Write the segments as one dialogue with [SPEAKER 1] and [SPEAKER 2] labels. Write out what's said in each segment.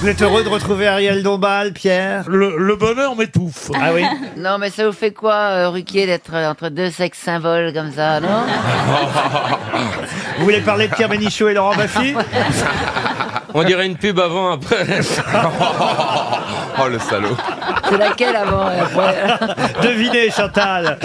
[SPEAKER 1] Vous êtes heureux de retrouver Ariel Dombal, Pierre
[SPEAKER 2] Le, le bonheur m'étouffe.
[SPEAKER 1] Ah oui
[SPEAKER 3] Non, mais ça vous fait quoi, euh, Ruquier, d'être euh, entre deux sexes symboles comme ça, non
[SPEAKER 1] Vous voulez parler de Pierre Bénichou et Laurent Baffy
[SPEAKER 4] Ah.
[SPEAKER 5] On dirait une pub avant, après. oh le salaud.
[SPEAKER 3] C'est laquelle avant euh et après
[SPEAKER 1] Devinez, Chantal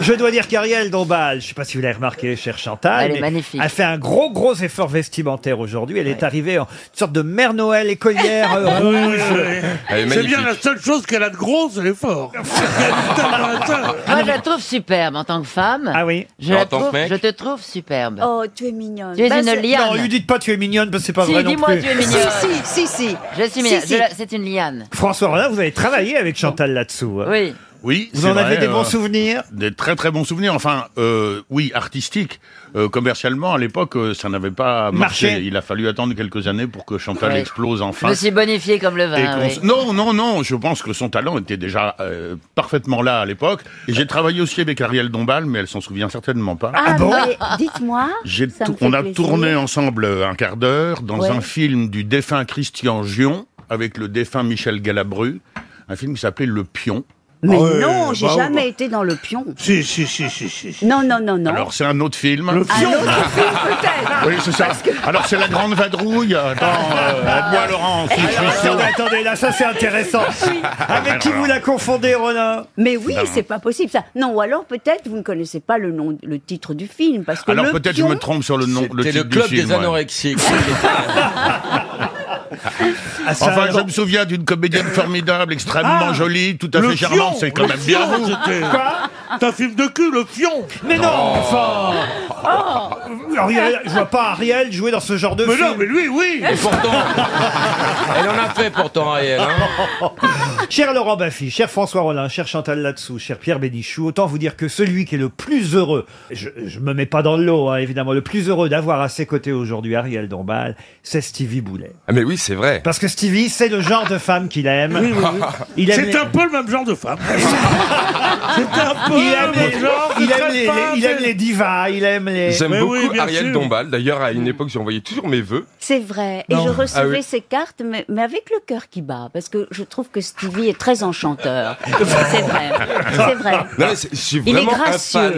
[SPEAKER 1] Je dois dire qu'Ariel Dombal, je ne sais pas si vous l'avez remarqué, chère Chantal,
[SPEAKER 3] Elle est
[SPEAKER 1] mais
[SPEAKER 3] magnifique.
[SPEAKER 1] a fait un gros, gros effort vestimentaire aujourd'hui. Elle est arrivée en une sorte de Mère Noël écolière euh,
[SPEAKER 2] Oui, oui, oui.
[SPEAKER 5] Elle est
[SPEAKER 2] C'est bien
[SPEAKER 5] magnifique.
[SPEAKER 2] la seule chose qu'elle a de gros, c'est l'effort. Elle est tellement atteinte.
[SPEAKER 3] Moi, je la trouve superbe en tant que femme.
[SPEAKER 1] Ah oui
[SPEAKER 3] Je, la
[SPEAKER 5] Et en tant que
[SPEAKER 3] trouve-
[SPEAKER 5] mec
[SPEAKER 3] je te trouve superbe.
[SPEAKER 6] Oh, tu es mignonne.
[SPEAKER 3] tu es
[SPEAKER 6] Bah,
[SPEAKER 3] une
[SPEAKER 6] c'est-
[SPEAKER 3] liane.
[SPEAKER 1] Non, lui dites pas tu es mignonne parce que c'est pas
[SPEAKER 3] Si,
[SPEAKER 1] vrai non
[SPEAKER 3] dis-moi,
[SPEAKER 1] plus.
[SPEAKER 3] tu es mignonne.
[SPEAKER 6] Si, si, si, si.
[SPEAKER 3] Je suis
[SPEAKER 6] Si,
[SPEAKER 3] mignonne.
[SPEAKER 6] si.
[SPEAKER 3] Je la- C'est une liane.
[SPEAKER 1] François Rollin, vous avez travaillé avec Chantal là-dessous. hein.
[SPEAKER 3] Oui.
[SPEAKER 7] Oui,
[SPEAKER 1] Vous
[SPEAKER 7] c'est
[SPEAKER 1] en
[SPEAKER 7] vrai,
[SPEAKER 1] avez des bons
[SPEAKER 7] euh,
[SPEAKER 1] souvenirs
[SPEAKER 7] Des très très bons souvenirs, enfin, euh, oui, artistiques. Euh, commercialement, à l'époque, euh, ça n'avait pas marché.
[SPEAKER 1] Marché.
[SPEAKER 7] Il a fallu attendre quelques années pour que Chantal
[SPEAKER 3] Ouais.
[SPEAKER 7] explose
[SPEAKER 3] Je
[SPEAKER 7] enfin.
[SPEAKER 3] me suis bonifiée comme le
[SPEAKER 7] Et
[SPEAKER 3] vin.
[SPEAKER 7] qu'on
[SPEAKER 3] oui.
[SPEAKER 7] s- Non, non, non, je pense que son talent était déjà euh, parfaitement là à l'époque. Euh, Et j'ai travaillé aussi avec Ariel Dombal, mais elle s'en souvient certainement pas.
[SPEAKER 6] Ah,
[SPEAKER 1] bon
[SPEAKER 6] mais dites-moi.
[SPEAKER 7] J'ai
[SPEAKER 6] ça me
[SPEAKER 7] tou-
[SPEAKER 6] fait
[SPEAKER 7] on a
[SPEAKER 6] plaisir.
[SPEAKER 7] tourné ensemble euh, un quart d'heure dans
[SPEAKER 6] Ouais.
[SPEAKER 7] un film du défunt Christian Gion avec le défunt Michel Galabru, un film qui s'appelait Le Pion.
[SPEAKER 6] Mais
[SPEAKER 2] Ah ouais,
[SPEAKER 6] non, j'ai
[SPEAKER 2] bah,
[SPEAKER 6] jamais
[SPEAKER 2] bah.
[SPEAKER 6] été dans le pion.
[SPEAKER 2] Si, si, si, si, si. si.
[SPEAKER 6] Non, non, non, non.
[SPEAKER 7] Alors c'est un autre film. Ah.
[SPEAKER 2] Le
[SPEAKER 6] Un
[SPEAKER 2] fion.
[SPEAKER 6] autre film, peut-être.
[SPEAKER 7] Oui, c'est ça. Alors, c'est la grande vadrouille euh, dans euh, la bois Laurence. je suis
[SPEAKER 1] Ah. Alors,
[SPEAKER 7] sûr.
[SPEAKER 1] attendez, attendez, là, ça c'est intéressant. Avec qui vous la confondez, Rollin
[SPEAKER 6] Mais oui, c'est pas possible ça. Non, ou alors peut-être vous ne connaissez pas le nom, le titre du film parce que
[SPEAKER 7] Alors,
[SPEAKER 6] le
[SPEAKER 7] peut-être je
[SPEAKER 6] pion,
[SPEAKER 7] me trompe sur le nom, le
[SPEAKER 5] C'était
[SPEAKER 7] titre
[SPEAKER 5] le club
[SPEAKER 7] du film.
[SPEAKER 5] des
[SPEAKER 7] ouais.
[SPEAKER 5] anorexiques.
[SPEAKER 1] Ah, ça,
[SPEAKER 7] Enfin,
[SPEAKER 1] alors-
[SPEAKER 7] je me souviens d'une comédienne formidable, extrêmement
[SPEAKER 2] Ah,
[SPEAKER 7] jolie, tout à fait charmante. C'est quand
[SPEAKER 2] le
[SPEAKER 7] même bien
[SPEAKER 2] fion,
[SPEAKER 7] vous. Oh.
[SPEAKER 2] c'était-
[SPEAKER 1] Quoi
[SPEAKER 2] C'est un film de cul, le fion.
[SPEAKER 1] Mais non, enfin Ariel, Je vois pas Ariel jouer dans ce genre de
[SPEAKER 2] Mais
[SPEAKER 1] film.
[SPEAKER 2] non, mais lui, oui.
[SPEAKER 5] Et pourtant, elle en a fait pourtant, Ariel. Hein.
[SPEAKER 1] Cher Laurent Baffy, cher François Rollin, cher Chantal Latsou, cher Pierre Bénichou, autant vous dire que celui qui est le plus heureux, je, je me mets pas dans le lot, hein, évidemment, le plus heureux d'avoir à ses côtés aujourd'hui Ariel Dombal, c'est Stevie Boulet.
[SPEAKER 5] Ah, mais oui, c'est vrai.
[SPEAKER 1] Parce que Stevie, c'est le genre de femme qu'il aime. Il aime
[SPEAKER 2] C'est un peu le même genre de femme. C'est
[SPEAKER 6] Ah,
[SPEAKER 2] un peu
[SPEAKER 1] Il aime
[SPEAKER 2] le même
[SPEAKER 1] les,
[SPEAKER 2] genre de
[SPEAKER 1] il aime
[SPEAKER 2] femme.
[SPEAKER 1] les- les- il aime les divas, il aime les...
[SPEAKER 4] J'aime
[SPEAKER 2] Mais
[SPEAKER 4] beaucoup
[SPEAKER 2] oui, bien
[SPEAKER 4] Ariel
[SPEAKER 2] sûr.
[SPEAKER 4] Dombal. D'ailleurs, à une époque, j'ai envoyé toujours mes vœux.
[SPEAKER 6] c'est vrai. Et
[SPEAKER 4] Non.
[SPEAKER 6] je recevais
[SPEAKER 4] Ah oui.
[SPEAKER 6] ces cartes, mais, mais avec le cœur qui bat parce que je trouve que Stevie est très enchanteur. c'est vrai, c'est vrai.
[SPEAKER 4] Non, mais c'est- je suis
[SPEAKER 6] Il est
[SPEAKER 4] vraiment un
[SPEAKER 6] gracieux.
[SPEAKER 4] fan.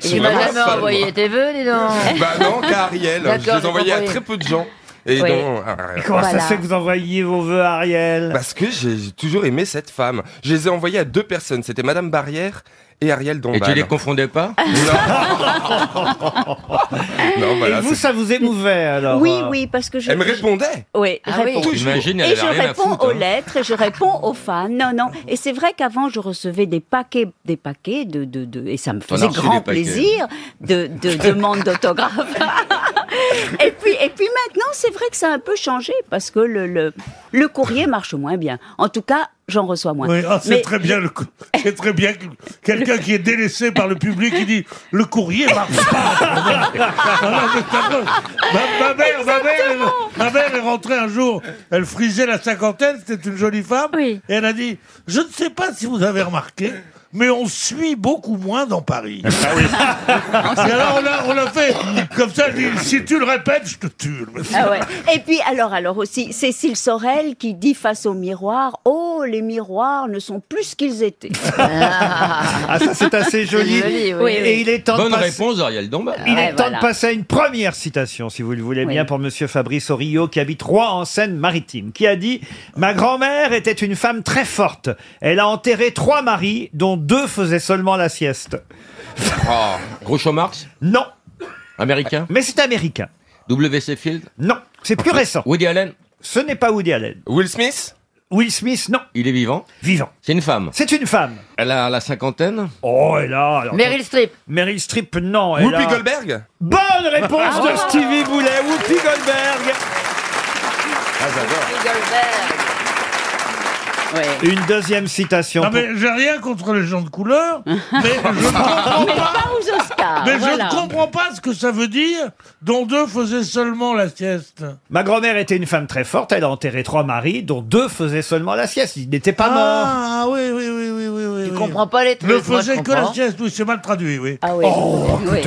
[SPEAKER 4] Je suis
[SPEAKER 3] Tu m'as
[SPEAKER 4] vraiment un
[SPEAKER 3] jamais
[SPEAKER 4] fan, moi.
[SPEAKER 3] envoyé tes vœux, dis donc.
[SPEAKER 4] Bah non, qu'à Ariel.
[SPEAKER 3] D'accord,
[SPEAKER 4] Je les
[SPEAKER 3] j'ai
[SPEAKER 4] envoyais à
[SPEAKER 3] compris.
[SPEAKER 4] très peu de gens. Et euh,
[SPEAKER 3] Oui.
[SPEAKER 4] non, à Ariel.
[SPEAKER 1] Comment ça
[SPEAKER 6] Voilà.
[SPEAKER 1] se fait que vous envoyiez vos vœux à Ariel
[SPEAKER 4] Parce que j'ai j'ai toujours aimé cette femme. Je les ai envoyés à deux personnes. C'était Madame Barrière et Ariel
[SPEAKER 5] Et
[SPEAKER 4] Dombal.
[SPEAKER 5] tu les confondais pas
[SPEAKER 4] Non,
[SPEAKER 1] Et
[SPEAKER 4] voilà.
[SPEAKER 1] vous,
[SPEAKER 4] c'est-
[SPEAKER 1] ça vous émouvait alors
[SPEAKER 6] Oui,
[SPEAKER 1] euh,
[SPEAKER 6] oui, parce que je.
[SPEAKER 4] Elle me
[SPEAKER 6] je-
[SPEAKER 4] répondait.
[SPEAKER 6] Oui,
[SPEAKER 3] Ah oui.
[SPEAKER 6] réponds.
[SPEAKER 5] J'imagine, elle
[SPEAKER 6] Et je
[SPEAKER 5] avait rien à
[SPEAKER 6] réponds
[SPEAKER 5] foutre.
[SPEAKER 6] aux
[SPEAKER 5] hein.
[SPEAKER 6] lettres et je réponds aux fans. Non, non. Et c'est vrai qu'avant, je recevais des paquets, des paquets de, de, de- et ça me faisait
[SPEAKER 4] non, c'est
[SPEAKER 6] grand
[SPEAKER 4] des paquets.
[SPEAKER 6] plaisir de, de demandes d'autographes. et puis, et puis maintenant, c'est vrai que ça a un peu changé parce que le, le, le courrier marche moins bien. En tout cas, j'en reçois moins.
[SPEAKER 2] Oui, ah, c'est
[SPEAKER 6] Mais-
[SPEAKER 2] très bien. le cou- C'est très bien. que- Quelqu'un qui est délaissé par le public, qui dit le courrier marche pas. Ah non, mais c'est affreux. ma, ma mère, ma mère, elle- ma mère est rentrée un jour. Elle frisait la cinquantaine. C'était une jolie femme.
[SPEAKER 6] Oui.
[SPEAKER 2] Et elle a dit, je ne sais pas si vous avez remarqué. Mais on suit beaucoup moins dans Paris. Et alors on l'a on l'a fait comme ça. elle dit, si tu le répètes, je te tue.
[SPEAKER 6] Ah ouais. Et puis alors alors aussi Cécile Sorel qui dit face au miroir oh les miroirs ne sont plus ce qu'ils étaient.
[SPEAKER 1] Ah, ça c'est assez joli.
[SPEAKER 3] joli, oui.
[SPEAKER 6] Oui, oui.
[SPEAKER 1] Et il est temps de
[SPEAKER 5] Bonne
[SPEAKER 1] passer...
[SPEAKER 5] réponse, Ariel Dombal.
[SPEAKER 1] Il
[SPEAKER 6] Ah Ouais,
[SPEAKER 1] est temps
[SPEAKER 6] voilà.
[SPEAKER 1] de passer à une première citation, si vous le voulez
[SPEAKER 6] Oui.
[SPEAKER 1] bien, pour Monsieur Fabrice Orio, qui habite Rouen en Seine-Maritime, qui a dit « Ma grand-mère était une femme très forte. Elle a enterré trois maris, dont deux faisaient seulement la sieste.
[SPEAKER 5] Oh. Groucho Marx, »
[SPEAKER 1] Non,
[SPEAKER 5] américain.
[SPEAKER 1] mais c'est américain.
[SPEAKER 5] W.C. Field.
[SPEAKER 1] Non, c'est plus récent.
[SPEAKER 5] Woody Allen,
[SPEAKER 1] Ce n'est pas Woody Allen.
[SPEAKER 4] Will Smith
[SPEAKER 1] Will Smith, non.
[SPEAKER 5] il est vivant.
[SPEAKER 1] Vivant.
[SPEAKER 5] C'est une femme.
[SPEAKER 1] C'est une femme.
[SPEAKER 5] Elle a la cinquantaine.
[SPEAKER 1] Oh, et là, alors...
[SPEAKER 3] Meryl Streep.
[SPEAKER 1] Meryl Streep, non. elle
[SPEAKER 4] Whoopi
[SPEAKER 1] a-
[SPEAKER 4] Goldberg
[SPEAKER 1] Bonne réponse de Stevie Boulet, Whoopi Goldberg
[SPEAKER 4] Ah, j'adore.
[SPEAKER 3] Oui.
[SPEAKER 1] Une deuxième citation.
[SPEAKER 2] Non,
[SPEAKER 1] pour-
[SPEAKER 2] mais j'ai rien contre les gens de couleur, mais je ne comprends
[SPEAKER 6] Mais
[SPEAKER 2] pas.
[SPEAKER 6] pas aux Oscars.
[SPEAKER 2] Mais
[SPEAKER 6] Ah, voilà.
[SPEAKER 2] je ne comprends pas ce que ça veut dire dont deux faisaient seulement la sieste.
[SPEAKER 1] Ma grand-mère était une femme très forte, elle a enterré trois maris, dont deux faisaient seulement la sieste. Ils n'étaient pas morts.
[SPEAKER 2] ah oui, oui, oui, oui, oui. oui, oui.
[SPEAKER 8] comprends pas les trucs.
[SPEAKER 2] Ne
[SPEAKER 8] moi, je
[SPEAKER 2] faisait que la
[SPEAKER 8] comprends.
[SPEAKER 2] sieste, oui, c'est mal traduit, oui.
[SPEAKER 6] Ah oui.
[SPEAKER 2] Oh,
[SPEAKER 6] Oui.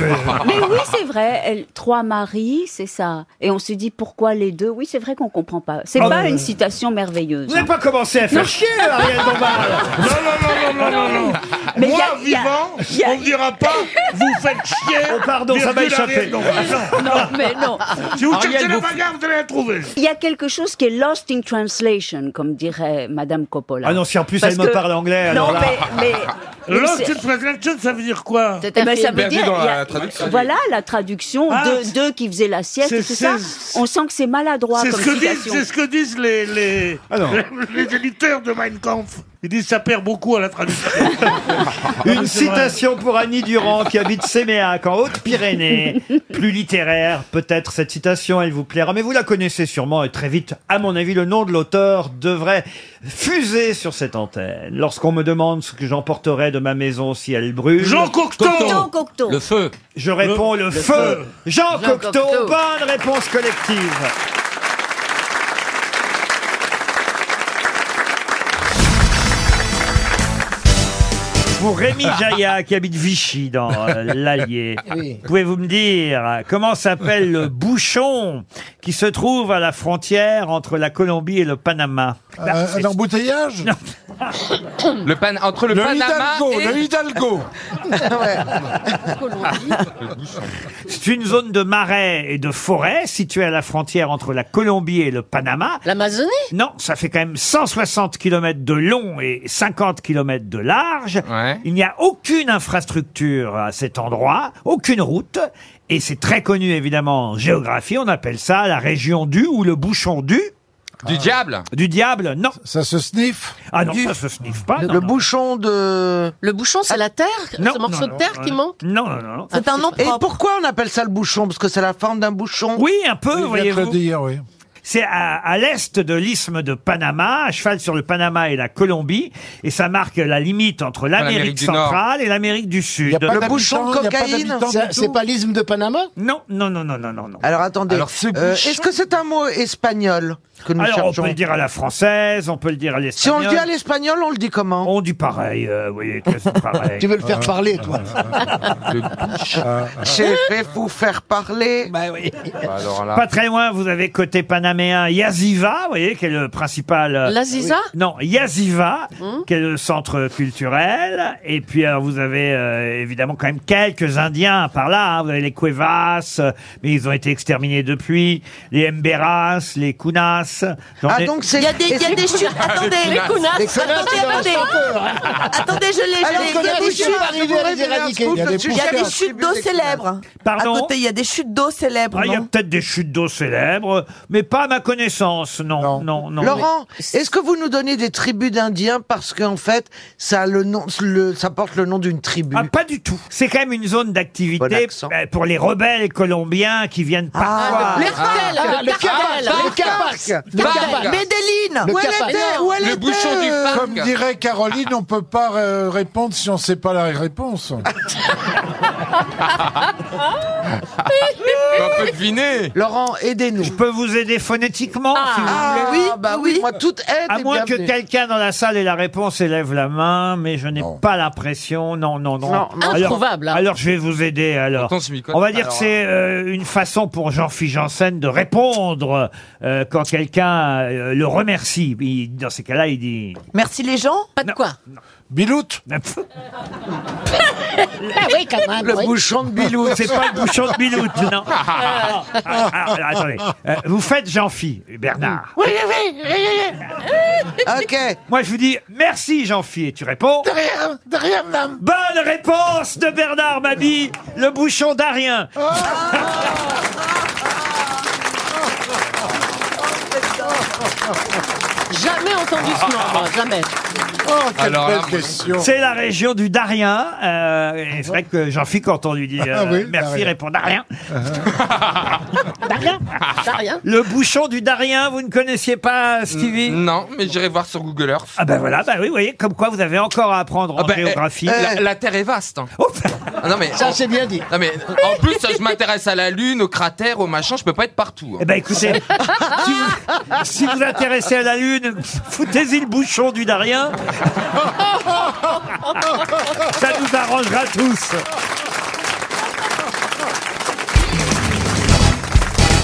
[SPEAKER 6] Mais oui, c'est vrai. elle- trois maris, c'est ça. Et on se dit pourquoi les deux Oui, c'est vrai qu'on comprend pas. C'est
[SPEAKER 1] Ah
[SPEAKER 6] pas
[SPEAKER 1] oui.
[SPEAKER 6] une citation merveilleuse.
[SPEAKER 1] Vous n'avez pas commencé à faire chier, Ariel Dombal
[SPEAKER 2] Non, non, non, non, non, non, non.
[SPEAKER 6] Mais
[SPEAKER 2] Moi,
[SPEAKER 6] y a- y a-
[SPEAKER 2] vivant,
[SPEAKER 6] y a-
[SPEAKER 2] on ne dira pas, vous faites chier.
[SPEAKER 1] Oh, pardon, ça m'a
[SPEAKER 2] virgule,
[SPEAKER 1] échappé.
[SPEAKER 2] Ariel, non, non.
[SPEAKER 6] Non, mais non.
[SPEAKER 2] Si vous
[SPEAKER 4] Ariel
[SPEAKER 2] cherchez la
[SPEAKER 4] Beaufort.
[SPEAKER 2] bagarre, vous allez la trouver.
[SPEAKER 6] Il y a quelque chose qui est lost in translation, comme dirait Madame Coppola.
[SPEAKER 1] Ah non, si en plus
[SPEAKER 6] Parce
[SPEAKER 1] elle me
[SPEAKER 6] que-
[SPEAKER 1] parle anglais,
[SPEAKER 6] Non,
[SPEAKER 1] alors là...
[SPEAKER 6] mais. mais... mais
[SPEAKER 2] Lost
[SPEAKER 6] c'est-
[SPEAKER 2] in translation, ça veut dire quoi
[SPEAKER 8] C'est
[SPEAKER 6] Eh
[SPEAKER 8] un
[SPEAKER 6] ben, ça
[SPEAKER 8] film.
[SPEAKER 6] veut
[SPEAKER 9] Perdu
[SPEAKER 6] dire,
[SPEAKER 9] dans
[SPEAKER 6] il y a-
[SPEAKER 9] la traduction.
[SPEAKER 6] voilà la traduction,
[SPEAKER 2] Ah,
[SPEAKER 6] deux,
[SPEAKER 2] c'est-
[SPEAKER 6] deux qui faisaient la sieste,
[SPEAKER 2] c'est-
[SPEAKER 6] et tout ça.
[SPEAKER 2] c'est-
[SPEAKER 6] On sent que c'est maladroit
[SPEAKER 2] C'est
[SPEAKER 6] comme
[SPEAKER 2] ce, que disent,
[SPEAKER 6] citation.
[SPEAKER 2] c'est ce que disent les, les,
[SPEAKER 1] Ah non.
[SPEAKER 2] les éditeurs de Mein Kampf. Ils disent ça perd beaucoup à la traduction.
[SPEAKER 1] Une
[SPEAKER 2] c'est vrai.
[SPEAKER 1] citation pour Annie Durand qui habite Séméac en Haute-Pyrénées. Plus littéraire, peut-être cette citation, elle vous plaira, mais vous la connaissez sûrement et très vite, à mon avis, le nom de l'auteur devrait fuser sur cette antenne. Lorsqu'on me demande ce que j'emporterai de ma maison si elle brûle,
[SPEAKER 2] Jean Cocteau
[SPEAKER 6] Cocteau, Cocteau.
[SPEAKER 4] Le feu.
[SPEAKER 1] je réponds le, feu.
[SPEAKER 2] feu.
[SPEAKER 1] Jean,
[SPEAKER 8] Jean
[SPEAKER 1] Cocteau,
[SPEAKER 8] Cocteau.
[SPEAKER 1] bonne réponse collective. Pour Rémi Jaya, qui habite Vichy, dans euh, l'Allier, pouvez-vous me dire euh, comment s'appelle le bouchon qui se trouve à la frontière entre la Colombie et le Panama Bah,
[SPEAKER 7] Euh, Un,
[SPEAKER 1] c'est-
[SPEAKER 7] un embouteillage
[SPEAKER 4] Le pan... Entre le,
[SPEAKER 7] Le
[SPEAKER 4] Panama
[SPEAKER 7] Hidalgo,
[SPEAKER 4] et...
[SPEAKER 7] le Hidalgo.
[SPEAKER 1] C'est une zone de marais et de forêt située à la frontière entre la Colombie et le Panama.
[SPEAKER 3] L'Amazonie
[SPEAKER 1] Non, ça fait quand même 160 km de long et 50 km de large.
[SPEAKER 4] Ouais.
[SPEAKER 1] Il n'y a aucune infrastructure à cet endroit, aucune route. Et c'est très connu évidemment en géographie, on appelle ça la région du ou le bouchon du.
[SPEAKER 4] Du diable.
[SPEAKER 1] Du diable, non.
[SPEAKER 7] Ça se sniffe
[SPEAKER 1] Ah non, ça se sniffe pas. non,
[SPEAKER 5] le
[SPEAKER 1] non.
[SPEAKER 5] bouchon de. Ah.
[SPEAKER 3] Le bouchon, c'est la terre
[SPEAKER 1] Non,
[SPEAKER 3] Ce morceau
[SPEAKER 1] non,
[SPEAKER 3] de terre
[SPEAKER 1] non,
[SPEAKER 3] qui
[SPEAKER 1] non.
[SPEAKER 3] manque
[SPEAKER 1] Non, non, non.
[SPEAKER 3] C'est un nom
[SPEAKER 5] Et
[SPEAKER 3] propre.
[SPEAKER 5] pourquoi on appelle ça le bouchon Parce que c'est la forme d'un bouchon.
[SPEAKER 1] Oui, un peu,
[SPEAKER 7] Il vient de le
[SPEAKER 1] voyez-vous.
[SPEAKER 7] dire, oui.
[SPEAKER 1] C'est à, à l'est de l'isthme de Panama, à cheval sur le Panama et la Colombie, et ça marque la limite entre l'Amérique
[SPEAKER 4] l'Amérique du Nord.
[SPEAKER 1] centrale et l'Amérique du
[SPEAKER 7] Il
[SPEAKER 1] Sud.
[SPEAKER 7] y a pas
[SPEAKER 5] Le
[SPEAKER 7] d'habitants,
[SPEAKER 5] bouchon
[SPEAKER 7] il y a pas
[SPEAKER 5] cocaïne.
[SPEAKER 7] d'habitants du tout.
[SPEAKER 3] l'isme de Panama
[SPEAKER 1] Non, non, non, non, non, non, non.
[SPEAKER 5] Alors attendez.
[SPEAKER 4] Alors, ce
[SPEAKER 5] Euh,
[SPEAKER 4] bouchon-
[SPEAKER 5] Est-ce que c'est un mot espagnol que nous
[SPEAKER 1] Alors on
[SPEAKER 5] cherchons
[SPEAKER 1] peut le dire à la française, on peut le dire à
[SPEAKER 5] Si on
[SPEAKER 1] l'espagnol.
[SPEAKER 5] le dit à l'espagnol, on le dit comment
[SPEAKER 1] On dit pareil, euh, oui, que c'est pareil.
[SPEAKER 3] veux le
[SPEAKER 7] Ah.
[SPEAKER 3] faire parler, toi
[SPEAKER 5] J'ai fait vous faire parler.
[SPEAKER 3] Bah oui.
[SPEAKER 4] Bah, alors là...
[SPEAKER 1] Pas très loin, vous avez côté panaméen Yaziva, vous voyez, qui est le principal. euh,
[SPEAKER 3] L'Aziza
[SPEAKER 1] Non, Yaziva,
[SPEAKER 3] Hum.
[SPEAKER 1] qui est le centre culturel. Et puis, alors, vous avez euh, évidemment quand même quelques Indiens par là. hein. Vous avez les Cuevas, euh, mais ils ont été exterminés depuis. Les Mberas, les Kunas. J'en
[SPEAKER 5] Ah
[SPEAKER 1] ai-
[SPEAKER 5] donc c'est.
[SPEAKER 3] Il y a des, il y a des chutes. Attendez, les connasses. Attendez, attendez. Attendez, je l'ai,
[SPEAKER 5] Alors,
[SPEAKER 3] je l'ai. Il y a
[SPEAKER 5] connaissez-
[SPEAKER 3] des chutes.
[SPEAKER 5] vous pourrez donner un scoop
[SPEAKER 7] Il y a des
[SPEAKER 5] là-dessus.
[SPEAKER 7] Il y a
[SPEAKER 3] des chutes d'eau célèbres.
[SPEAKER 1] Pardon
[SPEAKER 3] il y a des chutes d'eau célèbres.
[SPEAKER 1] Ah, il y a peut-être des chutes d'eau célèbres, mais pas à ma connaissance, non,
[SPEAKER 7] Non.
[SPEAKER 1] non, non.
[SPEAKER 5] Laurent, est-ce que vous nous donnez des tribus d'Indiens parce qu'en fait, ça, a le nom, le- ça porte le nom d'une tribu
[SPEAKER 1] Ah, pas du tout. C'est quand même une zone
[SPEAKER 5] Bon
[SPEAKER 1] d'activité
[SPEAKER 5] accent.
[SPEAKER 1] euh, pour les rebelles colombiens qui viennent parfois.
[SPEAKER 5] Ah,
[SPEAKER 3] Le cartel, le cartel.
[SPEAKER 5] le
[SPEAKER 3] Cartel.
[SPEAKER 5] Medellin Où elle
[SPEAKER 3] Capac.
[SPEAKER 5] était Où elle
[SPEAKER 4] Le
[SPEAKER 5] était,
[SPEAKER 4] bouchon du
[SPEAKER 5] euh,
[SPEAKER 4] phare.
[SPEAKER 7] Comme dirait Caroline, on peut pas euh, répondre si on sait pas la réponse.
[SPEAKER 4] Bah, On peut deviner.
[SPEAKER 5] Laurent, aidez-nous.
[SPEAKER 1] Je peux vous aider phonétiquement si vous voulez.
[SPEAKER 5] Ah,
[SPEAKER 3] oui,
[SPEAKER 5] bah oui,
[SPEAKER 3] oui.
[SPEAKER 5] moi, toute aide
[SPEAKER 1] À
[SPEAKER 5] est
[SPEAKER 1] moins que
[SPEAKER 5] bienvenue.
[SPEAKER 1] quelqu'un dans la salle ait la réponse et lève la main, mais je n'ai pas l'impression. Non, non, non.
[SPEAKER 5] Non,
[SPEAKER 3] non.
[SPEAKER 1] Alors,
[SPEAKER 3] Introuvable, hein.
[SPEAKER 1] alors je vais vous aider alors.
[SPEAKER 4] Pourtant, c'est Micode.
[SPEAKER 1] On va dire que
[SPEAKER 4] Alors,
[SPEAKER 1] c'est euh, une façon pour Jean-Philippe Janssen de répondre euh, quand quelqu'un euh, le remercie. Il- dans ces cas-là, il dit.
[SPEAKER 3] Merci les gens. Pas de quoi.
[SPEAKER 7] Biloute
[SPEAKER 3] Ah oui, quand même.
[SPEAKER 5] Le bouchon de Bilou.
[SPEAKER 1] C'est pas le bouchon de Biloute, non. Ah, ah, ah, attendez. Euh, vous faites Jean-Phi, Bernard.
[SPEAKER 5] ok.
[SPEAKER 1] Moi, je vous dis merci, Jean-Phi, et tu réponds. De rien, madame. Bonne réponse de Bernard Mabi, le bouchon d'Arien.
[SPEAKER 3] Jamais entendu ce nom, moi, jamais.
[SPEAKER 7] Oh,
[SPEAKER 1] Ah,
[SPEAKER 10] Ah,
[SPEAKER 7] quelle
[SPEAKER 4] Alors là,
[SPEAKER 7] belle
[SPEAKER 4] moi,
[SPEAKER 7] question
[SPEAKER 1] C'est la région du Darien. Euh, et c'est vrai que Jean-Phi, quand on lui dit euh,
[SPEAKER 7] Ah oui,
[SPEAKER 1] merci,
[SPEAKER 7] Darien.
[SPEAKER 1] répond Darien.
[SPEAKER 3] Darien Darien
[SPEAKER 1] Le bouchon du Darien, vous ne connaissiez pas, Stevie
[SPEAKER 4] Non, mais j'irai voir sur Google Earth.
[SPEAKER 1] Ah ben voilà, bah oui, vous voyez, comme quoi vous avez encore à apprendre en
[SPEAKER 4] Ah ben, eh,
[SPEAKER 1] géographie.
[SPEAKER 4] La, la Terre est vaste. hein.
[SPEAKER 1] Oh,
[SPEAKER 4] Ah, non, mais, en,
[SPEAKER 3] c'est bien dit.
[SPEAKER 4] non, mais en plus, je m'intéresse à la Lune, aux cratères, aux machins. Je peux pas être partout. hein.
[SPEAKER 1] Eh ben écoutez, si vous si vous intéressez à la Lune, foutez-y le bouchon du Darien. Ça nous arrangera tous.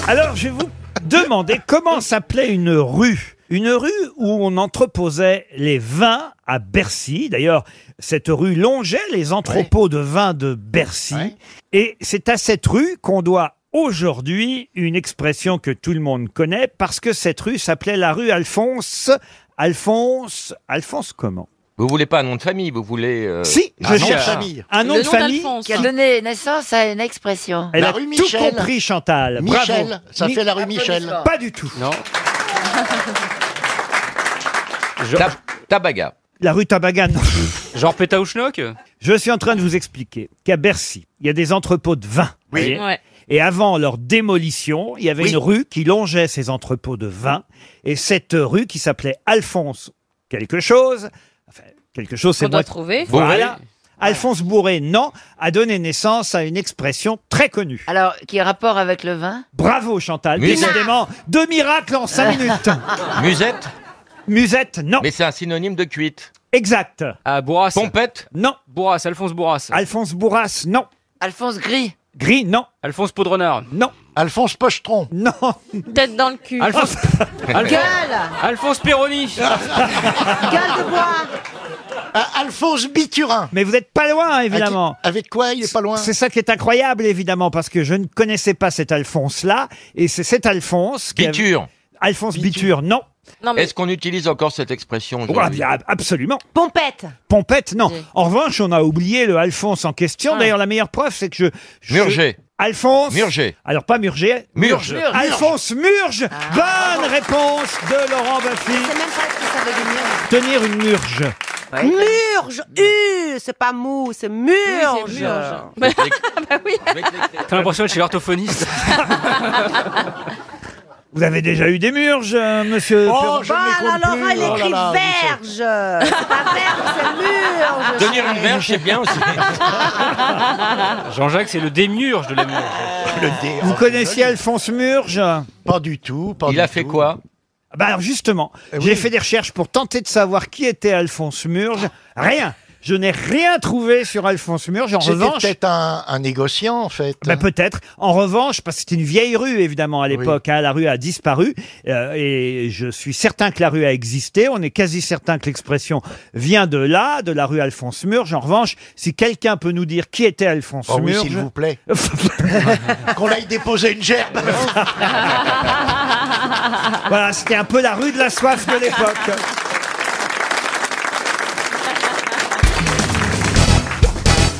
[SPEAKER 1] Alors, je vais vous demander comment s'appelait une rue. Une rue où on entreposait les vins à Bercy. D'ailleurs, cette rue longeait les entrepôts de vins de Bercy. Et c'est à cette rue qu'on doit aujourd'hui une expression que tout le monde connaît parce que cette rue s'appelait la rue Alphonse. Alphonse, Alphonse comment
[SPEAKER 11] Vous voulez pas un nom de famille, vous voulez. euh,
[SPEAKER 1] Si,
[SPEAKER 11] un
[SPEAKER 1] je
[SPEAKER 11] nom
[SPEAKER 1] cherche un nom
[SPEAKER 6] Le
[SPEAKER 1] de famille.
[SPEAKER 6] Qui a donné naissance à une expression.
[SPEAKER 1] Elle
[SPEAKER 3] La
[SPEAKER 1] a
[SPEAKER 3] rue
[SPEAKER 1] tout
[SPEAKER 3] Michel.
[SPEAKER 1] compris, Chantal. Bravo.
[SPEAKER 3] Michel, ça
[SPEAKER 1] Mi-
[SPEAKER 3] fait la rue Michel.
[SPEAKER 6] Applaudissements.
[SPEAKER 1] Pas du tout.
[SPEAKER 11] Ta- Tabaga.
[SPEAKER 1] La rue Tabagan.
[SPEAKER 10] Genre Pétaouchnock
[SPEAKER 1] Je suis en train de vous expliquer qu'à Bercy, il y a des entrepôts de vin. vous voyez.
[SPEAKER 10] Ouais.
[SPEAKER 1] Et avant leur démolition, il y avait une rue qui longeait ces entrepôts de vin. Et cette rue qui s'appelait Alphonse quelque chose, enfin, quelque chose, c'est
[SPEAKER 10] Qu'on doit
[SPEAKER 1] moi.
[SPEAKER 10] trouver.
[SPEAKER 1] Voilà. Alphonse Bourré, non, a donné naissance à une expression très connue.
[SPEAKER 6] Alors, qui a rapport avec le vin
[SPEAKER 1] Bravo Chantal,
[SPEAKER 11] Musette.
[SPEAKER 1] décidément, deux miracles en cinq minutes.
[SPEAKER 11] Musette.
[SPEAKER 1] Musette, non.
[SPEAKER 11] Mais c'est un synonyme de cuite.
[SPEAKER 1] Exact.
[SPEAKER 10] Ah, Bourras.
[SPEAKER 11] Pompette.
[SPEAKER 1] Non.
[SPEAKER 10] Bourras, Alphonse Bourras.
[SPEAKER 1] Alphonse Bourras, non.
[SPEAKER 6] Alphonse Gris.
[SPEAKER 1] Gris, non.
[SPEAKER 10] Alphonse Poudrenard.
[SPEAKER 1] Non.
[SPEAKER 3] Alphonse Pochetron.
[SPEAKER 1] Non.
[SPEAKER 12] Tête dans le cul.
[SPEAKER 10] Alphonse. Alphonse,
[SPEAKER 12] Gueule
[SPEAKER 10] Alphonse Perroni.
[SPEAKER 12] Gueule de bois
[SPEAKER 3] Ah, Alphonse Biturin.
[SPEAKER 1] Mais vous n'êtes pas loin, évidemment.
[SPEAKER 3] Avec, avec quoi Il est pas loin.
[SPEAKER 1] C'est ça qui est incroyable, évidemment, parce que je ne connaissais pas cet Alphonse-là. Et c'est cet Alphonse... qui a-
[SPEAKER 11] Biture.
[SPEAKER 1] Alphonse Biture, non.
[SPEAKER 12] Non mais
[SPEAKER 11] Est-ce qu'on utilise encore cette expression
[SPEAKER 1] Oh, ah
[SPEAKER 11] aujourd'hui
[SPEAKER 1] bien, ab- absolument.
[SPEAKER 12] pompette
[SPEAKER 1] Pompette, non.
[SPEAKER 12] Oui.
[SPEAKER 1] En revanche, on a oublié le Alphonse en question.
[SPEAKER 12] Ah.
[SPEAKER 1] D'ailleurs, la meilleure preuve, c'est que je... je-
[SPEAKER 11] Murger.
[SPEAKER 1] Alphonse...
[SPEAKER 11] Murger.
[SPEAKER 1] Alors, pas Murger.
[SPEAKER 11] Murge.
[SPEAKER 1] Alphonse Murge. Bonne réponse de Laurent Baffy.
[SPEAKER 12] C'est Ah. même pas ce que ça veut dire.
[SPEAKER 1] Tenir une murge.
[SPEAKER 12] Murge
[SPEAKER 3] euh,
[SPEAKER 12] U C'est pas mou, c'est murge
[SPEAKER 10] T'as l'impression d'être chez l'orthophoniste.
[SPEAKER 1] Vous avez déjà eu des murges, euh, monsieur
[SPEAKER 3] Oh,
[SPEAKER 1] Perron
[SPEAKER 3] je ne les compte
[SPEAKER 12] alors
[SPEAKER 3] plus.
[SPEAKER 12] elle
[SPEAKER 3] Oh là
[SPEAKER 12] écrit
[SPEAKER 3] là, Michel.
[SPEAKER 12] verge C'est pas verge, c'est murge
[SPEAKER 11] Tenir une verge, c'est bien aussi.
[SPEAKER 10] Jean-Jacques, c'est le démiurge de la murge.
[SPEAKER 3] Le dé-
[SPEAKER 1] Vous connaissiez Alphonse Murge
[SPEAKER 3] Oh, Pas du tout. pas
[SPEAKER 11] Il
[SPEAKER 3] du
[SPEAKER 11] a fait
[SPEAKER 3] tout.
[SPEAKER 11] quoi
[SPEAKER 1] Bah alors justement,
[SPEAKER 3] Eh
[SPEAKER 1] j'ai
[SPEAKER 3] oui.
[SPEAKER 1] fait des recherches pour tenter de savoir qui était Alphonse Murge. Rien. Je n'ai rien trouvé sur Alphonse Murge. En
[SPEAKER 3] C'était
[SPEAKER 1] revanche,
[SPEAKER 3] peut-être un, un négociant, en fait.
[SPEAKER 1] bah, peut-être. En revanche, parce que c'était une vieille rue évidemment à l'époque, hein, la rue a disparu euh, et je suis certain que la rue a existé. On est quasi certain que l'expression vient de là, de la rue Alphonse Murge. En revanche, si quelqu'un peut nous dire qui était Alphonse
[SPEAKER 3] Oh oui,
[SPEAKER 1] Murge,
[SPEAKER 3] s'il vous plaît. Qu'on aille déposer une gerbe.
[SPEAKER 1] voilà, c'était un peu la rue de la soif de l'époque.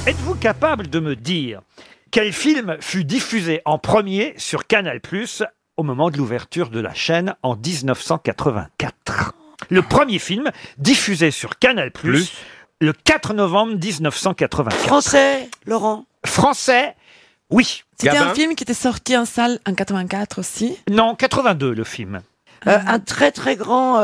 [SPEAKER 1] Êtes-vous capable de me dire quel film fut diffusé en premier sur Canal+ au moment de l'ouverture de la chaîne en 1984 Le premier film diffusé sur Canal+ le 4 novembre 1984.
[SPEAKER 12] Français, Laurent
[SPEAKER 1] Français Oui.
[SPEAKER 13] C'était
[SPEAKER 11] Gabin
[SPEAKER 13] un film qui était sorti en salle en 84 aussi.
[SPEAKER 1] Non, 82 le film.
[SPEAKER 3] Euh,
[SPEAKER 12] Un très très grand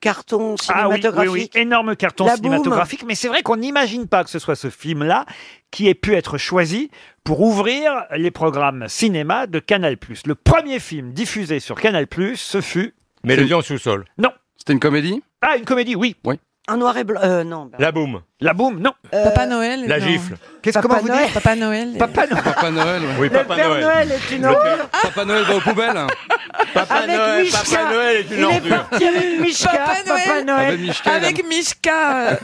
[SPEAKER 12] carton
[SPEAKER 1] Ah oui, oui, oui, énorme carton
[SPEAKER 12] La
[SPEAKER 1] cinématographique. Mais c'est vrai qu'on n'imagine pas que ce soit ce film-là qui ait pu être choisi pour ouvrir les programmes cinéma de Canal+. Le premier film diffusé sur Canal+, ce fut...
[SPEAKER 11] Mélodie en sous-sol.
[SPEAKER 1] Non.
[SPEAKER 4] C'était une comédie
[SPEAKER 1] Ah, une comédie, oui.
[SPEAKER 12] Un noir et blanc. Euh, non.
[SPEAKER 11] La boum.
[SPEAKER 1] La Ah, boum, non.
[SPEAKER 13] Papa Noël
[SPEAKER 11] La
[SPEAKER 13] non.
[SPEAKER 11] gifle.
[SPEAKER 1] Qu'est-ce comment vous dites
[SPEAKER 13] Euh, Papa Noël.
[SPEAKER 1] Papa Noël.
[SPEAKER 4] Papa Noël,
[SPEAKER 11] Oui, Papa Noël.
[SPEAKER 12] est une ordure.
[SPEAKER 4] Papa Noël va aux poubelles. Papa
[SPEAKER 12] Avec Noël, Mishka. Papa
[SPEAKER 4] Noël est une
[SPEAKER 12] parti avec Mishka,
[SPEAKER 13] Papa Noël.
[SPEAKER 4] Avec Mishka,
[SPEAKER 13] Avec Mishka. euh,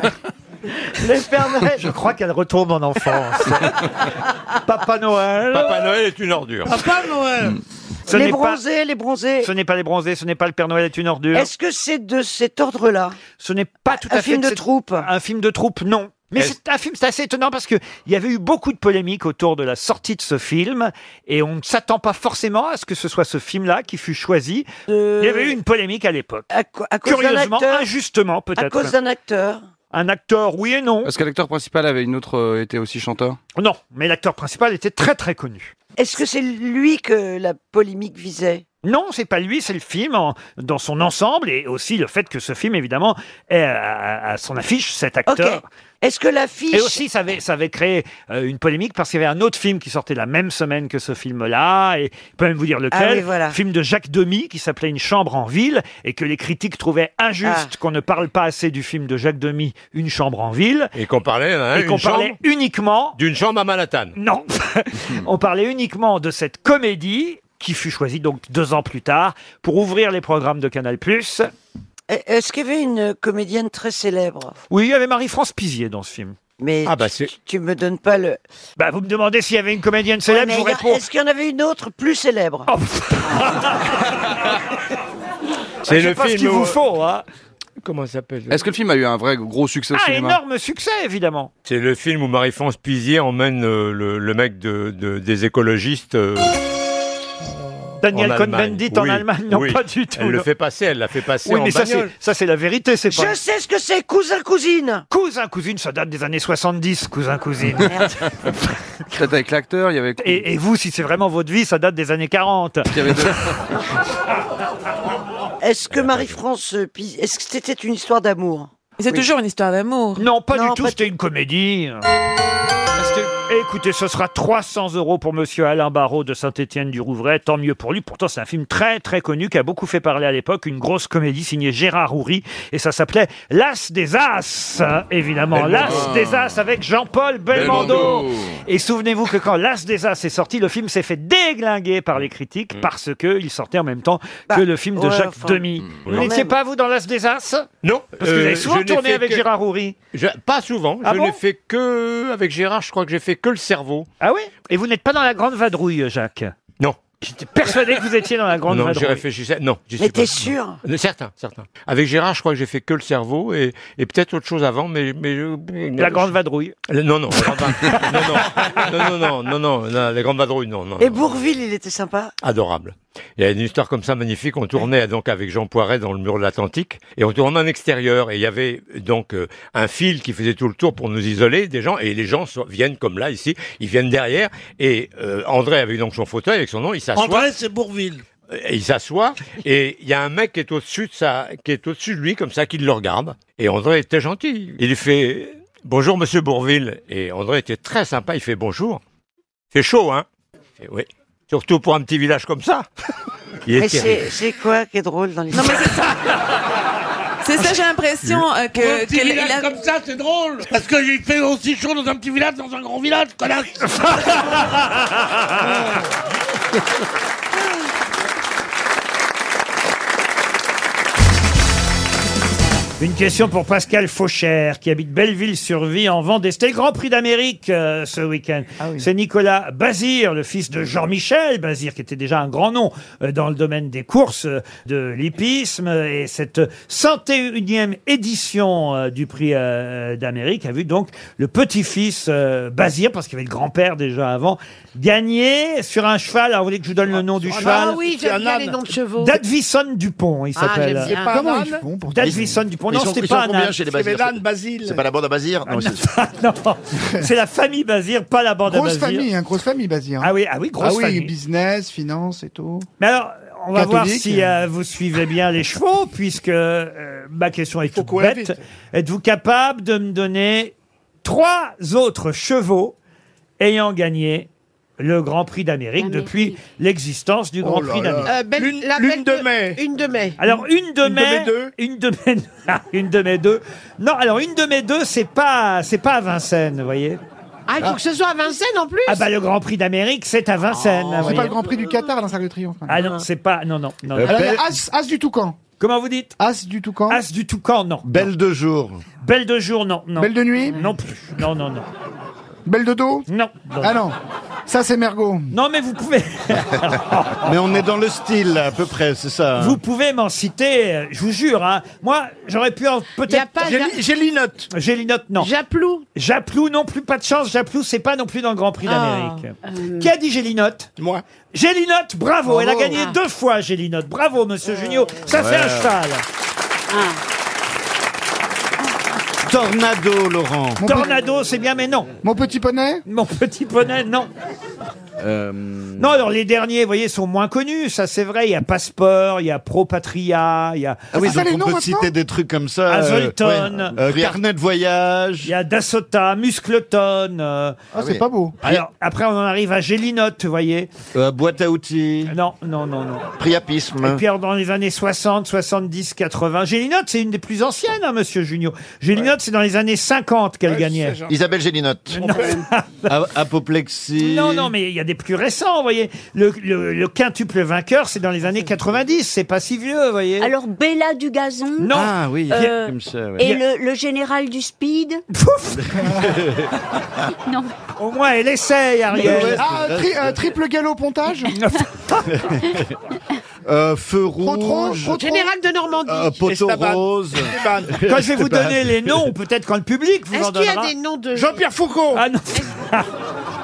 [SPEAKER 12] Le Père Noël.
[SPEAKER 1] Je crois qu'elle retombe en enfance. Papa Noël.
[SPEAKER 11] Noël est une ordure.
[SPEAKER 2] Papa
[SPEAKER 14] Hmm.
[SPEAKER 2] Noël
[SPEAKER 1] Ce n'est
[SPEAKER 12] les
[SPEAKER 1] pas-
[SPEAKER 12] bronzés, les bronzés.
[SPEAKER 1] Ce n'est pas les bronzés, ce n'est pas le Père Noël est une ordure.
[SPEAKER 12] Est-ce que c'est de cet ordre-là
[SPEAKER 1] Ce n'est pas tout à
[SPEAKER 12] Un
[SPEAKER 1] fait
[SPEAKER 12] film de
[SPEAKER 1] c'est-
[SPEAKER 12] troupe
[SPEAKER 1] Un film de troupe, non. Mais
[SPEAKER 11] Est-ce-
[SPEAKER 1] c'est un film, c'est assez étonnant parce que il y avait eu beaucoup de polémiques autour de la sortie de ce film et on ne s'attend pas forcément à ce que ce soit ce film-là qui fut choisi.
[SPEAKER 12] De-
[SPEAKER 1] Il y avait eu une polémique à l'époque.
[SPEAKER 12] Euh, à, co- à cause d'un
[SPEAKER 1] Curieusement,
[SPEAKER 12] acteur.
[SPEAKER 1] injustement
[SPEAKER 12] À
[SPEAKER 1] peut-être.
[SPEAKER 12] cause d'un acteur.
[SPEAKER 1] Un acteur, oui et non.
[SPEAKER 4] Parce que l'acteur principal avait une autre, euh, était aussi chanteur.
[SPEAKER 1] Non, mais l'acteur principal était très très connu.
[SPEAKER 12] Est-ce que c'est lui que la polémique visait
[SPEAKER 1] Non, c'est pas lui, c'est le film en- dans son ensemble et aussi le fait que ce film, évidemment, ait à, à- à son affiche cet acteur.
[SPEAKER 15] Est-ce que l'affiche...
[SPEAKER 1] Et aussi, ça avait, ça avait créé euh, une polémique parce qu'il y avait un autre film qui sortait la même semaine que ce film-là, et je peux même vous dire
[SPEAKER 15] Ah
[SPEAKER 1] lequel,
[SPEAKER 15] oui, voilà.
[SPEAKER 1] film de Jacques Demy qui s'appelait Une chambre en ville, et que les critiques trouvaient injuste
[SPEAKER 14] Ah.
[SPEAKER 1] qu'on ne parle pas assez du film de Jacques Demy, Une chambre en ville.
[SPEAKER 11] Et qu'on parlait, hein,
[SPEAKER 1] et qu'on
[SPEAKER 11] une
[SPEAKER 1] parlait
[SPEAKER 11] chambre-
[SPEAKER 1] uniquement...
[SPEAKER 11] D'une chambre à Manhattan.
[SPEAKER 1] Non, on parlait uniquement de cette comédie qui fut choisie donc deux ans plus tard pour ouvrir les programmes de Canal+.
[SPEAKER 14] Est-ce qu'il y avait une comédienne très célèbre
[SPEAKER 1] Oui, il y avait Marie-France Pizier dans ce film.
[SPEAKER 14] Mais
[SPEAKER 16] Ah, bah,
[SPEAKER 14] tu, tu me donnes pas le.
[SPEAKER 1] Bah, vous me demandez s'il y avait une comédienne célèbre,
[SPEAKER 14] Ouais,
[SPEAKER 1] je vous
[SPEAKER 14] mais y a-
[SPEAKER 1] réponds. Oh,
[SPEAKER 14] Est-ce qu'il y en avait une autre plus célèbre
[SPEAKER 1] C'est le film qu'il vous faut, hein.
[SPEAKER 16] Comment ça s'appelle
[SPEAKER 17] Est-ce que le film a eu un vrai gros succès au
[SPEAKER 1] Ah,
[SPEAKER 17] cinéma
[SPEAKER 1] énorme succès, évidemment.
[SPEAKER 16] C'est le film où Marie-France Pizier emmène euh, le, le mec de, de- des écologistes. euh,
[SPEAKER 1] Daniel
[SPEAKER 16] en
[SPEAKER 1] Cohn-Bendit en
[SPEAKER 16] Oui,
[SPEAKER 1] Allemagne, non
[SPEAKER 16] oui.
[SPEAKER 1] pas du tout.
[SPEAKER 16] Elle le
[SPEAKER 1] non.
[SPEAKER 16] fait passer, elle l'a fait passer
[SPEAKER 1] Oui,
[SPEAKER 16] en
[SPEAKER 1] mais ça c'est,
[SPEAKER 16] bagnole.
[SPEAKER 1] ça, c'est la vérité, c'est pas.
[SPEAKER 14] Je sais ce que c'est, cousin-cousine
[SPEAKER 1] Cousin cousine, ça date des années 70, cousin cousine.
[SPEAKER 14] Ah,
[SPEAKER 17] Peut-être avec l'acteur, il y avait.
[SPEAKER 1] et, et vous, si c'est vraiment votre vie, ça date des années 40.
[SPEAKER 14] Est-ce que Marie-France euh, Pizier. Est-ce que c'était une histoire d'amour
[SPEAKER 13] C'est toujours une histoire d'amour.
[SPEAKER 1] Non, pas du tout, c'était une comédie. eh, Écoutez, ce sera 300 euros pour monsieur Alain Barraud de Saint-Étienne-du-Rouvray. Tant mieux pour lui. Pourtant, c'est un film très, très connu qui a beaucoup fait parler à l'époque. Une grosse comédie signée Gérard Houry. Et ça s'appelait L'As des As. Euh, Évidemment,
[SPEAKER 15] Belmondo.
[SPEAKER 1] L'As des As avec Jean-Paul Belmondo.
[SPEAKER 15] Belmondo.
[SPEAKER 1] Et souvenez-vous que quand L'As des As est sorti, le film s'est fait déglinguer par les critiques parce qu'il sortait en même temps que le film de
[SPEAKER 16] ouais,
[SPEAKER 1] Jacques
[SPEAKER 16] enfin,
[SPEAKER 1] Demy.
[SPEAKER 16] Vous
[SPEAKER 1] Vous n'étiez pas, vous, dans l'As des As
[SPEAKER 16] Non.
[SPEAKER 1] Parce que vous avez souvent
[SPEAKER 16] je n'ai
[SPEAKER 1] tourné
[SPEAKER 16] fait
[SPEAKER 1] avec
[SPEAKER 16] que-
[SPEAKER 1] Gérard Houry.
[SPEAKER 16] Je- pas souvent.
[SPEAKER 1] Ah
[SPEAKER 16] je
[SPEAKER 1] bon
[SPEAKER 16] n'ai fait que. Avec Gérard, je crois que j'ai fait que le cerveau.
[SPEAKER 1] Ah oui Et vous n'êtes pas dans la grande vadrouille, Jacques
[SPEAKER 16] Non.
[SPEAKER 1] J'étais persuadé que vous étiez dans la grande
[SPEAKER 16] non, j'y
[SPEAKER 1] vadrouille.
[SPEAKER 16] réfléchissais. Non, j'y
[SPEAKER 1] Mais
[SPEAKER 16] suis pas.
[SPEAKER 1] t'es sûr
[SPEAKER 16] Non, Certain, certain. Avec Gérard, je crois que j'ai fait que le cerveau et, et peut-être autre chose avant, mais. mais je-
[SPEAKER 1] La grande vadrouille.
[SPEAKER 16] Le- Non, non, la grande va- non, non, non, non, non, non, non, la grande vadrouille, non, non.
[SPEAKER 14] Et
[SPEAKER 16] non.
[SPEAKER 14] Bourville, il était sympa.
[SPEAKER 16] Adorable. Il y a une histoire comme ça magnifique. On tournait donc avec Jean Poiret dans le mur de l'Atlantique et on tournait en extérieur et il y avait donc euh, un fil qui faisait tout le tour pour nous isoler des gens et les gens so- viennent comme là ici, ils viennent derrière et euh, André avait donc son fauteuil avec son nom, il s'assoit.
[SPEAKER 2] André, c'est Bourville.
[SPEAKER 16] Et Il s'assoit et il y a un mec qui est au-dessus de sa, qui est au-dessus de lui comme ça, qui le regarde. Et André était gentil. Il lui fait bonjour Monsieur Bourville et André était très sympa. Il fait bonjour. C'est chaud hein. Il fait, oui. Surtout pour un petit village comme ça. Il est
[SPEAKER 14] Mais
[SPEAKER 16] terrible.
[SPEAKER 14] c'est c'est quoi qui est drôle dans les. Non, mais
[SPEAKER 13] C'est ça, j'ai l'impression euh,
[SPEAKER 2] Pour un
[SPEAKER 13] que.
[SPEAKER 2] petit
[SPEAKER 13] qu'elle-
[SPEAKER 2] village
[SPEAKER 13] il a-
[SPEAKER 2] comme ça, c'est drôle. Parce que j'ai fait aussi chaud dans un petit village, dans un grand village, connasse.
[SPEAKER 1] Une question pour Pascal Fauchère, qui habite Belleville-sur-Vie en Vendée. C'était le Grand Prix d'Amérique euh, ce week-end.
[SPEAKER 18] Ah
[SPEAKER 1] C'est Nicolas Bazir, le fils de Jean-Michel Bazir, qui était déjà un grand nom euh, dans le domaine des courses euh, de l'hippisme. Et cette 101e édition euh, du Prix euh, d'Amérique a vu donc le petit-fils euh, Bazir, parce qu'il y avait le grand-père déjà avant, gagner sur un cheval. Alors vous voulez que je vous donne le nom du
[SPEAKER 18] sur un
[SPEAKER 1] cheval
[SPEAKER 18] âne. Ah oui, j'aime bien les noms de chevaux.
[SPEAKER 1] Dadvison Dupont, il
[SPEAKER 18] Ah,
[SPEAKER 1] s'appelle.
[SPEAKER 18] j'aime bien. C'est pas
[SPEAKER 1] Comment
[SPEAKER 18] un
[SPEAKER 1] ils
[SPEAKER 18] âne
[SPEAKER 1] font pour Dadvison Dupont. Non, c'était pas un âne.
[SPEAKER 5] C'est pas la bande à Bazir non, c'est-
[SPEAKER 1] Non, c'est la famille Bazir, pas la bande à
[SPEAKER 18] Grosse
[SPEAKER 1] Bazir.
[SPEAKER 18] famille, hein, grosse famille, Bazir.
[SPEAKER 1] Ah oui, ah oui, grosse
[SPEAKER 18] ah oui,
[SPEAKER 1] famille.
[SPEAKER 18] business, finance et tout.
[SPEAKER 1] Mais alors, on va
[SPEAKER 18] Catholique.
[SPEAKER 1] voir si euh, vous suivez bien les chevaux, puisque euh, ma question est toute
[SPEAKER 18] courir
[SPEAKER 1] bête.
[SPEAKER 18] vite.
[SPEAKER 1] Êtes-vous capable de me donner trois autres chevaux ayant gagné le Grand Prix d'Amérique depuis l'existence du
[SPEAKER 5] Oh
[SPEAKER 1] Grand Prix d'Amérique
[SPEAKER 5] Euh, Ben,
[SPEAKER 18] L'une de mai. Une de mai.
[SPEAKER 1] Alors une de mai, une de mai, Ah, une de mai deux. Non, alors une de mai deux, c'est pas, c'est pas à Vincennes, vous voyez.
[SPEAKER 18] Ah, il faut que ce soit à Vincennes en plus. Ah,
[SPEAKER 1] Ah bah le Grand Prix d'Amérique, c'est à Vincennes.
[SPEAKER 5] ah
[SPEAKER 1] vous
[SPEAKER 18] C'est
[SPEAKER 1] voyez.
[SPEAKER 18] pas le Grand Prix du Qatar, l'encercle de triomphe.
[SPEAKER 1] Ah non, c'est pas. Non, non, non.
[SPEAKER 18] Alors, il y a
[SPEAKER 1] Belle-
[SPEAKER 18] As, As du Toucan.
[SPEAKER 1] Comment vous dites
[SPEAKER 18] Euh, As du Toucan.
[SPEAKER 1] As du Toucan, non.
[SPEAKER 5] Belle de jour.
[SPEAKER 1] Belle de jour, non, non.
[SPEAKER 18] Belle de nuit
[SPEAKER 1] Non plus. Non, non, non.
[SPEAKER 18] Belle de dos
[SPEAKER 1] Non.
[SPEAKER 18] Ah non. Ça, c'est Mergot.
[SPEAKER 1] Non, mais vous pouvez.
[SPEAKER 5] Mais on est dans le style, à peu près, c'est ça. hein.
[SPEAKER 1] Vous pouvez m'en citer, euh, je vous jure. hein. Moi, j'aurais pu en- peut-être.
[SPEAKER 18] pas Géli- Ja-
[SPEAKER 1] Gélinotte. Gélinotte, non.
[SPEAKER 18] Japlou.
[SPEAKER 1] Japlou, non plus, pas de chance. Japlou, c'est pas non plus dans le Grand Prix
[SPEAKER 18] Ah,
[SPEAKER 1] d'Amérique. Qui a dit Gélinotte Moi. Gélinotte, bravo. Elle a
[SPEAKER 18] Bravo.
[SPEAKER 1] gagné
[SPEAKER 18] Ah.
[SPEAKER 1] deux fois, Gélinotte.
[SPEAKER 18] Ah.
[SPEAKER 1] Bravo, monsieur Junio. Ça, c'est
[SPEAKER 18] Ouais.
[SPEAKER 1] un cheval.
[SPEAKER 5] Tornado, Laurent.
[SPEAKER 1] Tornado, c'est bien, mais non.
[SPEAKER 18] Mon petit poney
[SPEAKER 1] Mon petit poney, non.
[SPEAKER 5] Euh,
[SPEAKER 1] Non, alors les derniers, vous voyez, sont moins connus, ça c'est vrai. Il y a Passeport, il y a Pro Patria, il y a.
[SPEAKER 5] Ah oui, donc on peut citer des trucs comme ça. euh,
[SPEAKER 1] Hazleton.
[SPEAKER 5] ouais. Euh, carnet de voyage.
[SPEAKER 1] Il y a Dasota, Muscleton. euh,
[SPEAKER 5] Ah, c'est Ah oui. pas beau.
[SPEAKER 1] Alors, après, on en arrive à Gélinote, vous voyez.
[SPEAKER 5] Euh, boîte à outils.
[SPEAKER 1] Non, non, non, non.
[SPEAKER 5] Priapisme.
[SPEAKER 1] Et puis, alors, dans les années 60, 70, 80, Gélinote, c'est une des plus anciennes, hein, monsieur Junio. Gélinote, c'est dans les années 50 qu'elle gagnait.
[SPEAKER 5] Isabelle Gélinotte. A- Apoplexie.
[SPEAKER 1] Non, non, mais il y a des plus récents, vous voyez. Le, le- le quintuple vainqueur, c'est dans les années 90, c'est pas si vieux, vous voyez.
[SPEAKER 19] Alors, Bella du gazon.
[SPEAKER 1] Non. Ah oui,
[SPEAKER 19] Euh,
[SPEAKER 1] comme ça, ouais.
[SPEAKER 19] Et le, le général du speed. non.
[SPEAKER 1] Au moins, elle essaye, Ariel.
[SPEAKER 18] Ah, un tri- un triple galop pontage
[SPEAKER 5] Euh, feu rouge.
[SPEAKER 12] Général de Normandie.
[SPEAKER 5] Euh, poteau
[SPEAKER 12] Esteban.
[SPEAKER 5] rose.
[SPEAKER 1] Quand je vais vous donner les noms, peut-être quand le public vous
[SPEAKER 12] Est-ce
[SPEAKER 1] en
[SPEAKER 12] qu'il y a
[SPEAKER 1] donnera.
[SPEAKER 12] des noms de-
[SPEAKER 1] Jean-Pierre Foucault Ah non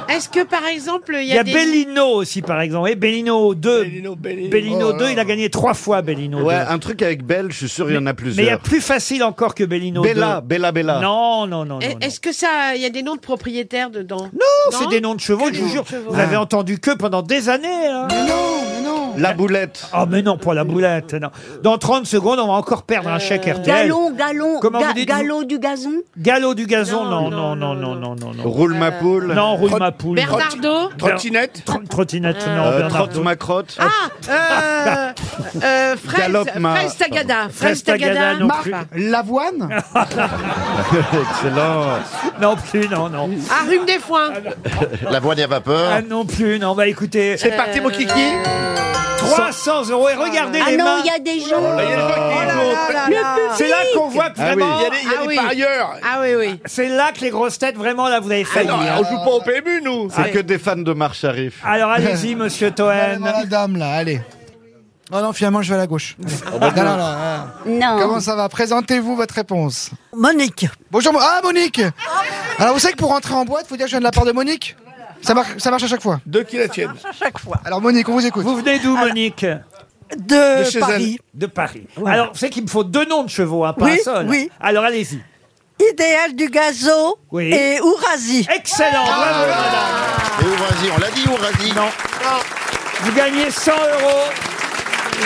[SPEAKER 12] Est-ce que par exemple, il
[SPEAKER 1] Il
[SPEAKER 12] y a, des...
[SPEAKER 1] Bellino aussi, par exemple. Et Bellino 2. Bellino,
[SPEAKER 5] Oh là
[SPEAKER 1] 2, il a gagné trois fois Bellino
[SPEAKER 5] Ouais,
[SPEAKER 1] 2.
[SPEAKER 5] un truc avec Belle, je suis sûr, il y en a
[SPEAKER 1] Mais il y a
[SPEAKER 5] plusieurs.
[SPEAKER 1] plus facile encore que Bellino
[SPEAKER 5] Bella,
[SPEAKER 1] 2.
[SPEAKER 5] Bella, Bella.
[SPEAKER 1] Non, non, non. non,
[SPEAKER 12] Est-
[SPEAKER 1] non.
[SPEAKER 12] Est-ce que ça, il y a des noms de propriétaires dedans Non,
[SPEAKER 1] c'est des noms de chevaux,
[SPEAKER 12] Que
[SPEAKER 1] je
[SPEAKER 12] des
[SPEAKER 1] vous jure.
[SPEAKER 12] noms de chevaux.
[SPEAKER 1] Vous avez entendu que pendant des années. hein.
[SPEAKER 18] Non, non.
[SPEAKER 5] Ah. La boulette.
[SPEAKER 1] Oh, mais non, pour la boulette. Non. Dans 30 secondes, on va encore perdre un chèque
[SPEAKER 12] Euh,
[SPEAKER 1] RTL.
[SPEAKER 19] Galon, galon,
[SPEAKER 1] Comment
[SPEAKER 19] ga-
[SPEAKER 1] vous dites, vous
[SPEAKER 19] galop du gazon.
[SPEAKER 1] Galop du gazon, non, non, non, non, non, non. non.
[SPEAKER 5] Roule ma poule.
[SPEAKER 1] Non, roule ma poule. non.
[SPEAKER 12] Bernardo
[SPEAKER 1] Trottinette Tro- Trottinette, non.
[SPEAKER 5] Euh,
[SPEAKER 1] Bernardo.
[SPEAKER 5] trotte ma crotte.
[SPEAKER 12] Ah, euh, euh, fraise,
[SPEAKER 5] Galope, ma-
[SPEAKER 12] fraise tagada, fraise
[SPEAKER 1] Fraise Tagada
[SPEAKER 12] Ah, tagada.
[SPEAKER 1] non
[SPEAKER 12] Mar-
[SPEAKER 1] plus.
[SPEAKER 18] L'avoine
[SPEAKER 5] Excellent.
[SPEAKER 1] Non plus, non, non.
[SPEAKER 12] Ah, rhume des foins.
[SPEAKER 5] L'avoine à vapeur.
[SPEAKER 1] Ah non plus, non, bah écoutez.
[SPEAKER 12] C'est parti, mon kiki.
[SPEAKER 1] 300 euros et regardez
[SPEAKER 19] Ah
[SPEAKER 1] les
[SPEAKER 19] non,
[SPEAKER 1] mains. Oh
[SPEAKER 19] il y a des gens.
[SPEAKER 1] C'est là qu'on voit que
[SPEAKER 5] Oh Ah oui.
[SPEAKER 1] vraiment.
[SPEAKER 5] Il y a
[SPEAKER 12] des- il y a Ah des oui. parieurs. Ah oui, oui.
[SPEAKER 1] C'est là que les grosses têtes, vraiment, là, vous avez failli. hein.
[SPEAKER 5] Ah joue pas au PMU, nous.
[SPEAKER 17] Ah
[SPEAKER 5] Ah C'est que des fans de Marche Arif.
[SPEAKER 1] Alors allez-y, monsieur Toen.
[SPEAKER 18] la dame, là, allez. Oh Non, non, finalement, je vais à la gauche. Allez.
[SPEAKER 5] Ah, bah,
[SPEAKER 14] Ah,
[SPEAKER 18] non, non, non,
[SPEAKER 19] Non.
[SPEAKER 18] Comment ça va Présentez-vous votre réponse. Monique. Bonjour, Mo- ah, Monique Alors, vous savez que pour rentrer en boîte, faut dire que je viens de la part de Monique ça, marche- ça marche à chaque fois.
[SPEAKER 2] Deux qui la tiennent.
[SPEAKER 18] chaque fois. Alors, Monique, on vous écoute.
[SPEAKER 1] Vous venez d'où, Monique
[SPEAKER 20] De,
[SPEAKER 1] chez
[SPEAKER 20] Paris.
[SPEAKER 1] elle. De Paris. Alors, c'est qu'il me faut deux noms de chevaux, hein, pas
[SPEAKER 20] Oui,
[SPEAKER 1] un seul.
[SPEAKER 20] oui.
[SPEAKER 1] Alors allez-y.
[SPEAKER 20] Idéal du gazo
[SPEAKER 1] Oui.
[SPEAKER 20] et Ourazi. Ah.
[SPEAKER 1] Excellent, bravo,
[SPEAKER 7] Et Ourasi, on l'a dit, Ourasi.
[SPEAKER 1] Non. Vous gagnez 100 euros.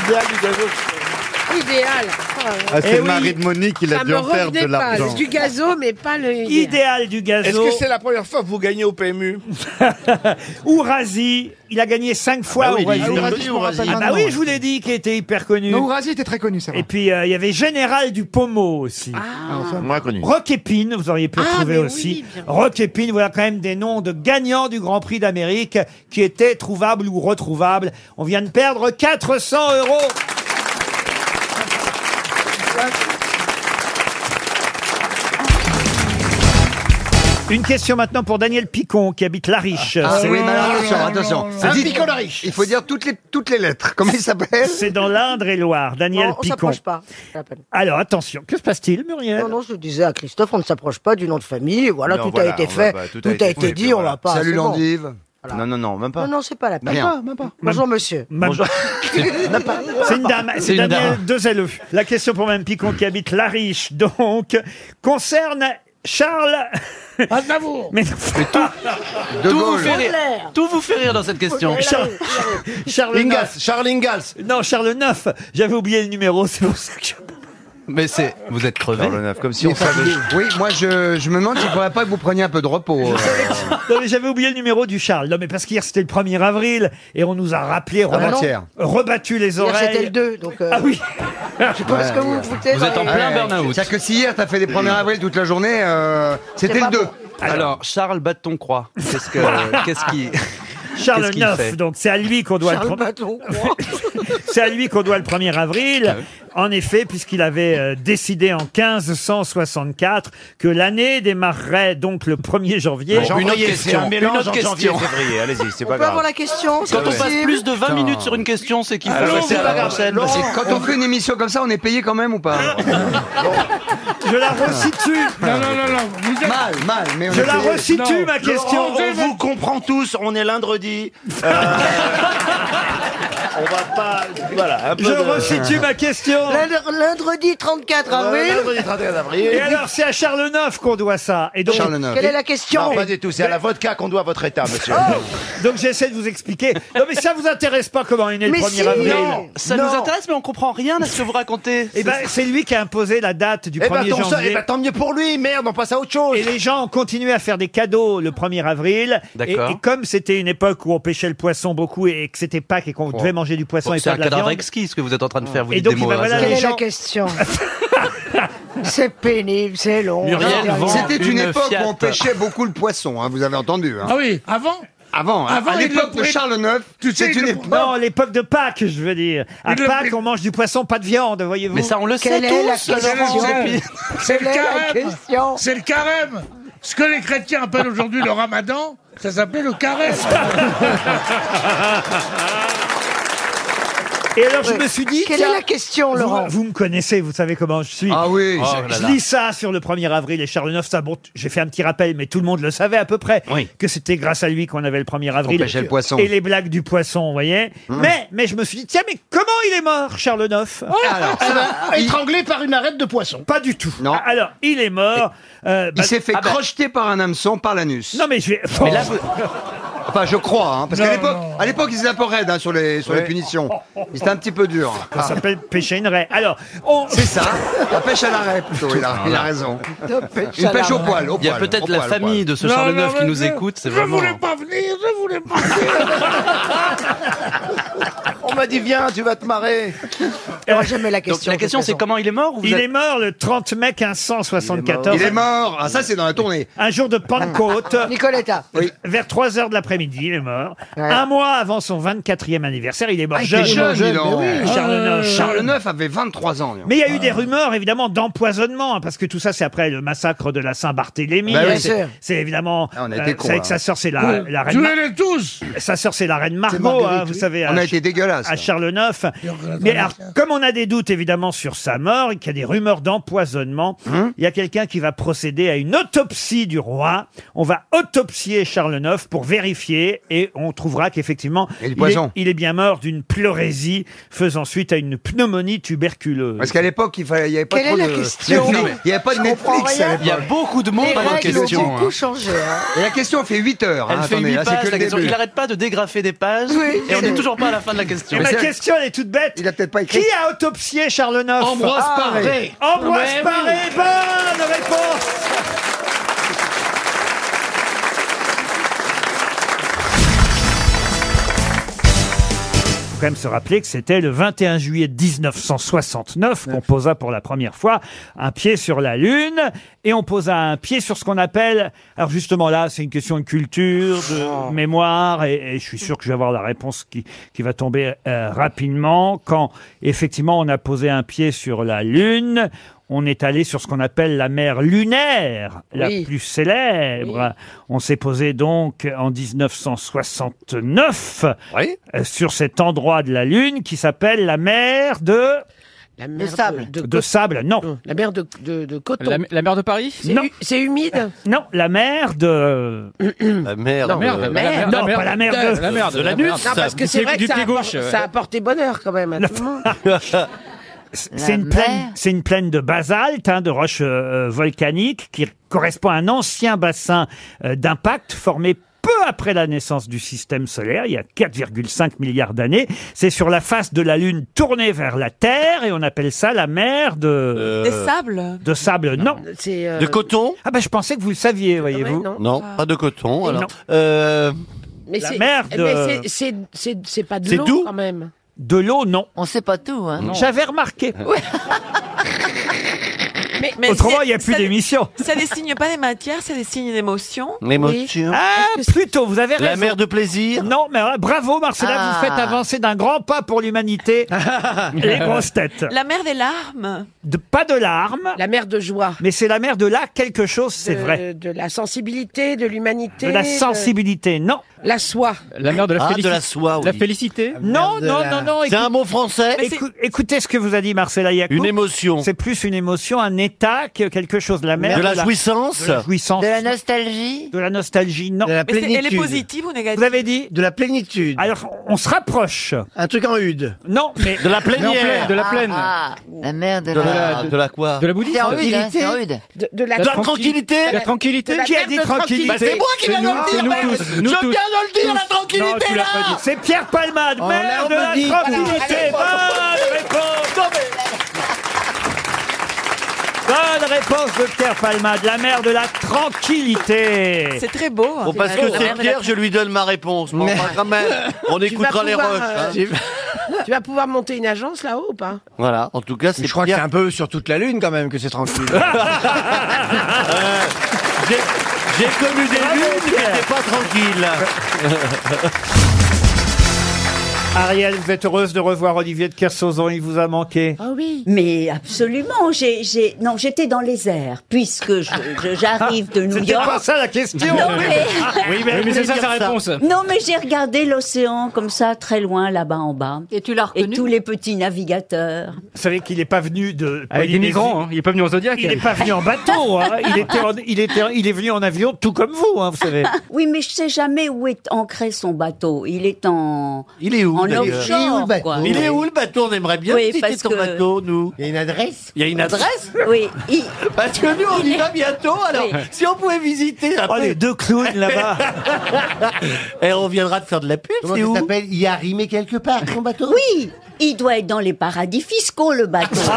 [SPEAKER 7] Idéal du gazon.
[SPEAKER 12] Idéal.
[SPEAKER 5] Ah, c'est
[SPEAKER 1] Eh
[SPEAKER 5] le
[SPEAKER 1] oui.
[SPEAKER 5] mari de Monique, il a
[SPEAKER 12] ça
[SPEAKER 5] dû
[SPEAKER 12] me
[SPEAKER 5] en perdre
[SPEAKER 12] revenait
[SPEAKER 5] de
[SPEAKER 12] pas.
[SPEAKER 5] l'argent.
[SPEAKER 12] C'est du gazo, mais pas le
[SPEAKER 1] Idéal du gazo.
[SPEAKER 2] Est-ce que c'est la première fois que vous gagnez au PMU
[SPEAKER 1] Ourazi, il a gagné cinq fois
[SPEAKER 18] Ah oui, il est
[SPEAKER 1] Ourazi.
[SPEAKER 18] hyper connu, Ourazi.
[SPEAKER 1] Ah bah oui, je vous l'ai dit qu'il était hyper connu.
[SPEAKER 18] Non, Ourazi était très connu, c'est vrai. Ah,
[SPEAKER 1] Et puis euh, il y avait Général du Pommeau aussi.
[SPEAKER 5] Moins connu.
[SPEAKER 1] Roquépine, vous auriez pu le
[SPEAKER 12] Ah,
[SPEAKER 1] trouver
[SPEAKER 12] mais
[SPEAKER 1] aussi.
[SPEAKER 12] oui, bien.
[SPEAKER 1] Roquépine, voilà quand même des noms de gagnants du Grand Prix d'Amérique qui étaient trouvables ou retrouvables. On vient de perdre 400 euros. Une question maintenant pour Daniel Picon qui habite La Riche.
[SPEAKER 21] Ah
[SPEAKER 1] C'est-
[SPEAKER 21] oui, mais alors, attention, attention.
[SPEAKER 1] Un
[SPEAKER 21] Dites-
[SPEAKER 1] picot
[SPEAKER 21] Il faut dire toutes les, toutes les lettres. Comment il s'appelle
[SPEAKER 1] C'est dans l'Indre-et-Loire. Daniel
[SPEAKER 21] Non, on
[SPEAKER 1] Picon.
[SPEAKER 21] s'approche pas.
[SPEAKER 1] Alors attention, que se passe-t-il, Muriel
[SPEAKER 21] Non, non, je disais à Christophe, on ne s'approche pas du nom de famille. Voilà,
[SPEAKER 17] Non,
[SPEAKER 21] tout a
[SPEAKER 17] voilà,
[SPEAKER 21] été
[SPEAKER 17] on
[SPEAKER 21] fait,
[SPEAKER 17] va pas-
[SPEAKER 21] tout, a été,
[SPEAKER 17] fait, puis
[SPEAKER 21] dit, on
[SPEAKER 17] voilà.
[SPEAKER 21] va pas.
[SPEAKER 17] Salut
[SPEAKER 21] c'est bon.
[SPEAKER 17] l'endive. Non, non, non, même pas.
[SPEAKER 21] Non, non, c'est pas la peine. Même pas,
[SPEAKER 17] Rien.
[SPEAKER 21] même pas. Bonjour, monsieur.
[SPEAKER 1] Bonjour.
[SPEAKER 21] Même pas.
[SPEAKER 1] C'est une dame, c'est
[SPEAKER 17] C'est une
[SPEAKER 1] Daniel
[SPEAKER 17] dame.
[SPEAKER 1] Dezelleux. La question pour Mme Picon qui habite La Riche, donc, concerne Charles.
[SPEAKER 2] Aznavour
[SPEAKER 1] Mais,
[SPEAKER 17] De
[SPEAKER 1] Tout vous
[SPEAKER 17] Gaulle.
[SPEAKER 1] fait rire.
[SPEAKER 17] Tout vous fait rire dans cette question.
[SPEAKER 1] Charles, Charles
[SPEAKER 17] Ingalls,
[SPEAKER 1] IX. Non, Charles IX. J'avais oublié le numéro, c'est pour ça que je-
[SPEAKER 17] Mais c'est. Vous êtes crevé. comme si on savait.
[SPEAKER 21] Oui, moi, je, je me demande s'il ne faudrait pas que vous preniez un peu de repos. euh.
[SPEAKER 1] Non, mais j'avais oublié le numéro du Charles. Non, mais parce qu'hier c'était le 1er avril et on nous a rappelé,
[SPEAKER 21] bah non.
[SPEAKER 1] rebattu, rebattu les
[SPEAKER 21] Hier,
[SPEAKER 1] oreilles.
[SPEAKER 21] c'était le 2, donc. euh,
[SPEAKER 1] Ah oui.
[SPEAKER 21] Je sais pas ce que vous vous foutez.
[SPEAKER 17] Vous êtes en plein burn-out.
[SPEAKER 21] C'est-à-dire que si hier, t'as fait des 1er avril toute la journée, euh, c'était le 2.
[SPEAKER 17] Alors, Charles Batton Croix. Qu'est-ce que. Qu'est-ce qui. qu'est-ce
[SPEAKER 1] Charles
[SPEAKER 17] qu'il fait
[SPEAKER 1] IX, donc c'est à lui qu'on doit le
[SPEAKER 21] Charles
[SPEAKER 1] pre-
[SPEAKER 21] Baton.
[SPEAKER 1] c'est à lui qu'on doit le 1er
[SPEAKER 17] Ah
[SPEAKER 1] avril. En effet, puisqu'il avait euh, décidé en 1564 que l'année démarrerait donc le 1er janvier.
[SPEAKER 17] Bon, une autre question.
[SPEAKER 1] Un
[SPEAKER 17] Une
[SPEAKER 1] mélange
[SPEAKER 17] autre
[SPEAKER 1] en
[SPEAKER 17] question.
[SPEAKER 1] janvier.
[SPEAKER 17] février. Allez-y, c'est
[SPEAKER 21] On peut avoir la question
[SPEAKER 17] Quand on passe plus de 20 minutes sur une question, c'est qu'il faut rester à la prochaine.
[SPEAKER 21] Quand on fait une émission comme ça, on est payé quand même ou pas
[SPEAKER 1] Je la resitue.
[SPEAKER 2] Non, non, non, non. Vous êtes...
[SPEAKER 21] Mal, mal, mais on
[SPEAKER 1] Je
[SPEAKER 21] est
[SPEAKER 1] la
[SPEAKER 21] payé.
[SPEAKER 1] resitue, ma question.
[SPEAKER 2] Laurent,
[SPEAKER 1] On vous-
[SPEAKER 17] comprend tous, on est lundi.
[SPEAKER 5] Euh, on va pas. Voilà. un peu
[SPEAKER 1] Je
[SPEAKER 5] de- Ah
[SPEAKER 1] resitue ma question.
[SPEAKER 3] Lundi 34
[SPEAKER 21] hein. Ah
[SPEAKER 3] avril.
[SPEAKER 5] Lundi 31 avril.
[SPEAKER 1] Et alors, c'est à Charles IX qu'on doit ça. Et donc,
[SPEAKER 5] Charles IX.
[SPEAKER 3] Quelle est la question
[SPEAKER 5] Non, pas du tout. C'est à la vodka qu'on doit votre état, monsieur.
[SPEAKER 1] Oh Donc j'essaie de vous expliquer. Non mais ça vous intéresse pas comment est né le
[SPEAKER 17] Mais
[SPEAKER 1] 1er
[SPEAKER 17] si,
[SPEAKER 1] avril
[SPEAKER 17] non, ça nous intéresse, mais on comprend rien à ce que vous racontez.
[SPEAKER 1] Eh ben, c'est lui qui a imposé la date du
[SPEAKER 5] Eh ben,
[SPEAKER 1] 1er
[SPEAKER 5] tant ça-
[SPEAKER 1] janvier.
[SPEAKER 5] eh ben, tant mieux pour lui, merde, on passe à autre chose.
[SPEAKER 1] Et les gens ont continué à faire des cadeaux le 1er avril. Et,
[SPEAKER 17] D'accord.
[SPEAKER 1] et comme c'était une époque où on pêchait le poisson beaucoup et que c'était Pâques et qu'on devait manger du poisson et
[SPEAKER 17] C'est
[SPEAKER 1] pas
[SPEAKER 17] un
[SPEAKER 1] de la
[SPEAKER 17] cadavre
[SPEAKER 1] viande.
[SPEAKER 17] exquis ce que vous êtes en train de faire, vous
[SPEAKER 1] Et
[SPEAKER 17] dites
[SPEAKER 1] donc,
[SPEAKER 17] des
[SPEAKER 1] il
[SPEAKER 17] mots.
[SPEAKER 1] va-
[SPEAKER 5] hein.
[SPEAKER 17] au
[SPEAKER 1] voilà,
[SPEAKER 17] hasard.
[SPEAKER 1] les
[SPEAKER 3] Quelle est la
[SPEAKER 1] gens-
[SPEAKER 3] question C'est pénible, c'est long.
[SPEAKER 17] Muriel vend
[SPEAKER 21] C'était une,
[SPEAKER 17] une
[SPEAKER 21] époque
[SPEAKER 17] Fiat.
[SPEAKER 21] où on pêchait beaucoup le poisson, hein, vous avez entendu. hein.
[SPEAKER 2] Ah oui, avant
[SPEAKER 21] Avant,
[SPEAKER 17] hein.
[SPEAKER 2] Avant,
[SPEAKER 21] à
[SPEAKER 2] il
[SPEAKER 21] l'époque
[SPEAKER 2] le-
[SPEAKER 21] de Charles IX,
[SPEAKER 2] Tu sais,
[SPEAKER 21] c'est
[SPEAKER 2] il
[SPEAKER 21] une
[SPEAKER 2] le-
[SPEAKER 21] époque.
[SPEAKER 1] Non, l'époque de Pâques, je veux dire. À
[SPEAKER 2] Il le-
[SPEAKER 1] Pâques, on mange du poisson, pas de viande, voyez-vous.
[SPEAKER 17] Mais ça, on le sait
[SPEAKER 3] Quelle est la
[SPEAKER 17] tous.
[SPEAKER 3] question
[SPEAKER 2] C'est le
[SPEAKER 3] Quelle est la
[SPEAKER 2] carême.
[SPEAKER 3] question
[SPEAKER 2] C'est le carême. Ce que les chrétiens appellent aujourd'hui le ramadan, ça s'appelle le carême.
[SPEAKER 1] Et alors, je me suis dit.
[SPEAKER 3] Quelle
[SPEAKER 1] tiens,
[SPEAKER 3] est la question,
[SPEAKER 1] vous-
[SPEAKER 3] Laurent
[SPEAKER 1] vous, me connaissez, vous savez comment je suis.
[SPEAKER 21] Ah oui.
[SPEAKER 1] Je-
[SPEAKER 21] Oh
[SPEAKER 1] je,
[SPEAKER 21] là là.
[SPEAKER 1] lis ça sur le 1er avril et Charles IX, ça, bon, t- j'ai fait un petit rappel, mais tout le monde le savait à peu près que c'était grâce à lui qu'on avait le 1er avril.
[SPEAKER 21] pêchait le poisson. Hum.
[SPEAKER 1] Et les blagues du poisson, vous voyez. Mais, mais je me suis dit, tiens, mais comment il est mort, Charles
[SPEAKER 21] Alors,
[SPEAKER 1] IX
[SPEAKER 21] Oh ça, il-
[SPEAKER 5] Étranglé par une arête de poisson.
[SPEAKER 1] Pas du tout.
[SPEAKER 21] Non.
[SPEAKER 1] Alors, il est mort. euh,
[SPEAKER 21] il
[SPEAKER 1] bah-
[SPEAKER 21] s'est fait
[SPEAKER 1] Ah bah-
[SPEAKER 21] crocheter par un hameçon par l'anus.
[SPEAKER 1] Non, mais je vais.
[SPEAKER 21] Mais là, vous- Enfin, je crois, hein, parce
[SPEAKER 1] Non,
[SPEAKER 21] qu'à l'époque, à l'époque, ils étaient un peu raides hein, sur les sur les
[SPEAKER 1] Ouais.
[SPEAKER 21] punitions. C'était un petit peu dur.
[SPEAKER 1] Ah. Ça s'appelle pêcher une raie. Alors, on...
[SPEAKER 21] C'est ça, la pêche à l'arrêt plutôt, il a, il a raison. Une pêche au poil, au
[SPEAKER 17] Il y a
[SPEAKER 21] poil, au
[SPEAKER 17] peut-être la
[SPEAKER 21] poil, au
[SPEAKER 17] famille
[SPEAKER 21] poil.
[SPEAKER 17] de ce Charles IX qui nous
[SPEAKER 2] je-
[SPEAKER 17] écoute, c'est
[SPEAKER 2] je
[SPEAKER 17] vraiment.
[SPEAKER 2] voulais pas venir, je voulais pas
[SPEAKER 5] On m'a dit,
[SPEAKER 21] Ah.
[SPEAKER 3] Ah,
[SPEAKER 5] viens, tu vas te marrer.
[SPEAKER 1] Euh,
[SPEAKER 3] Alors, jamais la
[SPEAKER 17] Donc
[SPEAKER 3] question.
[SPEAKER 17] la question,
[SPEAKER 3] de toute
[SPEAKER 17] c'est
[SPEAKER 3] façon. Ah.
[SPEAKER 17] comment il est mort ou vous
[SPEAKER 1] Il
[SPEAKER 17] êtes-
[SPEAKER 1] est mort le 30 mai 1574.
[SPEAKER 21] Il est mort, ah, ça c'est dans la tournée.
[SPEAKER 1] Un jour de Pentecôte,
[SPEAKER 3] Nicoletta.
[SPEAKER 1] vers 3 heures de l'après-midi, il est mort. Un mois avant son 24e anniversaire, il est mort
[SPEAKER 21] Ah, il
[SPEAKER 1] bah, jeune.
[SPEAKER 21] était jeune, dis donc.
[SPEAKER 1] oui.
[SPEAKER 3] Ah.
[SPEAKER 1] Charles IX.
[SPEAKER 17] Ah,
[SPEAKER 21] Charles IX avait 23 ans. dis donc.
[SPEAKER 1] Mais il y a eu des rumeurs, évidemment, d'empoisonnement, hein, parce que tout ça, c'est après le massacre de la Saint-Barthélemy. hein,
[SPEAKER 21] Bah oui,
[SPEAKER 1] c'est,
[SPEAKER 21] sûr.
[SPEAKER 1] c'est évidemment.
[SPEAKER 21] Ah, on a été
[SPEAKER 1] vous
[SPEAKER 21] cons,
[SPEAKER 1] savez
[SPEAKER 21] là.
[SPEAKER 1] que sa sœur, c'est la, la reine. Mar-
[SPEAKER 2] Tuez-les tous
[SPEAKER 1] Sa sœur, c'est la reine Margot,
[SPEAKER 21] Marguerite,
[SPEAKER 1] hein, vous
[SPEAKER 21] oui.
[SPEAKER 1] savez.
[SPEAKER 21] On
[SPEAKER 1] à
[SPEAKER 21] a été dégueulasse.
[SPEAKER 1] à Charles IX.
[SPEAKER 11] Euh,
[SPEAKER 1] Mais alors, comme on a des doutes évidemment sur sa mort, et qu'il y a des rumeurs d'empoisonnement,
[SPEAKER 21] Hein
[SPEAKER 1] il y a quelqu'un qui va procéder à une autopsie du roi. On va autopsier Charles IX pour vérifier et on trouvera qu'effectivement,
[SPEAKER 21] Et du
[SPEAKER 1] il, est-
[SPEAKER 21] poison.
[SPEAKER 1] il est bien mort d'une pleurésie faisant suite à une pneumonie tuberculeuse.
[SPEAKER 21] Parce qu'à l'époque, il fallait- il n'y avait pas
[SPEAKER 3] Quelle
[SPEAKER 21] trop
[SPEAKER 3] est la
[SPEAKER 21] de...
[SPEAKER 3] question
[SPEAKER 21] Netflix. Euh, Il n'y avait pas de
[SPEAKER 3] Je comprends
[SPEAKER 21] Netflix
[SPEAKER 3] rien.
[SPEAKER 21] à
[SPEAKER 17] Il y a
[SPEAKER 21] l'époque.
[SPEAKER 17] beaucoup de monde
[SPEAKER 3] Les
[SPEAKER 17] dans votre
[SPEAKER 3] règles
[SPEAKER 17] question.
[SPEAKER 3] ont beaucoup
[SPEAKER 17] hein.
[SPEAKER 3] changé. hein.
[SPEAKER 21] Et la question fait 8 heures.
[SPEAKER 17] Elle
[SPEAKER 21] hein,
[SPEAKER 17] fait
[SPEAKER 21] attendez,
[SPEAKER 17] 8
[SPEAKER 21] là, c'est
[SPEAKER 17] pages,
[SPEAKER 21] que
[SPEAKER 17] la
[SPEAKER 21] le
[SPEAKER 17] question.
[SPEAKER 21] début.
[SPEAKER 17] Il n'arrête pas de dégrafer des pages
[SPEAKER 3] Oui,
[SPEAKER 17] et on
[SPEAKER 3] c'est-
[SPEAKER 17] n'est toujours pas à la fin de la question.
[SPEAKER 1] Et ma
[SPEAKER 21] c'est-
[SPEAKER 1] Eh ben, question, elle est toute bête.
[SPEAKER 21] Il a peut-être pas
[SPEAKER 1] Qui
[SPEAKER 21] écrit.
[SPEAKER 1] a autopsié Charles IX
[SPEAKER 21] Ambroise
[SPEAKER 1] Ah,
[SPEAKER 21] Paré. Ah,
[SPEAKER 1] ouais. Ambroise
[SPEAKER 17] Ouais,
[SPEAKER 1] Paré, bonne réponse Faut quand même se rappeler que c'était le 21 juillet 1969 qu'on posa pour la première fois un pied sur la Lune et on posa un pied sur ce qu'on appelle, alors justement là c'est une question de culture, de mémoire et, et je suis sûr que je vais avoir la réponse qui, qui va tomber euh, rapidement quand effectivement on a posé un pied sur la Lune. On est allé sur ce qu'on appelle la mer lunaire, la
[SPEAKER 3] Oui.
[SPEAKER 1] plus célèbre. On s'est posé donc en 1969
[SPEAKER 16] Oui.
[SPEAKER 1] euh, sur cet endroit de la Lune qui s'appelle la mer de...
[SPEAKER 3] La mer de-
[SPEAKER 20] sable.
[SPEAKER 3] de- Hum,
[SPEAKER 1] De sable, non.
[SPEAKER 3] La mer de, de- de coton.
[SPEAKER 10] La, la mère de Paris
[SPEAKER 3] C'est
[SPEAKER 1] Non.
[SPEAKER 3] hu- C'est humide
[SPEAKER 1] Non, la mer de...
[SPEAKER 17] La merde.
[SPEAKER 3] Non,
[SPEAKER 10] merde,
[SPEAKER 3] la
[SPEAKER 10] la
[SPEAKER 3] merde.
[SPEAKER 10] merde,
[SPEAKER 1] Non, pas la mer de...
[SPEAKER 10] la merde, la merde.
[SPEAKER 3] Non, parce que
[SPEAKER 10] Du
[SPEAKER 3] c'est
[SPEAKER 10] pied-
[SPEAKER 3] vrai que
[SPEAKER 10] du
[SPEAKER 3] ça
[SPEAKER 10] pied
[SPEAKER 3] a,
[SPEAKER 10] gauche.
[SPEAKER 17] euh.
[SPEAKER 3] appor- ça a apporté bonheur quand même à tout le monde.
[SPEAKER 1] C'est une,
[SPEAKER 6] mer.
[SPEAKER 1] plaine, c'est une plaine de basalte, hein, de roches euh, euh, volcaniques, qui correspond à un ancien bassin euh, d'impact formé peu après la naissance du système solaire, il y a 4,5 milliards d'années. C'est sur la face de la Lune tournée vers la Terre, et on appelle ça la mer de...
[SPEAKER 13] Des sables
[SPEAKER 1] De sable, non.
[SPEAKER 3] C'est, euh,
[SPEAKER 17] Euh. De coton
[SPEAKER 1] Ah ben je pensais que vous le saviez,
[SPEAKER 3] Ah ouais,
[SPEAKER 1] voyez-vous.
[SPEAKER 3] non.
[SPEAKER 17] Non, Euh, pas de coton.
[SPEAKER 1] alors. Non.
[SPEAKER 3] Mais
[SPEAKER 1] La
[SPEAKER 3] c'est-
[SPEAKER 1] merde.
[SPEAKER 3] mais c'est- c'est- c'est- c'est pas de
[SPEAKER 1] C'est
[SPEAKER 3] l'eau
[SPEAKER 1] doux.
[SPEAKER 3] quand même.
[SPEAKER 1] De l'eau, non.
[SPEAKER 6] On sait pas tout, hein.
[SPEAKER 1] J'avais remarqué.
[SPEAKER 17] Euh.
[SPEAKER 13] Mais, mais
[SPEAKER 1] Autrement,
[SPEAKER 13] c'est-
[SPEAKER 1] il n'y a plus
[SPEAKER 13] ça-
[SPEAKER 1] d'émission.
[SPEAKER 13] Ça dessine pas les matières, ça dessine l'émotion.
[SPEAKER 17] L'émotion.
[SPEAKER 1] Ah, plutôt, vous avez raison.
[SPEAKER 17] La mère de plaisir.
[SPEAKER 1] Non, mais euh, bravo Marcella,
[SPEAKER 6] Ah.
[SPEAKER 1] vous faites avancer d'un grand pas pour l'humanité les grosses têtes.
[SPEAKER 13] La mer des larmes.
[SPEAKER 1] De, pas de larmes,
[SPEAKER 3] La mer de joie.
[SPEAKER 1] mais c'est la mère de là quelque chose, c'est
[SPEAKER 3] De-
[SPEAKER 1] vrai.
[SPEAKER 3] De la sensibilité, de l'humanité.
[SPEAKER 1] De la sensibilité, non.
[SPEAKER 3] de-
[SPEAKER 22] La soie.
[SPEAKER 23] La mère de la
[SPEAKER 22] Ah, de
[SPEAKER 23] félicité.
[SPEAKER 22] la soie, oui.
[SPEAKER 23] La félicité
[SPEAKER 22] Non,
[SPEAKER 23] de
[SPEAKER 22] non,
[SPEAKER 23] la-
[SPEAKER 22] non, non. C'est un mot français. Mais c'est-
[SPEAKER 1] Écou- écoutez ce que vous a dit Marcella Yacoub.
[SPEAKER 22] Une émotion.
[SPEAKER 1] C'est plus une émotion, un état que quelque chose. La mère
[SPEAKER 22] De la jouissance.
[SPEAKER 1] De la jouissance.
[SPEAKER 6] De la nostalgie
[SPEAKER 1] De la nostalgie, non. De la
[SPEAKER 13] Mais c'est- elle est positive ou négative
[SPEAKER 1] Vous avez dit De la plénitude. Alors, on se rapproche. Un truc en hude. Non, mais.
[SPEAKER 22] De la plénière. De la plaine.
[SPEAKER 6] Ah, ah, la mère de,
[SPEAKER 22] De
[SPEAKER 6] la...
[SPEAKER 22] la- de la quoi De la bouddhiste
[SPEAKER 6] C'est en rude, hein, c'est en rude.
[SPEAKER 22] De- de la- De la tranquillité De la tranquillité
[SPEAKER 1] Qui a dit tranquillité
[SPEAKER 22] Bah, c'est moi qui viens de le dire, merde. Je viens de le dire, la tranquillité,
[SPEAKER 1] Non, tu l'as
[SPEAKER 22] là.
[SPEAKER 1] pas dit. C'est Pierre Palmade,
[SPEAKER 22] On
[SPEAKER 1] mère
[SPEAKER 22] l'a
[SPEAKER 1] de
[SPEAKER 22] dit.
[SPEAKER 1] la tranquillité
[SPEAKER 22] Voilà.
[SPEAKER 1] Bonne réponse Bonne réponse de Pierre Palmade, la mère de la tranquillité
[SPEAKER 13] C'est très beau.
[SPEAKER 1] Bon, parce que c'est Pierre,
[SPEAKER 5] je lui donne ma réponse.
[SPEAKER 1] bon,
[SPEAKER 5] enfin, quand même, on
[SPEAKER 1] Tu
[SPEAKER 5] écoutera
[SPEAKER 1] vas
[SPEAKER 5] les
[SPEAKER 1] pouvoir,
[SPEAKER 5] rushs.
[SPEAKER 1] euh,
[SPEAKER 5] hein.
[SPEAKER 1] tu
[SPEAKER 22] Tu vas pouvoir monter une agence là-haut ou pas
[SPEAKER 5] Voilà, en tout cas, c'est.
[SPEAKER 21] Je crois que c'est un peu sur toute la lune quand même que c'est tranquille.
[SPEAKER 5] J'ai j'ai connu des lunes qui n'étaient pas tranquilles.
[SPEAKER 1] Ariel, vous êtes heureuse de revoir Olivier de Kersauzon, il vous a manqué
[SPEAKER 19] Ah oui. Mais absolument, j'ai, j'ai- non, j'étais dans les airs puisque je- je- j'arrive de New
[SPEAKER 1] C'était
[SPEAKER 19] York.
[SPEAKER 1] pas ça la question
[SPEAKER 19] Non mais,
[SPEAKER 5] Ah,
[SPEAKER 1] Oui, mais- Oui, mais c'est ça, sa réponse.
[SPEAKER 19] Non mais j'ai regardé l'océan comme ça très loin là-bas en bas. Et tu l'as Et tous les petits navigateurs.
[SPEAKER 1] Vous savez qu'il n'est pas venu de.
[SPEAKER 23] Avec des
[SPEAKER 1] Polynésie.
[SPEAKER 23] migrants, hein. il est pas venu en Zodiac.
[SPEAKER 1] Il n'est pas venu en bateau, hein. il, était en- il, était, il est venu en avion tout comme vous, hein, vous savez.
[SPEAKER 19] Ah, Oui, mais je sais jamais où est ancré son bateau. Il est en
[SPEAKER 5] Il est où
[SPEAKER 19] En
[SPEAKER 5] d'ailleurs
[SPEAKER 19] offshore. quoi.
[SPEAKER 5] Il est où le bateau On aimerait bien
[SPEAKER 19] Oui,
[SPEAKER 5] visiter
[SPEAKER 19] parce
[SPEAKER 5] ton
[SPEAKER 19] que-
[SPEAKER 5] bateau, nous.
[SPEAKER 21] Il y a une adresse
[SPEAKER 5] Il y a une adresse
[SPEAKER 19] Oui.
[SPEAKER 5] Parce que nous, on
[SPEAKER 19] Il
[SPEAKER 5] y
[SPEAKER 19] est-
[SPEAKER 5] va bientôt, alors
[SPEAKER 19] Oui.
[SPEAKER 5] si on pouvait visiter
[SPEAKER 1] Oh, les deux clowns là-bas
[SPEAKER 5] Et on viendra te faire de la pub,
[SPEAKER 21] Comment
[SPEAKER 5] c'est
[SPEAKER 21] ça
[SPEAKER 5] où
[SPEAKER 21] s'appelle Il y a rimé quelque part ton bateau
[SPEAKER 19] Oui, il doit être dans les paradis fiscaux le bateau.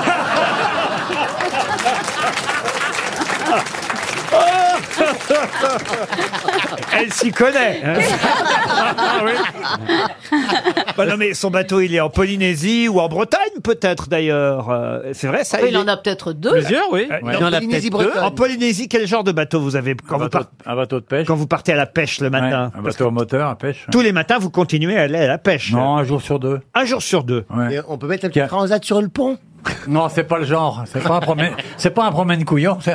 [SPEAKER 1] Elle s'y connaît. hein. Ah oui. Bah non, mais son bateau, il est en Polynésie ou en Bretagne, peut-être d'ailleurs. Euh, C'est vrai, ça
[SPEAKER 19] Oh,
[SPEAKER 24] Enfin, il
[SPEAKER 1] est-
[SPEAKER 24] en a peut-être deux.
[SPEAKER 1] Euh,
[SPEAKER 24] Ouais.
[SPEAKER 1] non,
[SPEAKER 24] Il en a
[SPEAKER 1] Polynésie
[SPEAKER 24] peut-être deux.
[SPEAKER 1] bretonne. En Polynésie, quel genre de bateau vous avez quand vous partez
[SPEAKER 25] Un bateau de pêche.
[SPEAKER 1] Quand vous partez à la pêche le matin.
[SPEAKER 25] un
[SPEAKER 1] Parce
[SPEAKER 25] bateau à moteur, à pêche.
[SPEAKER 1] que tous les matins, vous continuez à aller à la pêche. Ah,
[SPEAKER 25] Non, un jour sur deux.
[SPEAKER 1] Un jour sur deux.
[SPEAKER 25] Ouais.
[SPEAKER 21] On peut mettre un petit transat sur le pont
[SPEAKER 25] Non, c'est pas le genre. C'est pas un promène, c'est pas un promène couillon. c'est-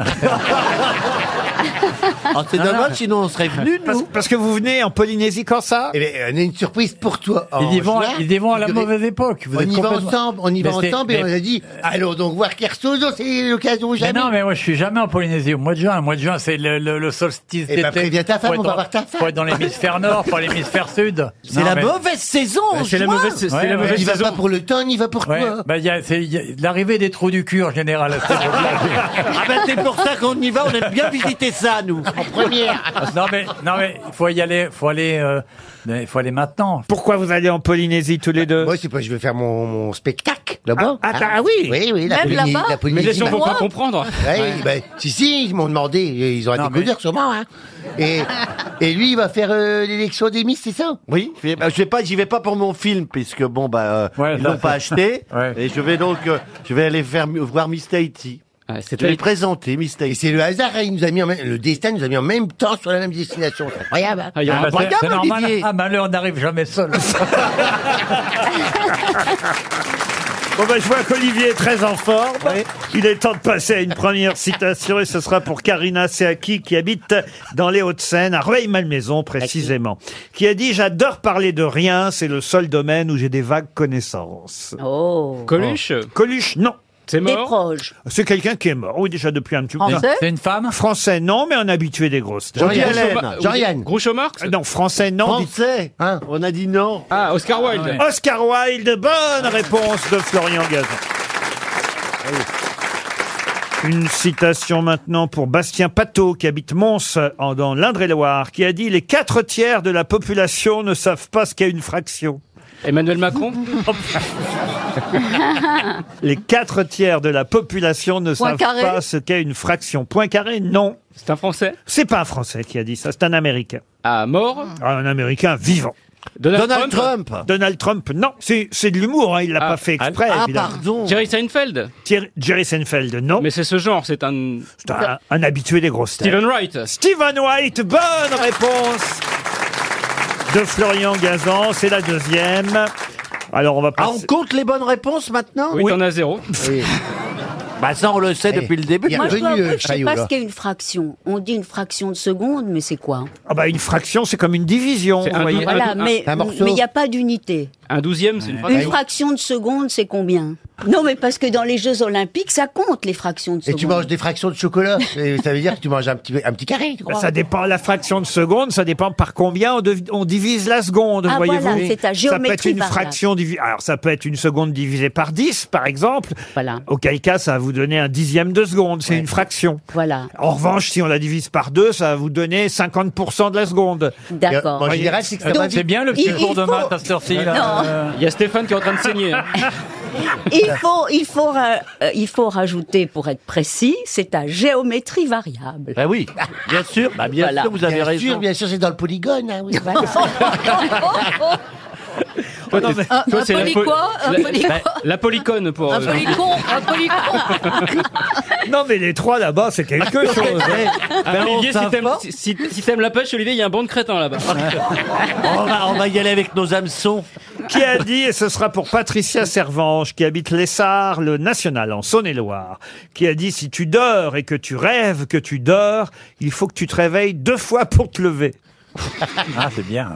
[SPEAKER 21] Ah,
[SPEAKER 5] C'est
[SPEAKER 1] Non,
[SPEAKER 5] dommage,
[SPEAKER 1] non.
[SPEAKER 5] sinon on serait venus, nous.
[SPEAKER 1] Parce, parce que vous venez en Polynésie quand ça
[SPEAKER 21] Eh bien, on a une surprise pour toi. en
[SPEAKER 25] Ils y vont,
[SPEAKER 21] juin.
[SPEAKER 25] ils y vont à la
[SPEAKER 21] Vous aurez-
[SPEAKER 25] mauvaise époque. Vous
[SPEAKER 21] on
[SPEAKER 25] êtes
[SPEAKER 21] y va
[SPEAKER 25] complètement-
[SPEAKER 21] ensemble, on y va
[SPEAKER 25] Mais c'est-
[SPEAKER 21] ensemble et
[SPEAKER 25] mais-
[SPEAKER 21] on a dit allons donc voir Kersozo, c'est l'occasion
[SPEAKER 25] Mais
[SPEAKER 21] jamais.
[SPEAKER 25] non, mais moi je suis jamais en Polynésie au mois de juin. Au mois de juin, c'est le, le- le solstice
[SPEAKER 21] Eh
[SPEAKER 25] d'été.
[SPEAKER 21] ben, préviens ta femme,
[SPEAKER 25] Faut être
[SPEAKER 21] on va
[SPEAKER 25] dans-
[SPEAKER 21] voir ta femme.
[SPEAKER 25] Faut être dans l'hémisphère nord, pas l'hémisphère sud.
[SPEAKER 5] C'est
[SPEAKER 25] Non,
[SPEAKER 5] la
[SPEAKER 25] mais-
[SPEAKER 5] mauvaise saison,
[SPEAKER 25] Bah,
[SPEAKER 5] en
[SPEAKER 25] c'est la
[SPEAKER 5] juin.
[SPEAKER 25] mauvaise- c'est- c'est la mauvaise
[SPEAKER 21] Il va
[SPEAKER 25] saison.
[SPEAKER 21] pas pour le temps, il va pour
[SPEAKER 25] Ouais,
[SPEAKER 21] toi.
[SPEAKER 25] bah, il y a, c'est- il y a- l'arrivée des trous du cul en général. à cette époque-là.
[SPEAKER 5] Ah ben c'est pour ça qu'on y va, on aime bien visiter ça, nous. En première.
[SPEAKER 25] non mais, non mais, faut y aller, faut aller, euh, mais faut aller maintenant.
[SPEAKER 1] Pourquoi vous allez en Polynésie tous les deux
[SPEAKER 21] Bah, Moi, c'est pas, je vais faire mon, mon spectacle là-bas.
[SPEAKER 1] Ah, ah, bah, ah oui.
[SPEAKER 21] Oui, oui, la
[SPEAKER 24] Même
[SPEAKER 21] Polynésie.
[SPEAKER 24] là-bas
[SPEAKER 21] la Polynésie,
[SPEAKER 24] Mais les gens
[SPEAKER 21] bah,
[SPEAKER 24] vont pas
[SPEAKER 25] comprendre.
[SPEAKER 21] ouais, bah, si, si, ils m'ont demandé. et Ils ont été connus sûrement. Hein. Et, et lui, il va faire euh, l'élection des Miss, c'est ça
[SPEAKER 5] Oui, je vais- bah, je sais pas, j'y vais pas pour mon film puisque bon bah euh,
[SPEAKER 25] Ouais,
[SPEAKER 5] ils
[SPEAKER 25] ça,
[SPEAKER 5] l'ont pas
[SPEAKER 25] c'est-
[SPEAKER 5] acheté
[SPEAKER 25] Ouais.
[SPEAKER 5] et je vais donc euh, je vais aller faire voir Miss Tahiti.
[SPEAKER 23] Ah,
[SPEAKER 5] je vais présenter Miss
[SPEAKER 21] Et
[SPEAKER 5] Tahiti.
[SPEAKER 21] c'est le hasard, hein, il nous a mis en même- le destin nous a mis en même temps sur la même destination. C'est incroyable.
[SPEAKER 5] Hein
[SPEAKER 25] Ah, il y a-
[SPEAKER 21] Ah,
[SPEAKER 25] bah, c'est-
[SPEAKER 21] regarde,
[SPEAKER 25] c'est normal.
[SPEAKER 21] Olivier.
[SPEAKER 25] Ah, malheur n'arrive jamais seul.
[SPEAKER 1] Bon ben, je vois qu'Olivier est très en forme. Il est temps de passer à une première citation et ce sera pour Karina Seaki qui habite dans les Hauts-de-Seine, à Rueil-Malmaison précisément, qui a dit J'adore parler de rien, c'est le seul domaine où j'ai des vagues connaissances.
[SPEAKER 19] Oh.
[SPEAKER 23] Coluche
[SPEAKER 1] Coluche, non.
[SPEAKER 23] C'est
[SPEAKER 19] Des
[SPEAKER 23] mort
[SPEAKER 19] proches.
[SPEAKER 1] C'est quelqu'un qui est mort, oui, déjà depuis un petit moment.
[SPEAKER 19] Français C'est
[SPEAKER 25] une femme
[SPEAKER 1] Français, non, mais un habitué des grosses. têtes. Euh,
[SPEAKER 5] Woody Allen.
[SPEAKER 21] Jean-Yann.
[SPEAKER 23] Groucho Marx
[SPEAKER 1] Non, français, non.
[SPEAKER 5] Français.
[SPEAKER 21] Hein
[SPEAKER 5] on a dit non.
[SPEAKER 23] Ah, Oscar Wilde.
[SPEAKER 1] Dites- Oscar Wilde, bonne réponse de Florian Gazan. Une citation maintenant pour Bastien Pateau, qui habite Mons, en, dans l'Indre-et-Loire, qui a dit « Les quatre tiers de la population ne savent pas ce qu'est une fraction.
[SPEAKER 23] Emmanuel Macron
[SPEAKER 1] Les quatre tiers de la population ne savent
[SPEAKER 23] Poincaré
[SPEAKER 1] pas ce qu'est une fraction. » Poincaré, non.
[SPEAKER 23] C'est un Français
[SPEAKER 1] C'est pas un Français qui a dit ça, c'est un Américain.
[SPEAKER 23] Ah, mort
[SPEAKER 1] Un Américain vivant.
[SPEAKER 23] Donald,
[SPEAKER 1] Donald Trump, non. C'est c'est de l'humour, hein, il l'a
[SPEAKER 23] Ah,
[SPEAKER 1] pas fait exprès,
[SPEAKER 5] ah,
[SPEAKER 1] évidemment.
[SPEAKER 5] pardon.
[SPEAKER 23] Jerry Seinfeld
[SPEAKER 1] Thierry- Jerry Seinfeld, non.
[SPEAKER 23] Mais c'est ce genre, c'est un...
[SPEAKER 1] C'est un, un habitué des grosses têtes.
[SPEAKER 23] Steven Wright
[SPEAKER 1] Steven White, bonne réponse de Florian Gazan, c'est la deuxième. Alors on va
[SPEAKER 5] Ah, on
[SPEAKER 1] passer.
[SPEAKER 24] Eh,
[SPEAKER 5] compte les bonnes réponses maintenant
[SPEAKER 23] Oui, t'en as zéro.
[SPEAKER 5] Bah ça, on le sait depuis le début. euh,
[SPEAKER 19] Moi, je
[SPEAKER 24] euh,
[SPEAKER 19] dois avouer que je sais pas ce qu'est une fraction. On dit une fraction de seconde, mais c'est quoi
[SPEAKER 1] Ah bah une fraction, c'est comme une division. vous voyez.
[SPEAKER 19] Voilà, mais mais il n'y a pas d'unité.
[SPEAKER 23] Un douzième, c'est une fraction.
[SPEAKER 19] Une fraction de seconde, c'est combien Non, mais parce que dans les Jeux Olympiques, ça compte les fractions de
[SPEAKER 21] Et
[SPEAKER 19] seconde.
[SPEAKER 21] tu manges des fractions de chocolat. Et ça veut dire que tu manges un petit, un petit carré. tu crois
[SPEAKER 1] Ça dépend la fraction de seconde, ça dépend par combien on, dev- on divise la seconde,
[SPEAKER 19] Ah,
[SPEAKER 1] voyez-vous.
[SPEAKER 19] voilà, c'est
[SPEAKER 1] ça peut être
[SPEAKER 19] à géométrie
[SPEAKER 1] une
[SPEAKER 19] variable.
[SPEAKER 1] fraction divisée. Alors ça peut être une seconde divisée par 10 par exemple. Auquel cas ça va vous donner un dixième de seconde, c'est une fraction.
[SPEAKER 19] Voilà.
[SPEAKER 1] En revanche, si on la divise par deux, ça va vous donner 50% de la seconde.
[SPEAKER 19] D'accord.
[SPEAKER 1] Voyez.
[SPEAKER 23] Donc, c'est bien le petit cours de maths à cette heure-ci. là.
[SPEAKER 19] Non.
[SPEAKER 23] Euh, Il y a Stéphane qui est en train de saigner. hein.
[SPEAKER 19] Il faut, il faut, ra- euh, il faut rajouter, pour être précis, c'est à géométrie variable.
[SPEAKER 5] Bah oui, bien sûr, bah bien
[SPEAKER 19] Voilà.
[SPEAKER 5] sûr, vous avez
[SPEAKER 19] Bien
[SPEAKER 5] raison.
[SPEAKER 19] sûr,
[SPEAKER 21] Bien sûr, c'est dans le polygone. hein, oui, voilà.
[SPEAKER 23] Toi,
[SPEAKER 1] non,
[SPEAKER 23] t'es-
[SPEAKER 1] Un-
[SPEAKER 23] toi,
[SPEAKER 1] un
[SPEAKER 23] c'est la po-
[SPEAKER 1] polyquoi Un
[SPEAKER 23] la-
[SPEAKER 1] polyquoi
[SPEAKER 23] la- La polycone
[SPEAKER 1] Oh
[SPEAKER 23] pour. euh,
[SPEAKER 11] un polycon.
[SPEAKER 1] Non mais les trois là-bas, c'est quelque chose. hein. Ben,
[SPEAKER 16] Ben,
[SPEAKER 23] Ah, Olivier, si t'aimes si, si- si t'aimes la pêche, Olivier, il y a un banc de crétins là-bas.
[SPEAKER 5] on, va, on va y aller avec nos hameçons.
[SPEAKER 1] qui a dit, et ce sera pour Patricia Servange, qui habite l'Essard, le National, en Saône-et-Loire, qui a dit, si tu dors et que tu rêves que tu dors, il faut que tu te réveilles deux fois pour te lever.
[SPEAKER 5] Ah, c'est bien.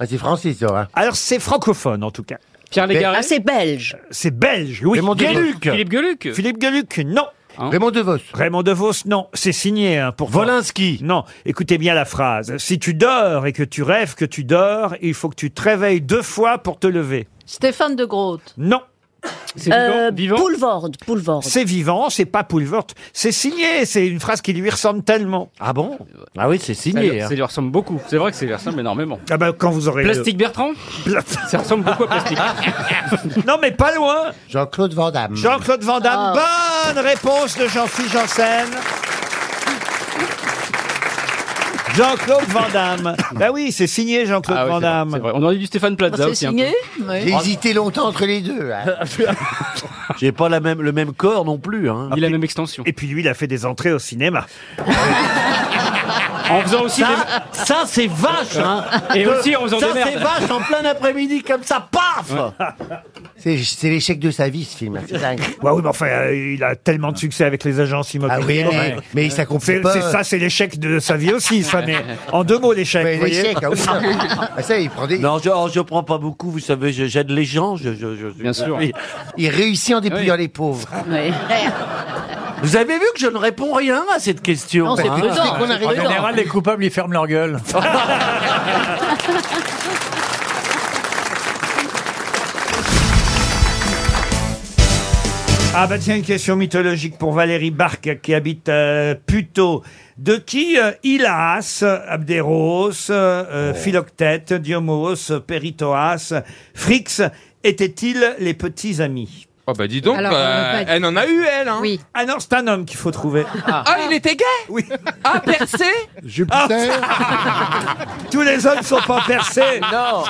[SPEAKER 21] Ah, c'est français, ça. hein.
[SPEAKER 1] Alors, c'est francophone, en tout cas.
[SPEAKER 23] Pierre Légaré
[SPEAKER 19] Ah, c'est belge.
[SPEAKER 1] C'est belge, Eh oui.
[SPEAKER 21] Raymond Devos.
[SPEAKER 1] Gueluc.
[SPEAKER 23] Philippe Gueluc. Hein
[SPEAKER 1] Philippe Gueluc, non.
[SPEAKER 21] Raymond DeVos.
[SPEAKER 1] Raymond DeVos, non. C'est signé, hein, pour
[SPEAKER 5] Volinsky.
[SPEAKER 1] Non. Écoutez bien la phrase. Si tu dors et que tu rêves que tu dors, il faut que tu te réveilles deux fois pour te lever.
[SPEAKER 11] Stéphane de Groot.
[SPEAKER 1] Non.
[SPEAKER 19] Euh, Poulvorde, Poulvorde.
[SPEAKER 1] C'est vivant, c'est pas Poulvort. C'est signé, c'est une phrase qui lui ressemble tellement.
[SPEAKER 5] Ah bon Ah oui, c'est
[SPEAKER 23] Ça lui,
[SPEAKER 5] signé. hein.
[SPEAKER 23] ça lui ressemble beaucoup. C'est vrai que ça lui ressemble énormément.
[SPEAKER 1] Ah bah, quand vous aurez le-
[SPEAKER 23] Plastique Bertrand Ça ressemble beaucoup à Plastique.
[SPEAKER 1] Non, mais pas loin.
[SPEAKER 21] Jean-Claude Van Damme.
[SPEAKER 1] Mm. Jean-Claude Van Damme,
[SPEAKER 5] Ah.
[SPEAKER 1] bonne réponse de Jean-Philippe Janssen. Jean-Claude Van Damme. Bah oui, c'est signé Jean-Claude
[SPEAKER 23] Ah ouais,
[SPEAKER 1] Van
[SPEAKER 23] c'est vrai,
[SPEAKER 1] Damme.
[SPEAKER 23] c'est vrai. On aurait dit Stéphane
[SPEAKER 1] Ah,
[SPEAKER 23] Plaza aussi. hein, un peu.
[SPEAKER 21] J'ai hésité longtemps entre les deux. hein.
[SPEAKER 5] J'ai pas la même, le même corps non plus. Hein.
[SPEAKER 23] Ni la même extension.
[SPEAKER 1] Et puis lui, il a fait des entrées au cinéma.
[SPEAKER 23] En faisant aussi
[SPEAKER 5] Ça, ça, c'est vache, hein.
[SPEAKER 23] Et
[SPEAKER 5] Que-
[SPEAKER 23] aussi en faisant
[SPEAKER 5] Ça,
[SPEAKER 23] des merdes.
[SPEAKER 5] c'est vache en plein après-midi comme ça, paf.
[SPEAKER 21] C'est c'est l'échec de sa vie, ce film. hein, C'est dingue.
[SPEAKER 1] Bah oui, mais enfin, euh, il a tellement de succès avec les agences
[SPEAKER 21] Ah oui,
[SPEAKER 1] immobilières.
[SPEAKER 21] mais, mais ça
[SPEAKER 1] C'est
[SPEAKER 21] comprend pas.
[SPEAKER 1] c'est ça, c'est l'échec de sa vie aussi, ça. Mais en deux mots, l'échec.
[SPEAKER 21] Mais
[SPEAKER 1] vous voyez.
[SPEAKER 21] l'échec, ah oui, ça. Ah, ça, il prend des...
[SPEAKER 5] Non, je, oh, je prends pas beaucoup, vous savez, je- j'aide les gens. Je, je, je,
[SPEAKER 23] Bien sûr.
[SPEAKER 5] Oui.
[SPEAKER 21] Il réussit en dépouillant les pauvres.
[SPEAKER 5] Vous avez vu que je ne réponds rien à cette question.
[SPEAKER 11] Non, c'est
[SPEAKER 5] hein.
[SPEAKER 11] prudent. C'est qu'on a
[SPEAKER 5] En
[SPEAKER 11] raison.
[SPEAKER 5] général,
[SPEAKER 25] les coupables, ils ferment leur gueule.
[SPEAKER 1] Ah bah tiens, une question mythologique pour Valérie Barque qui habite euh, Puteaux. De qui euh, Hylas, Abderos, euh, Philoctète, Diomos, Péritoas, Phrix étaient-ils les petits amis
[SPEAKER 4] Oh bah dis donc,
[SPEAKER 11] Alors,
[SPEAKER 4] euh,
[SPEAKER 11] on l'a pas dit.
[SPEAKER 4] elle en a eu elle. Hein.
[SPEAKER 11] Oui.
[SPEAKER 1] Ah non, c'est un homme qu'il faut trouver.
[SPEAKER 4] Ah. il était gay
[SPEAKER 1] Oui.
[SPEAKER 4] Ah percé
[SPEAKER 1] Jupiter. Tous les hommes sont pas percés.
[SPEAKER 5] Non.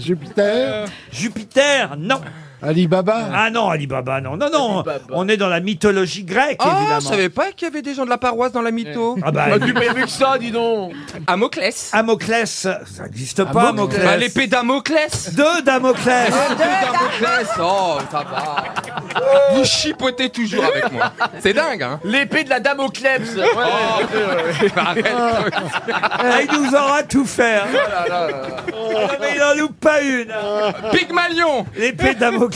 [SPEAKER 1] Jupiter. Jupiter, non. Alibaba. Ah non, Alibaba, non, non, non. On est dans la mythologie grecque,
[SPEAKER 4] Ah,
[SPEAKER 1] évidemment.
[SPEAKER 4] je savais pas qu'il y avait des gens de la paroisse dans la mytho.
[SPEAKER 1] Ah bah, Bah, tu m'as
[SPEAKER 4] vu que ça, dis donc. Amoclès.
[SPEAKER 1] Amoclès, ça n'existe pas, Amoclès.
[SPEAKER 4] Bah, l'épée d'Amoclès.
[SPEAKER 1] Deux Damoclès.
[SPEAKER 4] Ah, deux Damoclès. Oh, ça va. Vous chipotez toujours avec moi. C'est dingue, hein. Oh,
[SPEAKER 5] L'épée de la dame au Oh. kleps. Ouais.
[SPEAKER 1] Ah, il nous aura tout faire. Ah, mais il en loupe pas une.
[SPEAKER 4] Pygmalion.
[SPEAKER 1] L'épée de Damoclès.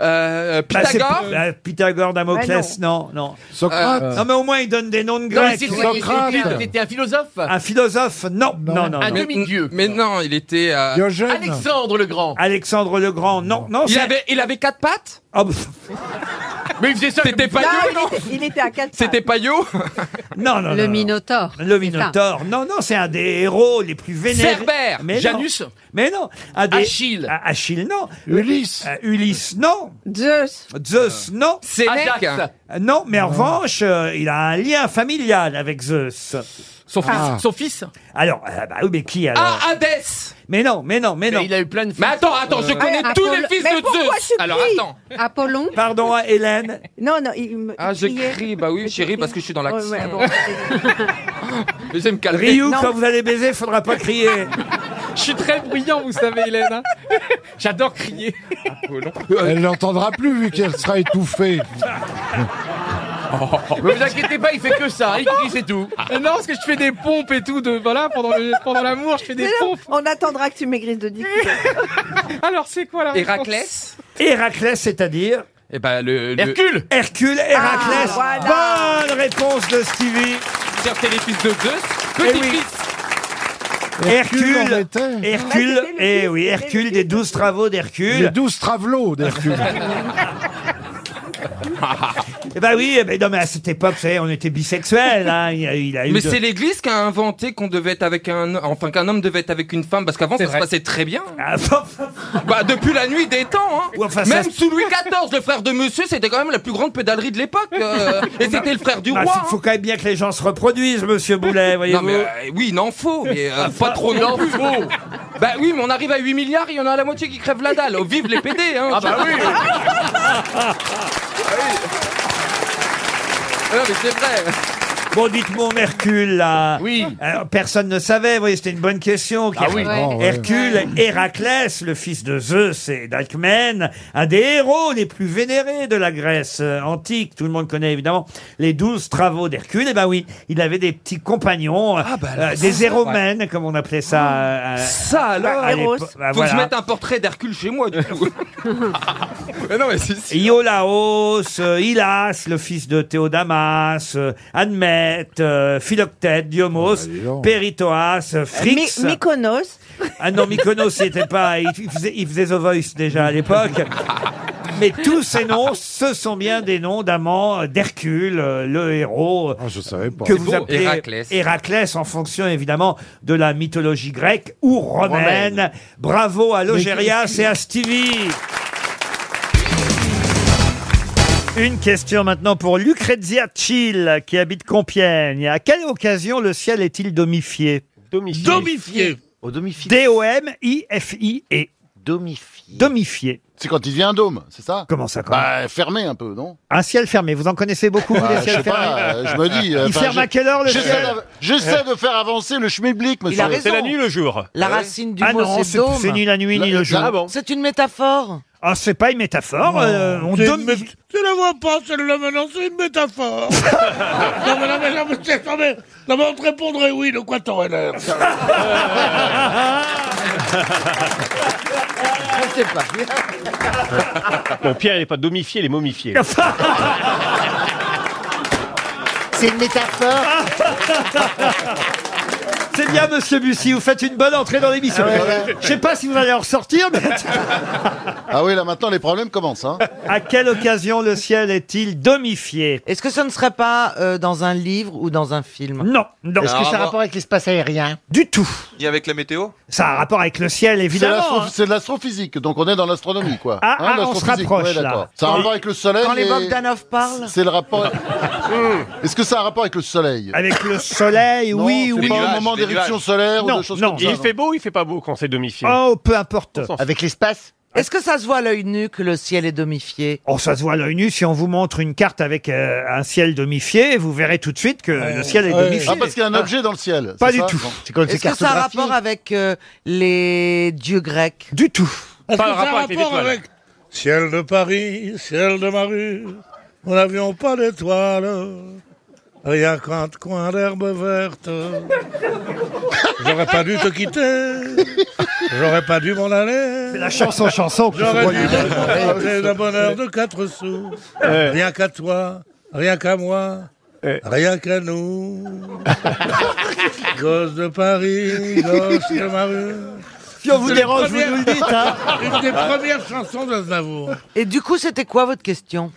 [SPEAKER 4] Euh,
[SPEAKER 1] Bah, c'est-
[SPEAKER 4] Pythagore.
[SPEAKER 1] bah, Pythagore, Damoclès, non. non,
[SPEAKER 4] Socrate.
[SPEAKER 1] Euh, non, mais au moins, il donne des noms de Grecs.
[SPEAKER 5] T'étais un philosophe.
[SPEAKER 1] Un philosophe, non, non, non. non.
[SPEAKER 5] demi-dieu.
[SPEAKER 4] Mais non, il était. euh,
[SPEAKER 5] Alexandre le Grand.
[SPEAKER 1] Alexandre le Grand, non, non.
[SPEAKER 4] Il
[SPEAKER 1] c'est-
[SPEAKER 4] avait, il avait quatre pattes
[SPEAKER 1] Ah, pff,
[SPEAKER 5] Mais il faisait ça.
[SPEAKER 4] C'était pas yo, non
[SPEAKER 12] Il était à 4
[SPEAKER 4] C'était pas yo
[SPEAKER 1] non, non,
[SPEAKER 11] Le
[SPEAKER 1] non, non.
[SPEAKER 11] Minotaure.
[SPEAKER 1] Le Minotaure. Non, non, c'est un des héros les plus vénérés.
[SPEAKER 5] Cerbère.
[SPEAKER 1] Mais non.
[SPEAKER 5] Janus.
[SPEAKER 1] Mais non. Un des-
[SPEAKER 5] Achille.
[SPEAKER 1] Ah, Achille, non.
[SPEAKER 5] Ulysse.
[SPEAKER 1] Euh, Ulysse, non.
[SPEAKER 11] Zeus.
[SPEAKER 1] Zeus, non.
[SPEAKER 4] Sénèque.
[SPEAKER 5] Ajax.
[SPEAKER 1] Euh, Non, mais en revanche, euh, il a un lien familial avec Zeus.
[SPEAKER 5] Son fils.
[SPEAKER 1] Ah.
[SPEAKER 5] Son fils.
[SPEAKER 1] Alors, euh, bah oui, mais qui alors
[SPEAKER 4] Ah, Hadès
[SPEAKER 1] Mais non, mais non, mais non.
[SPEAKER 5] a eu plein de. Euh.
[SPEAKER 4] Mais attends, attends, je connais
[SPEAKER 11] Ouais,
[SPEAKER 4] tous
[SPEAKER 11] Apollo-
[SPEAKER 4] les fils
[SPEAKER 11] Mais
[SPEAKER 4] de
[SPEAKER 11] pourquoi
[SPEAKER 4] Zeus
[SPEAKER 11] tu
[SPEAKER 4] Alors
[SPEAKER 11] cries
[SPEAKER 4] attends
[SPEAKER 11] Apollon.
[SPEAKER 1] Pardon à Hélène.
[SPEAKER 11] Non, non, il me.
[SPEAKER 4] Ah,
[SPEAKER 11] il
[SPEAKER 4] je
[SPEAKER 11] criait.
[SPEAKER 4] crie, bah oui, chérie, parce que je suis dans l'action.
[SPEAKER 11] Ouais, ouais, bon.
[SPEAKER 4] Mais je vais me calmer.
[SPEAKER 1] Ryu, quand vous allez baiser, faudra pas crier.
[SPEAKER 23] Je suis très bruyant, vous savez, Hélène. hein. J'adore crier.
[SPEAKER 2] Euh,
[SPEAKER 26] Elle l'entendra plus vu qu'elle sera étouffée.
[SPEAKER 23] Mais vous inquiétez pas, il fait que ça, il crie, c'est tout. Non, parce que je fais des pompes et tout, de, voilà, pendant le- pendant l'amour, je fais des
[SPEAKER 15] Mais non,
[SPEAKER 23] pompes.
[SPEAKER 15] on attendra que tu maigrisses de 10 kilos.
[SPEAKER 23] Alors, c'est quoi la
[SPEAKER 15] Héraclès
[SPEAKER 1] Héraclès, c'est-à-dire
[SPEAKER 17] Eh ben, le. le-
[SPEAKER 1] Hercule Hercule, Héraclès. Bonne réponse de Stevie.
[SPEAKER 17] C'était les fils de Zeus.
[SPEAKER 1] Eh oui.
[SPEAKER 26] Hercule en
[SPEAKER 1] Hercule,
[SPEAKER 26] était.
[SPEAKER 1] Hercule, eh oui, Hercule des douze travaux d'Hercule.
[SPEAKER 26] Les douze travelots d'Hercule.
[SPEAKER 1] Eh ben oui, eh ben non, mais à cette époque, vous savez, on était bisexuels. Hein. Il a, il a eu
[SPEAKER 4] Mais
[SPEAKER 1] de-
[SPEAKER 4] c'est l'Église qui a inventé qu'on devait être avec un, enfin qu'un homme devait être avec une femme, parce qu'avant ça se passait très bien. bah depuis la nuit des temps. Hein.
[SPEAKER 1] Ah, enfin,
[SPEAKER 4] Même
[SPEAKER 1] ça-
[SPEAKER 4] sous Louis XIV, le frère de Monsieur, c'était quand même la plus grande pédalerie de l'époque, euh, et c'était le frère du
[SPEAKER 1] Bah,
[SPEAKER 4] roi. hein.
[SPEAKER 1] Il faut quand même bien que les gens se reproduisent, monsieur Boulet, Eh, voyez-vous. Ah,
[SPEAKER 4] Non mais euh, oui, il en faut, mais euh, pas trop
[SPEAKER 1] Il en
[SPEAKER 4] non plus.
[SPEAKER 1] faut.
[SPEAKER 4] Bah oui, mais on arrive à 8 milliards, il y en a la moitié qui crève la dalle. Oh, vive les PD hein.
[SPEAKER 3] Ah bah oui.
[SPEAKER 4] Non mais c'est vrai.
[SPEAKER 1] Bon, dites-moi, Hercule, là.
[SPEAKER 4] Oui.
[SPEAKER 1] Alors, personne ne savait, vous voyez, c'était une bonne question.
[SPEAKER 3] Ah oui. Ouais.
[SPEAKER 1] Hercule, Héraclès, le fils de Zeus et d'Alcmène, un des héros les plus vénérés de la Grèce euh, antique. Tout le monde connaît, évidemment, les douze travaux d'Hercule. Eh ben oui, il avait des petits compagnons,
[SPEAKER 4] Ah, bah alors,
[SPEAKER 1] euh, des
[SPEAKER 4] ça,
[SPEAKER 1] héromènes, comme on appelait ça. euh,
[SPEAKER 4] Ça alors.
[SPEAKER 1] à l'époque.
[SPEAKER 4] Faut
[SPEAKER 1] Bah,
[SPEAKER 4] que je
[SPEAKER 1] voilà.
[SPEAKER 4] mette un portrait d'Hercule chez moi du coup. mais non mais c'est
[SPEAKER 1] Iolaos, euh, Hylas, le fils de Théodamas, euh, Admète, euh, Philoctète, Diomos, Péritoas, euh, Phrix.
[SPEAKER 15] Mi- Mykonos.
[SPEAKER 1] Ah non, Mykonos, il était pas. Il il faisait, il faisait The Voice déjà à l'époque. Mais tous ces noms, ce sont bien des noms d'amants d'Hercule, euh, le héros.
[SPEAKER 26] je savais pas.
[SPEAKER 1] Que
[SPEAKER 26] C'est
[SPEAKER 1] vous
[SPEAKER 26] beau.
[SPEAKER 1] appelez
[SPEAKER 26] Héraclès.
[SPEAKER 1] Héraclès, en fonction évidemment de la mythologie grecque ou romaine.
[SPEAKER 26] Romaine.
[SPEAKER 1] Bravo à Logérias
[SPEAKER 26] qu'est-ce
[SPEAKER 1] et à Stevie. Une question maintenant pour Lucrezia Chill, qui habite Compiègne. À quelle occasion le ciel est-il domifié Domifié.
[SPEAKER 2] Domifié.
[SPEAKER 1] Au domifié. D-O-M-I-F-I-E. Domifié. Domifié.
[SPEAKER 14] C'est quand il devient un dôme, c'est ça
[SPEAKER 1] Comment ça, quand
[SPEAKER 14] Bah, fermé un peu, non
[SPEAKER 1] Un ciel fermé. Vous en connaissez beaucoup, vous,
[SPEAKER 14] Bah,
[SPEAKER 1] les
[SPEAKER 14] je
[SPEAKER 1] ciels
[SPEAKER 14] sais pas,
[SPEAKER 1] fermés
[SPEAKER 14] euh, je me dis. euh,
[SPEAKER 1] Il
[SPEAKER 14] enfin,
[SPEAKER 1] ferme
[SPEAKER 14] je-
[SPEAKER 1] à quelle heure le
[SPEAKER 14] j'essaie
[SPEAKER 1] ciel
[SPEAKER 14] d'av- J'essaie de faire avancer le schmilblick, monsieur.
[SPEAKER 1] a raison. C'est la nuit, le jour. La
[SPEAKER 14] Ouais.
[SPEAKER 1] racine du Ah mot, non, c'est c'est- dôme. c'est ni la nuit, ni le jour. Ah bon.
[SPEAKER 15] C'est une métaphore.
[SPEAKER 1] Ah, c'est pas une métaphore. euh, on
[SPEAKER 2] Oh, C'est une
[SPEAKER 1] domifie.
[SPEAKER 2] mét- Tu la vois pas, celle-là, maintenant, c'est une métaphore. non, mais non, mais non, mais c'est- non, mais, non, mais on te répondrait oui, de quoi t'aurais l'air
[SPEAKER 3] Je sais pas.
[SPEAKER 5] Bon, Pierre, elle est pas domifiée, elle est momifiée.
[SPEAKER 1] C'est une métaphore. C'est bien, monsieur Bussy, vous faites une bonne entrée dans l'émission.
[SPEAKER 14] Ah ouais, ouais.
[SPEAKER 1] Je sais pas si vous allez en ressortir, mais.
[SPEAKER 14] Ah oui, là maintenant, les problèmes commencent. Hein.
[SPEAKER 1] à quelle occasion le ciel est-il domifié
[SPEAKER 15] Est-ce que ce ne serait pas euh, dans un livre ou dans un film
[SPEAKER 1] Non, non.
[SPEAKER 17] Est-ce que ça a rapport
[SPEAKER 15] avec l'espace aérien
[SPEAKER 1] Du tout.
[SPEAKER 17] Et avec la météo
[SPEAKER 1] Ça a un rapport avec le ciel,
[SPEAKER 14] C'est
[SPEAKER 1] évidemment.
[SPEAKER 14] l'astro-
[SPEAKER 1] hein.
[SPEAKER 14] C'est de l'astrophysique, donc on est dans l'astronomie, quoi.
[SPEAKER 1] Ah, ah, on se
[SPEAKER 14] l'astrophysique,
[SPEAKER 1] rapproche, là.
[SPEAKER 14] d'accord. Ça a un
[SPEAKER 1] Quand-
[SPEAKER 14] rapport avec le soleil.
[SPEAKER 15] quand les
[SPEAKER 14] et-
[SPEAKER 15] Bogdanov parlent.
[SPEAKER 14] C'est le rapport. Hmm. Est-ce que ça a un rapport avec le soleil
[SPEAKER 1] Avec le soleil,
[SPEAKER 14] Non,
[SPEAKER 1] oui,
[SPEAKER 14] c'est
[SPEAKER 1] oui.
[SPEAKER 14] pas au moment d'éruption solaire ou
[SPEAKER 1] Non,
[SPEAKER 14] de choses
[SPEAKER 1] non.
[SPEAKER 14] comme
[SPEAKER 5] Et
[SPEAKER 14] ça.
[SPEAKER 5] il
[SPEAKER 14] non
[SPEAKER 5] fait beau ou il fait pas beau quand c'est domifié
[SPEAKER 1] Oh, peu importe.
[SPEAKER 15] Avec l'espace Est-ce que ça se voit à l'œil nu que le ciel est domifié
[SPEAKER 1] Oh, ça se voit à l'œil nu. Si on vous montre une carte avec euh, un ciel domifié, vous verrez tout de suite que le ciel est domifié.
[SPEAKER 14] Ah, parce qu'il y a un objet dans le ciel.
[SPEAKER 1] Pas
[SPEAKER 14] c'est
[SPEAKER 1] du
[SPEAKER 14] ça
[SPEAKER 1] tout.
[SPEAKER 14] Bon.
[SPEAKER 15] Est-ce que ça a rapport avec euh, les dieux grecs
[SPEAKER 1] Du tout.
[SPEAKER 2] Est-ce
[SPEAKER 15] Pas
[SPEAKER 2] que
[SPEAKER 15] un
[SPEAKER 2] ça a
[SPEAKER 15] rapport avec les
[SPEAKER 2] rapport
[SPEAKER 15] étoiles.
[SPEAKER 2] avec Ciel de Paris, ciel de ma rue, nous n'avions pas d'étoiles. Rien qu'un coin d'herbe verte. J'aurais pas dû te quitter. J'aurais pas dû m'en aller.
[SPEAKER 1] C'est la chanson chanson. qu'il faut
[SPEAKER 2] J'aurais dû
[SPEAKER 1] regarder.
[SPEAKER 2] m'en d'un bonheur de quatre sous.
[SPEAKER 1] Ouais.
[SPEAKER 2] Rien qu'à toi, rien qu'à moi,
[SPEAKER 1] Eh.
[SPEAKER 2] rien qu'à nous. Gosse de Paris, gosse de ma rue.
[SPEAKER 1] Si on vous
[SPEAKER 2] C'est une
[SPEAKER 1] dérange, vous
[SPEAKER 2] première-
[SPEAKER 1] nous le dites, hein.
[SPEAKER 2] Une des premières chansons d'Aznavour.
[SPEAKER 15] Et du coup, c'était quoi votre question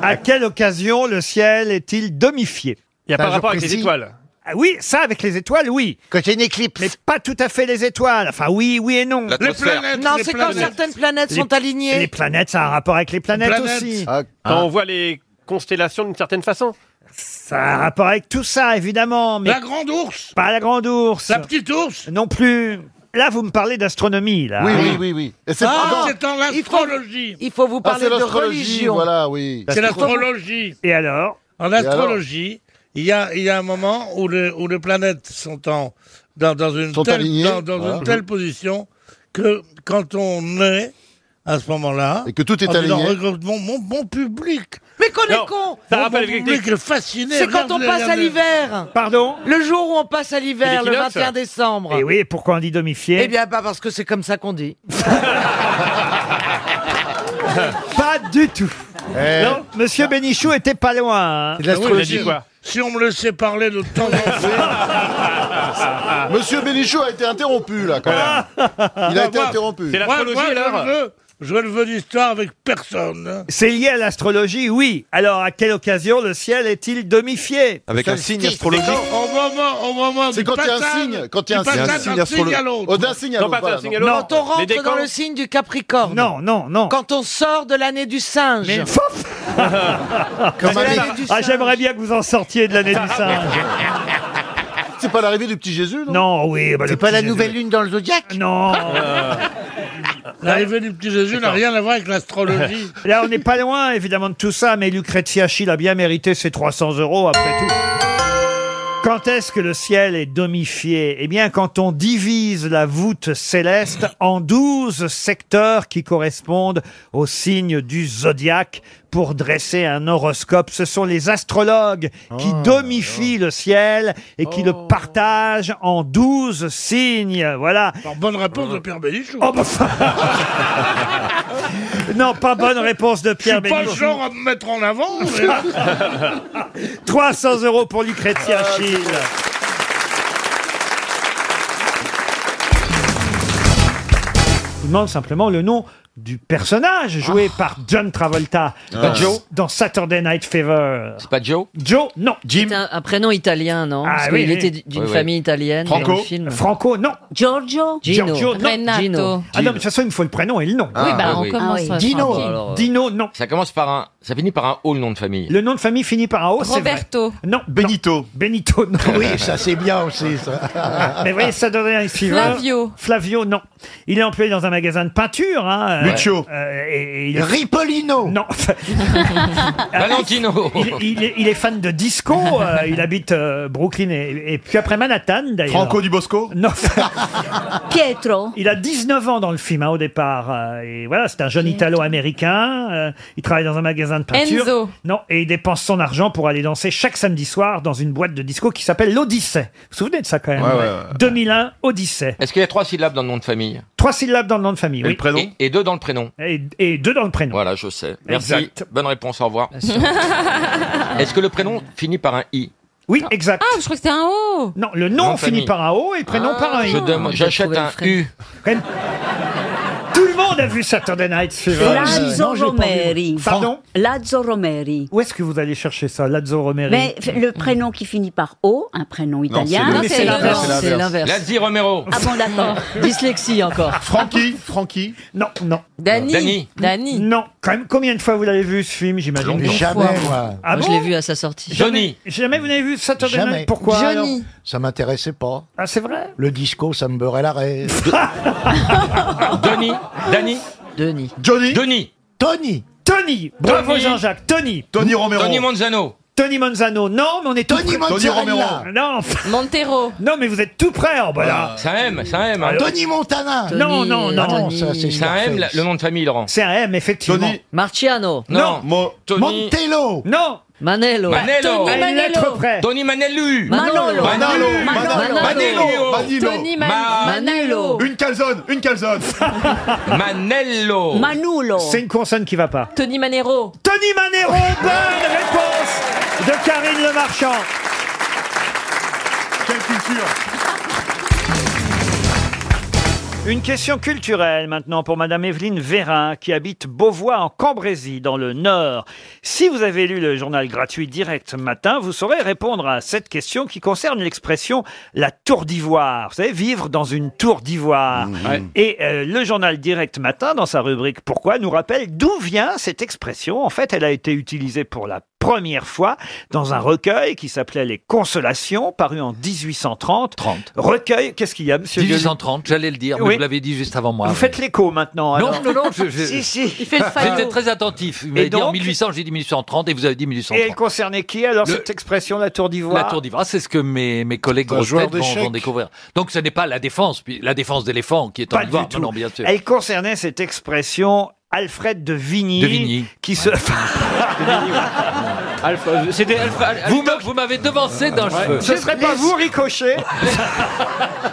[SPEAKER 1] À quelle occasion le ciel est-il domifié Il
[SPEAKER 15] y a pas Un jour rapport avec les précis étoiles.
[SPEAKER 1] oui, ça avec les étoiles, oui. Quand une éclipse. Mais pas tout à fait les étoiles. Enfin, oui, oui et non.
[SPEAKER 5] L'atmosphère. planètes,
[SPEAKER 15] Non,
[SPEAKER 5] les
[SPEAKER 15] c'est quand
[SPEAKER 5] planètes.
[SPEAKER 15] certaines planètes
[SPEAKER 1] Les-
[SPEAKER 15] sont alignées.
[SPEAKER 1] Les planètes, ça a un rapport avec les planètes,
[SPEAKER 5] Planètes.
[SPEAKER 1] aussi.
[SPEAKER 5] Ah, Quand on voit les constellations d'une certaine façon.
[SPEAKER 1] Ça a un rapport avec tout ça, évidemment. Mais
[SPEAKER 5] La
[SPEAKER 2] grande ours
[SPEAKER 1] Pas la grande ours. La
[SPEAKER 2] petite ours
[SPEAKER 1] Non plus. Là, vous me parlez d'astronomie, là.
[SPEAKER 14] Oui, oui, oui, oui. Et c'est
[SPEAKER 2] Ah,
[SPEAKER 14] pendant-
[SPEAKER 2] c'est en astrologie.
[SPEAKER 15] Il faut vous
[SPEAKER 14] Ah,
[SPEAKER 15] parler
[SPEAKER 14] c'est
[SPEAKER 15] de
[SPEAKER 14] l'astrologie,
[SPEAKER 15] religion.
[SPEAKER 7] Ah
[SPEAKER 14] voilà, oui.
[SPEAKER 2] C'est l'astrologie.
[SPEAKER 1] Et alors
[SPEAKER 2] En astrologie, il y a, il y a un moment où, le- où les planètes sont en, dans, dans une,
[SPEAKER 7] Sont
[SPEAKER 2] telle,
[SPEAKER 7] alignés,
[SPEAKER 2] dans, dans
[SPEAKER 7] voilà.
[SPEAKER 2] une telle position que quand on est à ce moment-là.
[SPEAKER 7] Et que tout est
[SPEAKER 2] en disant,
[SPEAKER 7] aligné.
[SPEAKER 2] Regarde, mon, mon, mon public.
[SPEAKER 27] Mais qu'on est
[SPEAKER 2] Non,
[SPEAKER 27] con
[SPEAKER 2] Ça
[SPEAKER 27] Mon-
[SPEAKER 2] rappelle
[SPEAKER 27] mon
[SPEAKER 2] que-
[SPEAKER 27] public
[SPEAKER 2] que-
[SPEAKER 27] est
[SPEAKER 2] fasciné.
[SPEAKER 27] C'est quand on
[SPEAKER 2] Regardez,
[SPEAKER 27] passe à
[SPEAKER 2] regardez.
[SPEAKER 27] l'hiver.
[SPEAKER 1] Pardon
[SPEAKER 27] Le jour où on passe à l'hiver, le
[SPEAKER 1] l'équinoxe
[SPEAKER 27] 21 décembre.
[SPEAKER 1] Et oui, pourquoi on dit
[SPEAKER 27] Eh
[SPEAKER 1] domifié
[SPEAKER 27] bien, pas parce que c'est comme ça qu'on dit.
[SPEAKER 1] Pas du tout.
[SPEAKER 2] Eh.
[SPEAKER 1] Non, Monsieur Bénichou était pas loin. hein.
[SPEAKER 2] Ah oui, mais si- Si on me laissait parler de temps en temps.
[SPEAKER 7] Monsieur Bénichou a été interrompu, là, quand même. Il a été interrompu.
[SPEAKER 2] Ah. Moi, moi, je ne veux- Je ne veux d'histoire avec personne.
[SPEAKER 1] C'est lié à l'astrologie, oui. Alors, à quelle occasion le ciel est-il domifié
[SPEAKER 4] Avec un signe astrologique.
[SPEAKER 2] Au moment, au moment
[SPEAKER 7] C'est
[SPEAKER 2] du
[SPEAKER 7] quand il y a un
[SPEAKER 2] passage-
[SPEAKER 7] signe, quand il y a
[SPEAKER 2] du
[SPEAKER 7] un signe.
[SPEAKER 2] passage
[SPEAKER 7] Il y a un signe
[SPEAKER 2] d'un signe à
[SPEAKER 7] astrolo-
[SPEAKER 2] l'autre.
[SPEAKER 7] Oh, d'un signe à Non, l'autre, pas d'un voilà, signe à non. l'autre.
[SPEAKER 27] Quand on rentre
[SPEAKER 7] Les
[SPEAKER 27] dans
[SPEAKER 7] décans.
[SPEAKER 27] le signe du Capricorne.
[SPEAKER 1] Non, non, non.
[SPEAKER 27] Quand on sort de l'année du singe.
[SPEAKER 1] Comment dire Ah, j'aimerais bien que vous en sortiez de l'année du singe.
[SPEAKER 7] Ah, C'est pas l'arrivée du petit Jésus, non
[SPEAKER 1] Non, oui. bah,
[SPEAKER 7] C'est pas la nouvelle
[SPEAKER 28] lune dans le zodiaque
[SPEAKER 1] Non. Euh.
[SPEAKER 2] L'arrivée du petit Jésus n'a rien à voir avec l'astrologie.
[SPEAKER 1] Là, on n'est pas loin, évidemment, de tout ça, mais Lucrezia Schill a bien mérité ses 300 euros, après tout. Quand est-ce que le ciel est domifié Eh bien, quand on divise la voûte céleste en 12 secteurs qui correspondent aux signes du zodiaque pour dresser un horoscope. Ce sont les astrologues qui
[SPEAKER 2] Oh
[SPEAKER 1] domifient le ciel et qui le partagent en 12 signes. Voilà.
[SPEAKER 2] Par bonne réponse de Pierre Bénichou.
[SPEAKER 1] Oh, bah, Non, pas bonne réponse de
[SPEAKER 2] Je
[SPEAKER 1] Pierre
[SPEAKER 2] suis pas le
[SPEAKER 1] Bénichou.
[SPEAKER 2] genre à me mettre en avant. mais-
[SPEAKER 1] 300 euros pour
[SPEAKER 4] Ah,
[SPEAKER 1] Lucrezia Schill. Je vous demande simplement le nom du personnage joué par John Travolta
[SPEAKER 4] Ah.
[SPEAKER 1] dans,
[SPEAKER 4] Joe
[SPEAKER 1] dans Saturday Night Fever.
[SPEAKER 4] C'est pas Joe
[SPEAKER 1] Joe, non.
[SPEAKER 4] Jim
[SPEAKER 5] C'est un, un prénom italien, non
[SPEAKER 1] Ah,
[SPEAKER 5] Parce
[SPEAKER 1] oui,
[SPEAKER 5] qu'il
[SPEAKER 1] oui.
[SPEAKER 5] était d'une
[SPEAKER 1] Oui, oui.
[SPEAKER 5] famille italienne. dans le film.
[SPEAKER 1] Franco, non.
[SPEAKER 5] Giorgio Gino.
[SPEAKER 1] Giorgio, non.
[SPEAKER 5] Renato. Gino.
[SPEAKER 1] Ah non, mais de toute façon, il me faut le prénom et le nom.
[SPEAKER 5] Ah, bah, oui, on oui. commence, Ah oui. Dino.
[SPEAKER 1] Dino.
[SPEAKER 5] Alors, euh,
[SPEAKER 1] Dino, non.
[SPEAKER 4] Ça commence par un. Ça finit par un O, le nom de famille.
[SPEAKER 1] Le nom de famille finit par un O, c'est vrai.
[SPEAKER 5] Roberto.
[SPEAKER 1] Non. Benito. Benito, non.
[SPEAKER 4] Oui, ça,
[SPEAKER 1] c'est bien aussi, ça. Mais vous voyez, ça donnerait un fever.
[SPEAKER 5] Flavio.
[SPEAKER 1] Flavio, non. Il est employé dans un magasin de peinture. Hein,
[SPEAKER 4] Lucio.
[SPEAKER 1] euh, et- et il-
[SPEAKER 4] Ripolino.
[SPEAKER 1] Non.
[SPEAKER 4] Valentino.
[SPEAKER 1] Il, il est- il est fan de disco. euh, il habite euh, Brooklyn et, et puis après Manhattan, d'ailleurs.
[SPEAKER 4] Franco
[SPEAKER 1] Di Bosco Non. Pietro. Il a 19 ans dans le film, hein, au départ. euh, et voilà, c'est un jeune italo-américain. euh, il travaille dans un magasin de peinture.
[SPEAKER 5] Enzo.
[SPEAKER 1] Non, et il dépense son argent pour aller danser chaque samedi soir dans une boîte de disco qui s'appelle l'Odyssée. Vous vous souvenez de ça, quand même
[SPEAKER 4] Ouais, ouais, ouais.
[SPEAKER 1] 2001, Odyssée.
[SPEAKER 4] Est-ce qu'il y a trois syllabes dans le nom de famille
[SPEAKER 1] Trois syllabes dans le nom de famille, oui.
[SPEAKER 4] et, et deux dans le prénom.
[SPEAKER 1] Et, et deux dans le prénom.
[SPEAKER 4] Voilà, je sais. Merci.
[SPEAKER 1] Exact.
[SPEAKER 4] Bonne réponse, au revoir. Est-ce que le prénom finit par un I
[SPEAKER 1] Oui, exact.
[SPEAKER 5] Ah, je crois que c'était un O. Ah.
[SPEAKER 1] Non, le nom
[SPEAKER 4] Nom de
[SPEAKER 1] finit
[SPEAKER 4] famille.
[SPEAKER 1] par un O et le prénom par un I.
[SPEAKER 4] Je demande- J'achète un U.
[SPEAKER 1] Ren- Tout le monde a vu Saturday Night Fever.
[SPEAKER 6] Lazzo
[SPEAKER 1] Non, j'ai pas vu.
[SPEAKER 6] Romeri.
[SPEAKER 1] Pardon
[SPEAKER 6] Lazzo Romeri.
[SPEAKER 1] Où est-ce que vous allez chercher ça, Lazzo Romeri
[SPEAKER 6] Mais f- le prénom qui finit par O, un prénom italien.
[SPEAKER 1] c'est- Non, mais c'est l'inverse.
[SPEAKER 5] C'est l'inverse.
[SPEAKER 4] Lazzi Romero.
[SPEAKER 5] Ah bon, d'accord. Dyslexie encore.
[SPEAKER 1] Francky, Francky. Non, non.
[SPEAKER 5] Dani. Dani. Dani.
[SPEAKER 1] Non. Quand même, combien de fois vous l'avez vu ce film, j'imagine
[SPEAKER 5] Longtemps. Jamais, moi.
[SPEAKER 1] Ah
[SPEAKER 5] Moi,
[SPEAKER 1] bon
[SPEAKER 5] je l'ai vu à sa sortie.
[SPEAKER 1] Jamais, jamais vous n'avez vu Saturday Night
[SPEAKER 5] Jamais.
[SPEAKER 1] Pourquoi alors
[SPEAKER 5] Johnny.
[SPEAKER 29] Ça m'intéressait pas.
[SPEAKER 1] Ah, c'est vrai
[SPEAKER 29] Le disco, ça me beurrait l'arrêt.
[SPEAKER 4] Denis. Dani.
[SPEAKER 5] Denis.
[SPEAKER 4] Johnny. Denis.
[SPEAKER 29] Tony
[SPEAKER 1] Tony Bravo
[SPEAKER 4] Tony.
[SPEAKER 1] Jean-Jacques, Tony
[SPEAKER 4] Tony Romero. Tony Manzano.
[SPEAKER 1] Tony Manzano, non, mais on est tout
[SPEAKER 4] Tony
[SPEAKER 1] près.
[SPEAKER 4] Mozzarella. Tony Romero.
[SPEAKER 1] Non.
[SPEAKER 5] Montero.
[SPEAKER 1] Non, mais vous êtes tout près, oh, bah là.
[SPEAKER 4] Ça aime, ça aime. hein.
[SPEAKER 29] Montana
[SPEAKER 1] Non, Ah, non, non.
[SPEAKER 29] ça, c'est
[SPEAKER 4] Ça aime,
[SPEAKER 29] Scarface.
[SPEAKER 4] le nom de famille, Laurent.
[SPEAKER 1] C'est un M, effectivement.
[SPEAKER 4] Tony.
[SPEAKER 5] Marciano.
[SPEAKER 4] Non. Tony.
[SPEAKER 29] Montello
[SPEAKER 1] Non
[SPEAKER 5] Manello.
[SPEAKER 4] Manello.
[SPEAKER 5] Tony
[SPEAKER 1] À une
[SPEAKER 5] Manello.
[SPEAKER 1] lettre près.
[SPEAKER 4] Tony Manellu. Manolo.
[SPEAKER 5] Manolo. Manolo.
[SPEAKER 4] Manello.
[SPEAKER 5] Tony Man- Manello.
[SPEAKER 4] Une calzone, une calzone. Manello.
[SPEAKER 5] Manulo.
[SPEAKER 1] C'est une consonne qui va pas.
[SPEAKER 5] Tony Manero.
[SPEAKER 1] Tony Manero, bonne réponse de Karine Le Marchand. Quelle culture Une question culturelle maintenant pour Madame Evelyne Vérin qui habite Beauvois en Cambrésie dans le Nord. Si vous avez lu le journal gratuit direct ce matin, vous saurez répondre à cette question qui concerne l'expression la tour d'ivoire. Vous savez, vivre dans une tour d'ivoire.
[SPEAKER 4] Ouais.
[SPEAKER 1] Et euh, le journal direct matin dans sa rubrique Pourquoi nous rappelle d'où vient cette expression. En fait, elle a été utilisée pour la première fois dans un recueil qui s'appelait Les Consolations, paru en 1830. Recueil, qu'est-ce qu'il y a, monsieur Gueluc
[SPEAKER 16] 1830, j'allais le dire, mais
[SPEAKER 1] Oui.
[SPEAKER 16] vous l'avez dit juste avant moi.
[SPEAKER 1] Vous faites l'écho maintenant.
[SPEAKER 16] Non,
[SPEAKER 1] alors.
[SPEAKER 16] non, non, je- je-
[SPEAKER 1] Si, si.
[SPEAKER 16] J'étais très attentif. Vous m'avez dit en
[SPEAKER 1] donc
[SPEAKER 16] 1800, j'ai dit 1830 et vous avez dit 1830.
[SPEAKER 1] Et elle concernait qui alors
[SPEAKER 16] Le-
[SPEAKER 1] cette expression, la tour
[SPEAKER 16] La
[SPEAKER 1] d'ivoire
[SPEAKER 16] tour d'ivoire, c'est ce que mes, mes collègues
[SPEAKER 1] Un
[SPEAKER 16] grosses
[SPEAKER 1] joueur
[SPEAKER 16] têtes vont,
[SPEAKER 1] d'échecs.
[SPEAKER 16] vont découvrir. Donc ce n'est pas la défense, puis la défense d'éléphant qui est en
[SPEAKER 1] Pas
[SPEAKER 16] ivoire.
[SPEAKER 1] du
[SPEAKER 16] Non,
[SPEAKER 1] tout.
[SPEAKER 16] non, bien sûr.
[SPEAKER 1] Elle concernait cette expression Alfred de Vigny,
[SPEAKER 16] De Vigny.
[SPEAKER 1] qui se.
[SPEAKER 16] Alpha- c'était Alpha- Al- vous m'a- vous m'avez devancé d'un
[SPEAKER 1] Ouais.
[SPEAKER 16] cheveu.
[SPEAKER 1] Ce serait pas vous, Ricochet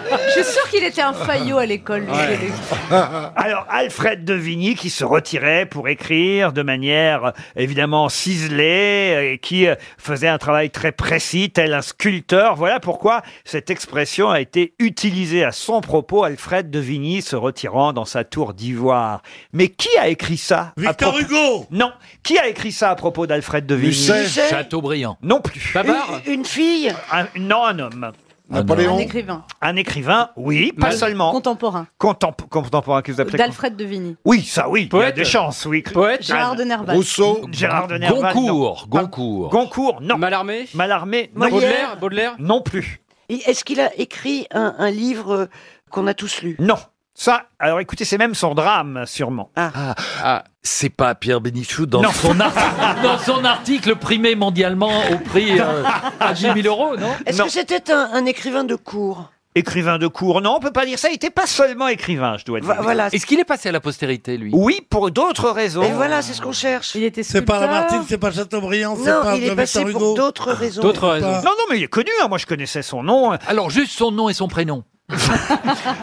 [SPEAKER 11] Je suis sûre qu'il était un faillot à l'école. lui.
[SPEAKER 1] Ouais. Alors, Alfred de Vigny qui se retirait pour écrire de manière euh, évidemment ciselée euh, et qui euh, faisait un travail très précis, tel un sculpteur. Voilà pourquoi cette expression a été utilisée à son propos, Alfred de Vigny se retirant dans sa tour d'ivoire. Mais qui a écrit ça à
[SPEAKER 2] Victor
[SPEAKER 1] propos-
[SPEAKER 2] Hugo
[SPEAKER 1] Non. Qui a écrit ça à propos d'Alfred de Vigny
[SPEAKER 16] Musset. Musset. Chateaubriand.
[SPEAKER 1] Non plus.
[SPEAKER 16] Babar
[SPEAKER 1] Une, fille Non, un homme.
[SPEAKER 11] Un écrivain.
[SPEAKER 1] Un écrivain, oui, pas
[SPEAKER 11] Mal-
[SPEAKER 1] seulement.
[SPEAKER 11] Contemporain.
[SPEAKER 1] Contempo- contemporain que vous appelez
[SPEAKER 11] D'Alfred de Vigny.
[SPEAKER 1] oui, ça oui, il y a des chances, oui. Poète.
[SPEAKER 11] Gérard de Nerval. Rousseau.
[SPEAKER 1] Gérard de Nerval.
[SPEAKER 16] Goncourt,
[SPEAKER 1] non.
[SPEAKER 16] Goncourt.
[SPEAKER 1] Goncourt, non. Mallarmé Mallarmé, non.
[SPEAKER 3] Baudelaire,
[SPEAKER 16] Baudelaire
[SPEAKER 1] Non plus.
[SPEAKER 3] Et Est-ce qu'il a écrit un, un livre euh, qu'on a tous lu
[SPEAKER 1] Non. Ça, alors écoutez, c'est même son drame, sûrement.
[SPEAKER 16] Ah, ah, c'est pas Pierre Bénichou dans
[SPEAKER 1] Non.
[SPEAKER 16] son article, dans son article primé mondialement au prix euh, à 10 000 euros, non
[SPEAKER 3] Est-ce que c'était un, un écrivain de cours
[SPEAKER 1] Écrivain de cours, non, on peut pas dire ça. Il était pas seulement écrivain, je dois dire.
[SPEAKER 3] voilà.
[SPEAKER 16] Est-ce qu'il est passé à la postérité, lui
[SPEAKER 1] Oui, pour d'autres raisons.
[SPEAKER 3] Et voilà, c'est ce qu'on cherche.
[SPEAKER 11] Il était
[SPEAKER 2] C'est pas Lamartine, c'est pas Chateaubriand, c'est
[SPEAKER 3] Non,
[SPEAKER 2] pas
[SPEAKER 3] il est passé
[SPEAKER 2] Victor
[SPEAKER 3] pour
[SPEAKER 2] Hugo.
[SPEAKER 3] d'autres raisons.
[SPEAKER 1] Non, non, mais il est connu, hein, moi je connaissais son nom.
[SPEAKER 16] Alors, juste son nom et son prénom.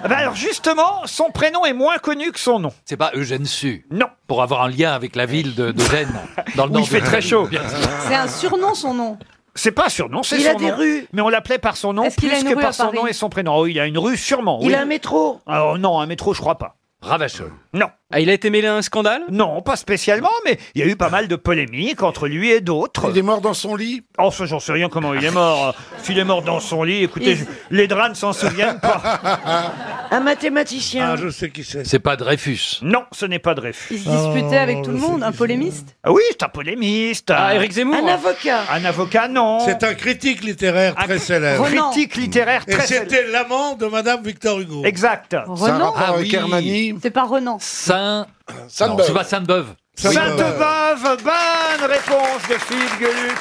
[SPEAKER 1] Ah bah alors justement, son prénom est moins connu que son nom.
[SPEAKER 16] C'est pas Eugène Su
[SPEAKER 1] Non.
[SPEAKER 16] Pour avoir un lien avec la ville de, de Gênes, dans le
[SPEAKER 1] Où
[SPEAKER 16] nord
[SPEAKER 1] il fait
[SPEAKER 16] de-
[SPEAKER 1] très chaud.
[SPEAKER 16] Bien sûr.
[SPEAKER 11] C'est un surnom, son nom.
[SPEAKER 1] C'est pas un surnom, c'est
[SPEAKER 3] Il a
[SPEAKER 1] son
[SPEAKER 3] des
[SPEAKER 1] nom.
[SPEAKER 3] rues.
[SPEAKER 1] Mais on l'appelait par son nom
[SPEAKER 11] Est-ce qu'il
[SPEAKER 1] plus
[SPEAKER 11] a une
[SPEAKER 1] que
[SPEAKER 11] rue
[SPEAKER 1] par
[SPEAKER 11] à
[SPEAKER 1] son
[SPEAKER 11] Paris
[SPEAKER 1] nom et son prénom. Oh, il a une rue, sûrement.
[SPEAKER 3] Il
[SPEAKER 1] oui.
[SPEAKER 3] a un métro.
[SPEAKER 1] Alors non, un métro, je crois pas.
[SPEAKER 16] Ravachol.
[SPEAKER 1] Non.
[SPEAKER 16] Ah, il a été mêlé à un scandale
[SPEAKER 1] Non, pas spécialement, mais il y a eu pas mal de polémiques entre lui et d'autres. Il est
[SPEAKER 2] mort dans son lit
[SPEAKER 1] Oh, ça, j'en sais rien comment il est mort. S'il est mort dans son lit, écoutez,
[SPEAKER 3] Il-
[SPEAKER 1] je- les draps ne s'en souviennent pas.
[SPEAKER 3] Un mathématicien.
[SPEAKER 2] Ah,
[SPEAKER 1] Ah,
[SPEAKER 2] Je sais qui c'est. Oh,
[SPEAKER 16] C'est pas Dreyfus.
[SPEAKER 1] Non, ce n'est pas Dreyfus.
[SPEAKER 11] Il se disputait avec
[SPEAKER 1] Oh,
[SPEAKER 11] tout le monde, un polémiste.
[SPEAKER 1] Ah oui, c'est un polémiste.
[SPEAKER 2] Ah, Éric Zemmour. Un
[SPEAKER 3] avocat.
[SPEAKER 1] Un avocat, non.
[SPEAKER 2] C'est un critique littéraire très célèbre.
[SPEAKER 1] Renan. critique littéraire
[SPEAKER 2] Et
[SPEAKER 1] très
[SPEAKER 2] c'était l'amant de Madame Victor Hugo.
[SPEAKER 1] Exact.
[SPEAKER 11] Renan
[SPEAKER 16] Ah oui.
[SPEAKER 11] C'est pas Renan.
[SPEAKER 16] Saint.
[SPEAKER 2] Sainte-Beuve.
[SPEAKER 16] Non, c'est pas Sainte-Beuve.
[SPEAKER 1] Sainte-Beuve, bonne réponse de Philippe Gueluc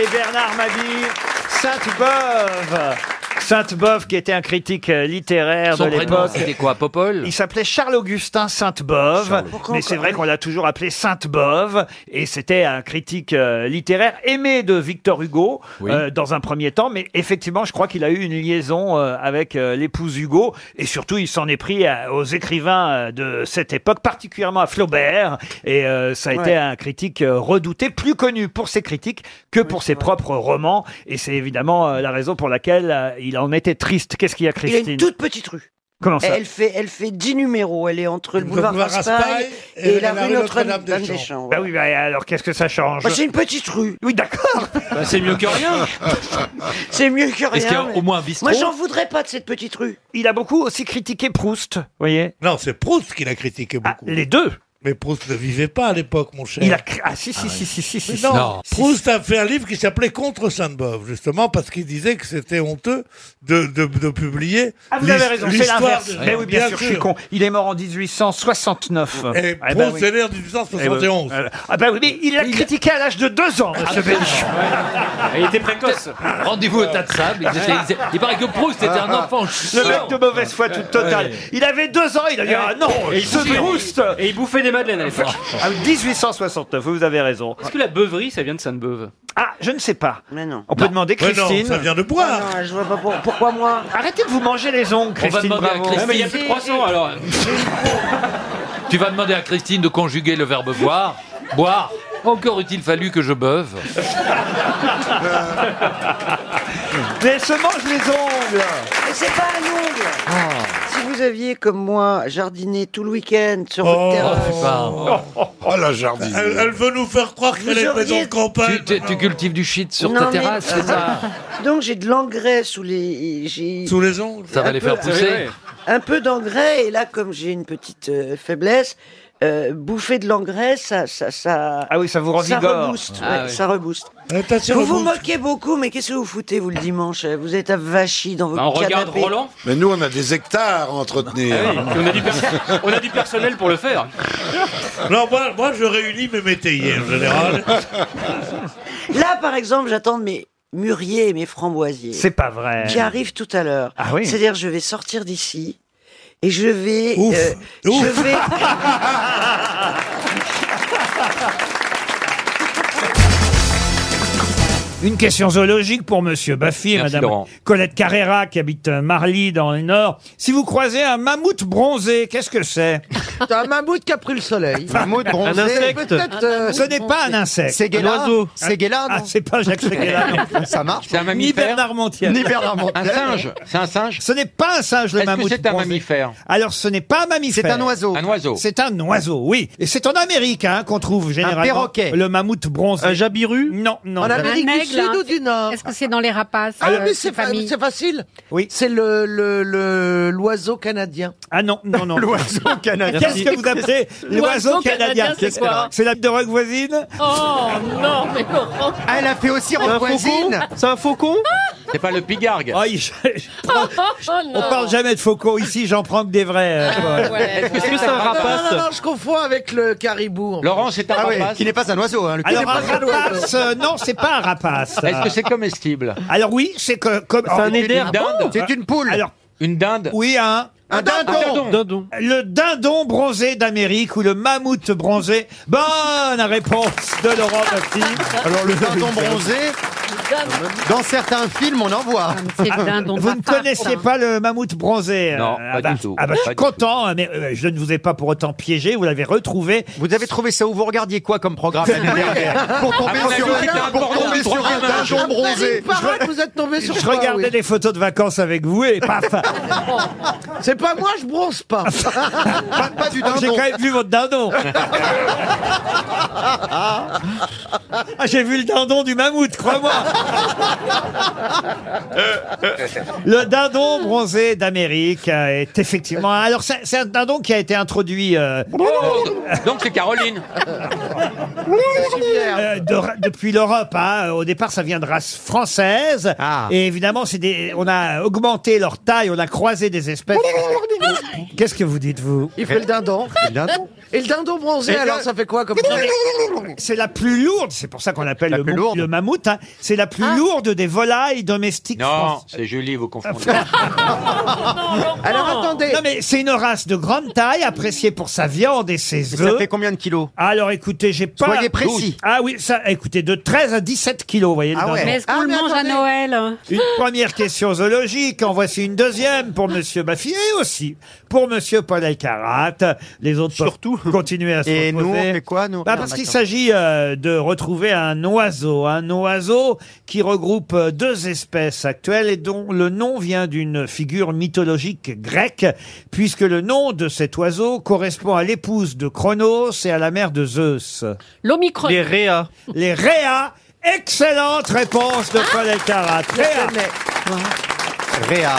[SPEAKER 1] et Bernard Mabille. Sainte-Beuve. Sainte-Beuve, qui était un critique euh, littéraire
[SPEAKER 16] Son
[SPEAKER 1] de
[SPEAKER 16] prénom,
[SPEAKER 1] l'époque.
[SPEAKER 16] c'était quoi Popol
[SPEAKER 1] Il s'appelait Charles-Augustin Sainte-Beuve, mais c'est vrai qu'on l'a toujours appelé Sainte-Beuve, et c'était un critique euh, littéraire aimé de Victor Hugo euh, dans un premier temps, mais effectivement, je crois qu'il a eu une liaison euh, avec euh, l'épouse Hugo, et surtout, il s'en est pris à- aux écrivains euh, de cette époque, particulièrement à Flaubert, et euh, ça a été
[SPEAKER 5] Ouais.
[SPEAKER 1] un critique euh, redouté, plus connu pour ses critiques que pour ses propres romans, et c'est évidemment euh, la raison pour laquelle euh, il en était triste. Qu'est-ce qu'il y a,
[SPEAKER 3] Il a
[SPEAKER 1] Christine
[SPEAKER 3] une toute petite rue.
[SPEAKER 1] Comment ça
[SPEAKER 3] elle fait, elle fait 10 numéros. Elle est entre le
[SPEAKER 2] Le
[SPEAKER 3] boulevard
[SPEAKER 2] boulevard
[SPEAKER 3] Raspail
[SPEAKER 2] Raspail
[SPEAKER 3] et, la rue Notre-Dame des Champs.
[SPEAKER 1] Bah oui, bah alors qu'est-ce que ça change
[SPEAKER 3] Bah, c'est une petite rue.
[SPEAKER 1] Oui, d'accord.
[SPEAKER 16] Bah, c'est mieux que rien.
[SPEAKER 3] C'est mieux que rien.
[SPEAKER 16] Est-ce qu'il y a
[SPEAKER 3] mais-
[SPEAKER 16] au moins un bistrot
[SPEAKER 3] Moi, j'en voudrais pas de cette petite rue.
[SPEAKER 1] Il a beaucoup aussi critiqué Proust, vous voyez Ah,
[SPEAKER 2] Non, c'est Proust qui l'a critiqué beaucoup.
[SPEAKER 1] les deux
[SPEAKER 2] Mais Proust ne vivait pas à l'époque, mon cher.
[SPEAKER 1] Il a cri- Ah si, si, si, si, si, si,
[SPEAKER 2] Non.
[SPEAKER 1] si.
[SPEAKER 2] Proust a fait un livre qui s'appelait Contre Sainte-Beuve, justement, parce qu'il disait que c'était honteux de, de, de publier.
[SPEAKER 1] Ah, vous avez
[SPEAKER 2] l'his-
[SPEAKER 1] raison, c'est
[SPEAKER 2] l'histoire
[SPEAKER 1] l'inverse.
[SPEAKER 2] de-
[SPEAKER 1] Mais oui, bien, sûr, je suis con. Il est mort en 1869.
[SPEAKER 2] Et
[SPEAKER 1] Ah,
[SPEAKER 2] Proust,
[SPEAKER 1] oui.
[SPEAKER 2] c'est l'air de
[SPEAKER 1] Eh ben,
[SPEAKER 2] 1871.
[SPEAKER 1] euh, Ah bah oui, mais il l'a critiqué à l'âge de deux
[SPEAKER 10] Ah,
[SPEAKER 1] ans, monsieur Bénichou.
[SPEAKER 16] Il était précoce. Rendez-vous au tas de sable. Ils étaient- ils étaient- il paraît que Proust était un enfant chiant.
[SPEAKER 1] Le mec de mauvaise foi toute totale. Il avait deux ans, il a dit Ah non,
[SPEAKER 10] Et il
[SPEAKER 1] ce
[SPEAKER 10] bouffait-
[SPEAKER 1] Proust
[SPEAKER 10] Et il bouffait des madeleines à l'époque.
[SPEAKER 1] Ah, 1869, vous avez raison.
[SPEAKER 10] Est-ce que la beuverie, ça vient de Sainte-Beuve
[SPEAKER 1] Ah, je ne sais pas.
[SPEAKER 3] Mais non.
[SPEAKER 1] On peut demander
[SPEAKER 2] Mais non,
[SPEAKER 1] Christine.
[SPEAKER 2] ça vient de boire.
[SPEAKER 3] Ah non, je vois pas pour- pourquoi moi.
[SPEAKER 1] Arrêtez de vous manger les ongles,
[SPEAKER 16] On va
[SPEAKER 1] Christine.
[SPEAKER 16] demander à
[SPEAKER 1] Bravo.
[SPEAKER 16] Christine.
[SPEAKER 10] mais il y a plus de croissants, alors.
[SPEAKER 16] Tu vas demander à Christine de conjuguer le verbe boire. Boire. Encore eût-il fallu que je beuve.
[SPEAKER 1] Mais se mange les ongles.
[SPEAKER 3] Mais c'est pas un ongle. Si vous aviez, comme moi, jardiné tout le week-end sur votre terrasse.
[SPEAKER 14] Oh la jardine.
[SPEAKER 2] Elle, elle veut nous faire croire
[SPEAKER 3] Vous
[SPEAKER 2] qu'elle est maison
[SPEAKER 3] auriez-
[SPEAKER 2] de campagne.
[SPEAKER 16] Tu, tu- tu cultives du shit sur
[SPEAKER 3] Non,
[SPEAKER 16] ta
[SPEAKER 3] mais-
[SPEAKER 16] terrasse, c'est ça
[SPEAKER 3] Donc j'ai de l'engrais sous les. j'ai-
[SPEAKER 2] Sous les ongles.
[SPEAKER 16] Ça va
[SPEAKER 3] Un
[SPEAKER 16] les
[SPEAKER 3] peu-
[SPEAKER 16] faire pousser.
[SPEAKER 3] Un peu d'engrais, et là, comme j'ai une petite euh, faiblesse, euh, bouffer de l'engrais, ça, ça, ça.
[SPEAKER 1] Ah oui, ça vous
[SPEAKER 3] Ça
[SPEAKER 1] revigore.
[SPEAKER 3] rebooste.
[SPEAKER 1] Ah
[SPEAKER 3] ouais,
[SPEAKER 1] oui.
[SPEAKER 3] Ça rebooste.
[SPEAKER 1] Ouais, t'as assez
[SPEAKER 3] Vous vous
[SPEAKER 1] reboost.
[SPEAKER 3] moquez beaucoup, mais qu'est-ce que vous foutez vous le dimanche euh, Vous êtes avachis dans votre
[SPEAKER 16] Bah,
[SPEAKER 3] canapé.
[SPEAKER 30] Mais nous, on a des hectares à entretenir.
[SPEAKER 3] Ah oui,
[SPEAKER 2] on a du
[SPEAKER 16] On a du personnel pour le faire.
[SPEAKER 2] Non, moi, moi, je réunis mes métayers en général.
[SPEAKER 3] Là, par exemple, j'attends mes mûriers et mes framboisiers.
[SPEAKER 1] C'est pas vrai.
[SPEAKER 3] Qui arrivent tout à l'heure.
[SPEAKER 1] Ah oui.
[SPEAKER 3] C'est-à-dire, je vais sortir d'ici et je vais. euh, Je vais.
[SPEAKER 1] Une question zoologique pour Monsieur Baffy et
[SPEAKER 4] Merci,
[SPEAKER 1] Madame
[SPEAKER 4] Laurent.
[SPEAKER 1] Colette Carrera qui habite euh, Marly dans le Nord. Si vous croisez un mammouth bronzé, qu'est-ce que c'est
[SPEAKER 5] T'as un mammouth qui a pris le soleil.
[SPEAKER 1] Mammouth
[SPEAKER 5] bronzé. Un insecte. Peut-être, euh,
[SPEAKER 1] Ce n'est pas un insecte.
[SPEAKER 5] C'est Guéla. Un oiseau. C'est Guéla,
[SPEAKER 1] Ah,
[SPEAKER 5] non
[SPEAKER 1] c'est pas Jacques Séguéla. non.
[SPEAKER 5] Ça marche. C'est un
[SPEAKER 1] Ni
[SPEAKER 5] mammifère.
[SPEAKER 1] Bernard Montiel.
[SPEAKER 5] Ni Bernard Montiel. Un singe.
[SPEAKER 1] C'est un singe. Ce n'est pas un singe le
[SPEAKER 5] Est-ce que
[SPEAKER 1] mammouth.
[SPEAKER 5] c'est un
[SPEAKER 1] bronzé.
[SPEAKER 5] mammifère
[SPEAKER 1] Alors ce n'est pas un mammifère.
[SPEAKER 5] C'est un oiseau.
[SPEAKER 1] Un oiseau. C'est un oiseau. Oui. Et c'est en Amérique hein, qu'on trouve généralement
[SPEAKER 5] perroquet.
[SPEAKER 1] le mammouth bronzé. Un jabiru Non, non.
[SPEAKER 5] En
[SPEAKER 1] non.
[SPEAKER 5] Amérique du
[SPEAKER 17] hein.
[SPEAKER 5] Sud ou du Nord
[SPEAKER 17] Est-ce que c'est dans les rapaces
[SPEAKER 5] Ah,
[SPEAKER 17] euh,
[SPEAKER 5] mais
[SPEAKER 17] ces
[SPEAKER 5] c'est, fa-
[SPEAKER 17] familles
[SPEAKER 5] c'est facile.
[SPEAKER 1] Oui.
[SPEAKER 5] C'est le, le, le- l'oiseau canadien.
[SPEAKER 1] Ah non, non, non.
[SPEAKER 5] l'oiseau canadien.
[SPEAKER 1] Qu'est-ce que vous appelez l'oiseau canadien
[SPEAKER 5] Qu'est-ce que-
[SPEAKER 1] C'est la drogue voisine
[SPEAKER 17] Oh non, mais Laurent
[SPEAKER 5] Ah, elle a fait aussi en voisine.
[SPEAKER 1] C'est un faucon
[SPEAKER 5] C'est pas le pigargue.
[SPEAKER 1] Oh, On
[SPEAKER 5] Oh.
[SPEAKER 1] parle jamais de faucon ici, j'en prends que des vrais. euh, Paul.
[SPEAKER 5] Est-ce que c'est un rapace Ah, Non, non, non, je confonds avec le caribou.
[SPEAKER 1] Laurent, c'est un
[SPEAKER 5] Ah oui,
[SPEAKER 1] rapace
[SPEAKER 5] Qui n'est pas un oiseau. Hein, le
[SPEAKER 1] Alors
[SPEAKER 5] qui
[SPEAKER 1] un
[SPEAKER 5] n'est pas un
[SPEAKER 1] rapace,
[SPEAKER 5] oiseau.
[SPEAKER 1] euh, non, c'est pas un rapace.
[SPEAKER 5] Est-ce que c'est
[SPEAKER 1] comestible Alors oui, c'est que- comme. Oh,
[SPEAKER 5] C'est un
[SPEAKER 1] C'est
[SPEAKER 5] eider.
[SPEAKER 1] une dinde.
[SPEAKER 5] Ah bon C'est une poule.
[SPEAKER 1] Alors une dinde. Oui, un.
[SPEAKER 5] Un dindon.
[SPEAKER 1] Le dindon bronzé d'Amérique ou le mammouth bronzé. Bonne réponse de Laurent Baffi.
[SPEAKER 5] Alors, le dindon bronzé,
[SPEAKER 1] dans certains films, on en voit. Ah,
[SPEAKER 5] c'est le dindon
[SPEAKER 1] Vous ne
[SPEAKER 5] papa,
[SPEAKER 1] connaissiez
[SPEAKER 5] ça.
[SPEAKER 1] pas le mammouth bronzé euh,
[SPEAKER 5] Non,
[SPEAKER 1] ah
[SPEAKER 5] pas
[SPEAKER 1] bah,
[SPEAKER 5] du tout.
[SPEAKER 1] Ah bah, je
[SPEAKER 5] Pas
[SPEAKER 1] suis
[SPEAKER 5] du tout.
[SPEAKER 1] content, hein, mais euh, je ne vous ai pas pour autant piégé. Vous l'avez retrouvé. Vous avez trouvé ça où vous regardiez quoi comme programme
[SPEAKER 5] l'année dernière
[SPEAKER 1] Ah,
[SPEAKER 5] Pour tomber sur un- pour tomber sur un dindon bronzé. Parade,
[SPEAKER 1] Je-
[SPEAKER 5] vous êtes tombé sur
[SPEAKER 1] je
[SPEAKER 5] quoi,
[SPEAKER 1] regardais
[SPEAKER 5] oui
[SPEAKER 1] des photos de vacances avec vous et paf
[SPEAKER 5] C'est pas moi, je bronze pas. pas, pas du dindon.
[SPEAKER 1] Ah, J'ai quand même vu votre dindon
[SPEAKER 5] Ah.
[SPEAKER 1] Ah, j'ai vu le dindon du mammouth, crois-moi Le dindon bronzé d'Amérique euh, est effectivement... Alors, c'est c'est un dindon qui a été introduit... euh,
[SPEAKER 18] Oh
[SPEAKER 5] Donc c'est Caroline.
[SPEAKER 1] euh, de- depuis l'Europe, hein. au départ ça vient de race française
[SPEAKER 5] Ah.
[SPEAKER 1] et évidemment c'est des, on a augmenté leur taille, on a croisé des espèces. Qu'est-ce que vous dites vous
[SPEAKER 5] Il fait le dindon. Et le dindon bronzé,
[SPEAKER 1] Et
[SPEAKER 5] alors
[SPEAKER 1] le-
[SPEAKER 5] ça fait quoi comme
[SPEAKER 1] C'est la plus lourde, c'est pour ça qu'on l'appelle le,
[SPEAKER 5] plus
[SPEAKER 1] mou-
[SPEAKER 5] lourde.
[SPEAKER 1] le mammouth. hein. C'est la plus
[SPEAKER 5] Ah.
[SPEAKER 1] lourde des volailles domestiques.
[SPEAKER 4] Non,
[SPEAKER 1] françaises.
[SPEAKER 4] c'est Julie, vous confondez.
[SPEAKER 1] Ah,
[SPEAKER 5] Alors attendez.
[SPEAKER 1] Non mais c'est une race de grande taille, appréciée pour sa viande et ses œufs. Ça fait combien de kilos Alors écoutez, j'ai pas.
[SPEAKER 5] Soyez précis.
[SPEAKER 1] Ah oui, ça, écoutez, de 13 à 17 kilos, vous voyez. le dindon.
[SPEAKER 17] Mais est-ce qu'on le mange à Noël
[SPEAKER 1] Une première question zoologique, en voici une deuxième pour Monsieur Baffy et aussi pour Monsieur Paul Elkarat. Les autres Surtout. continuer à se
[SPEAKER 5] Et nous, on
[SPEAKER 1] reposer.
[SPEAKER 5] fait quoi, nous
[SPEAKER 1] Bah,
[SPEAKER 5] Non,
[SPEAKER 1] Parce qu'il
[SPEAKER 5] d'accord.
[SPEAKER 1] s'agit euh, de retrouver un oiseau, un oiseau qui regroupe euh, deux espèces actuelles et dont le nom vient d'une figure mythologique grecque, puisque le nom de cet oiseau correspond à l'épouse de Cronos et à la mère de Zeus.
[SPEAKER 17] L'Omicron.
[SPEAKER 1] réas. Les
[SPEAKER 5] Ah,
[SPEAKER 1] réas. Excellente réponse de Paul
[SPEAKER 5] Ah,
[SPEAKER 1] Elkarat. Réas. Réa.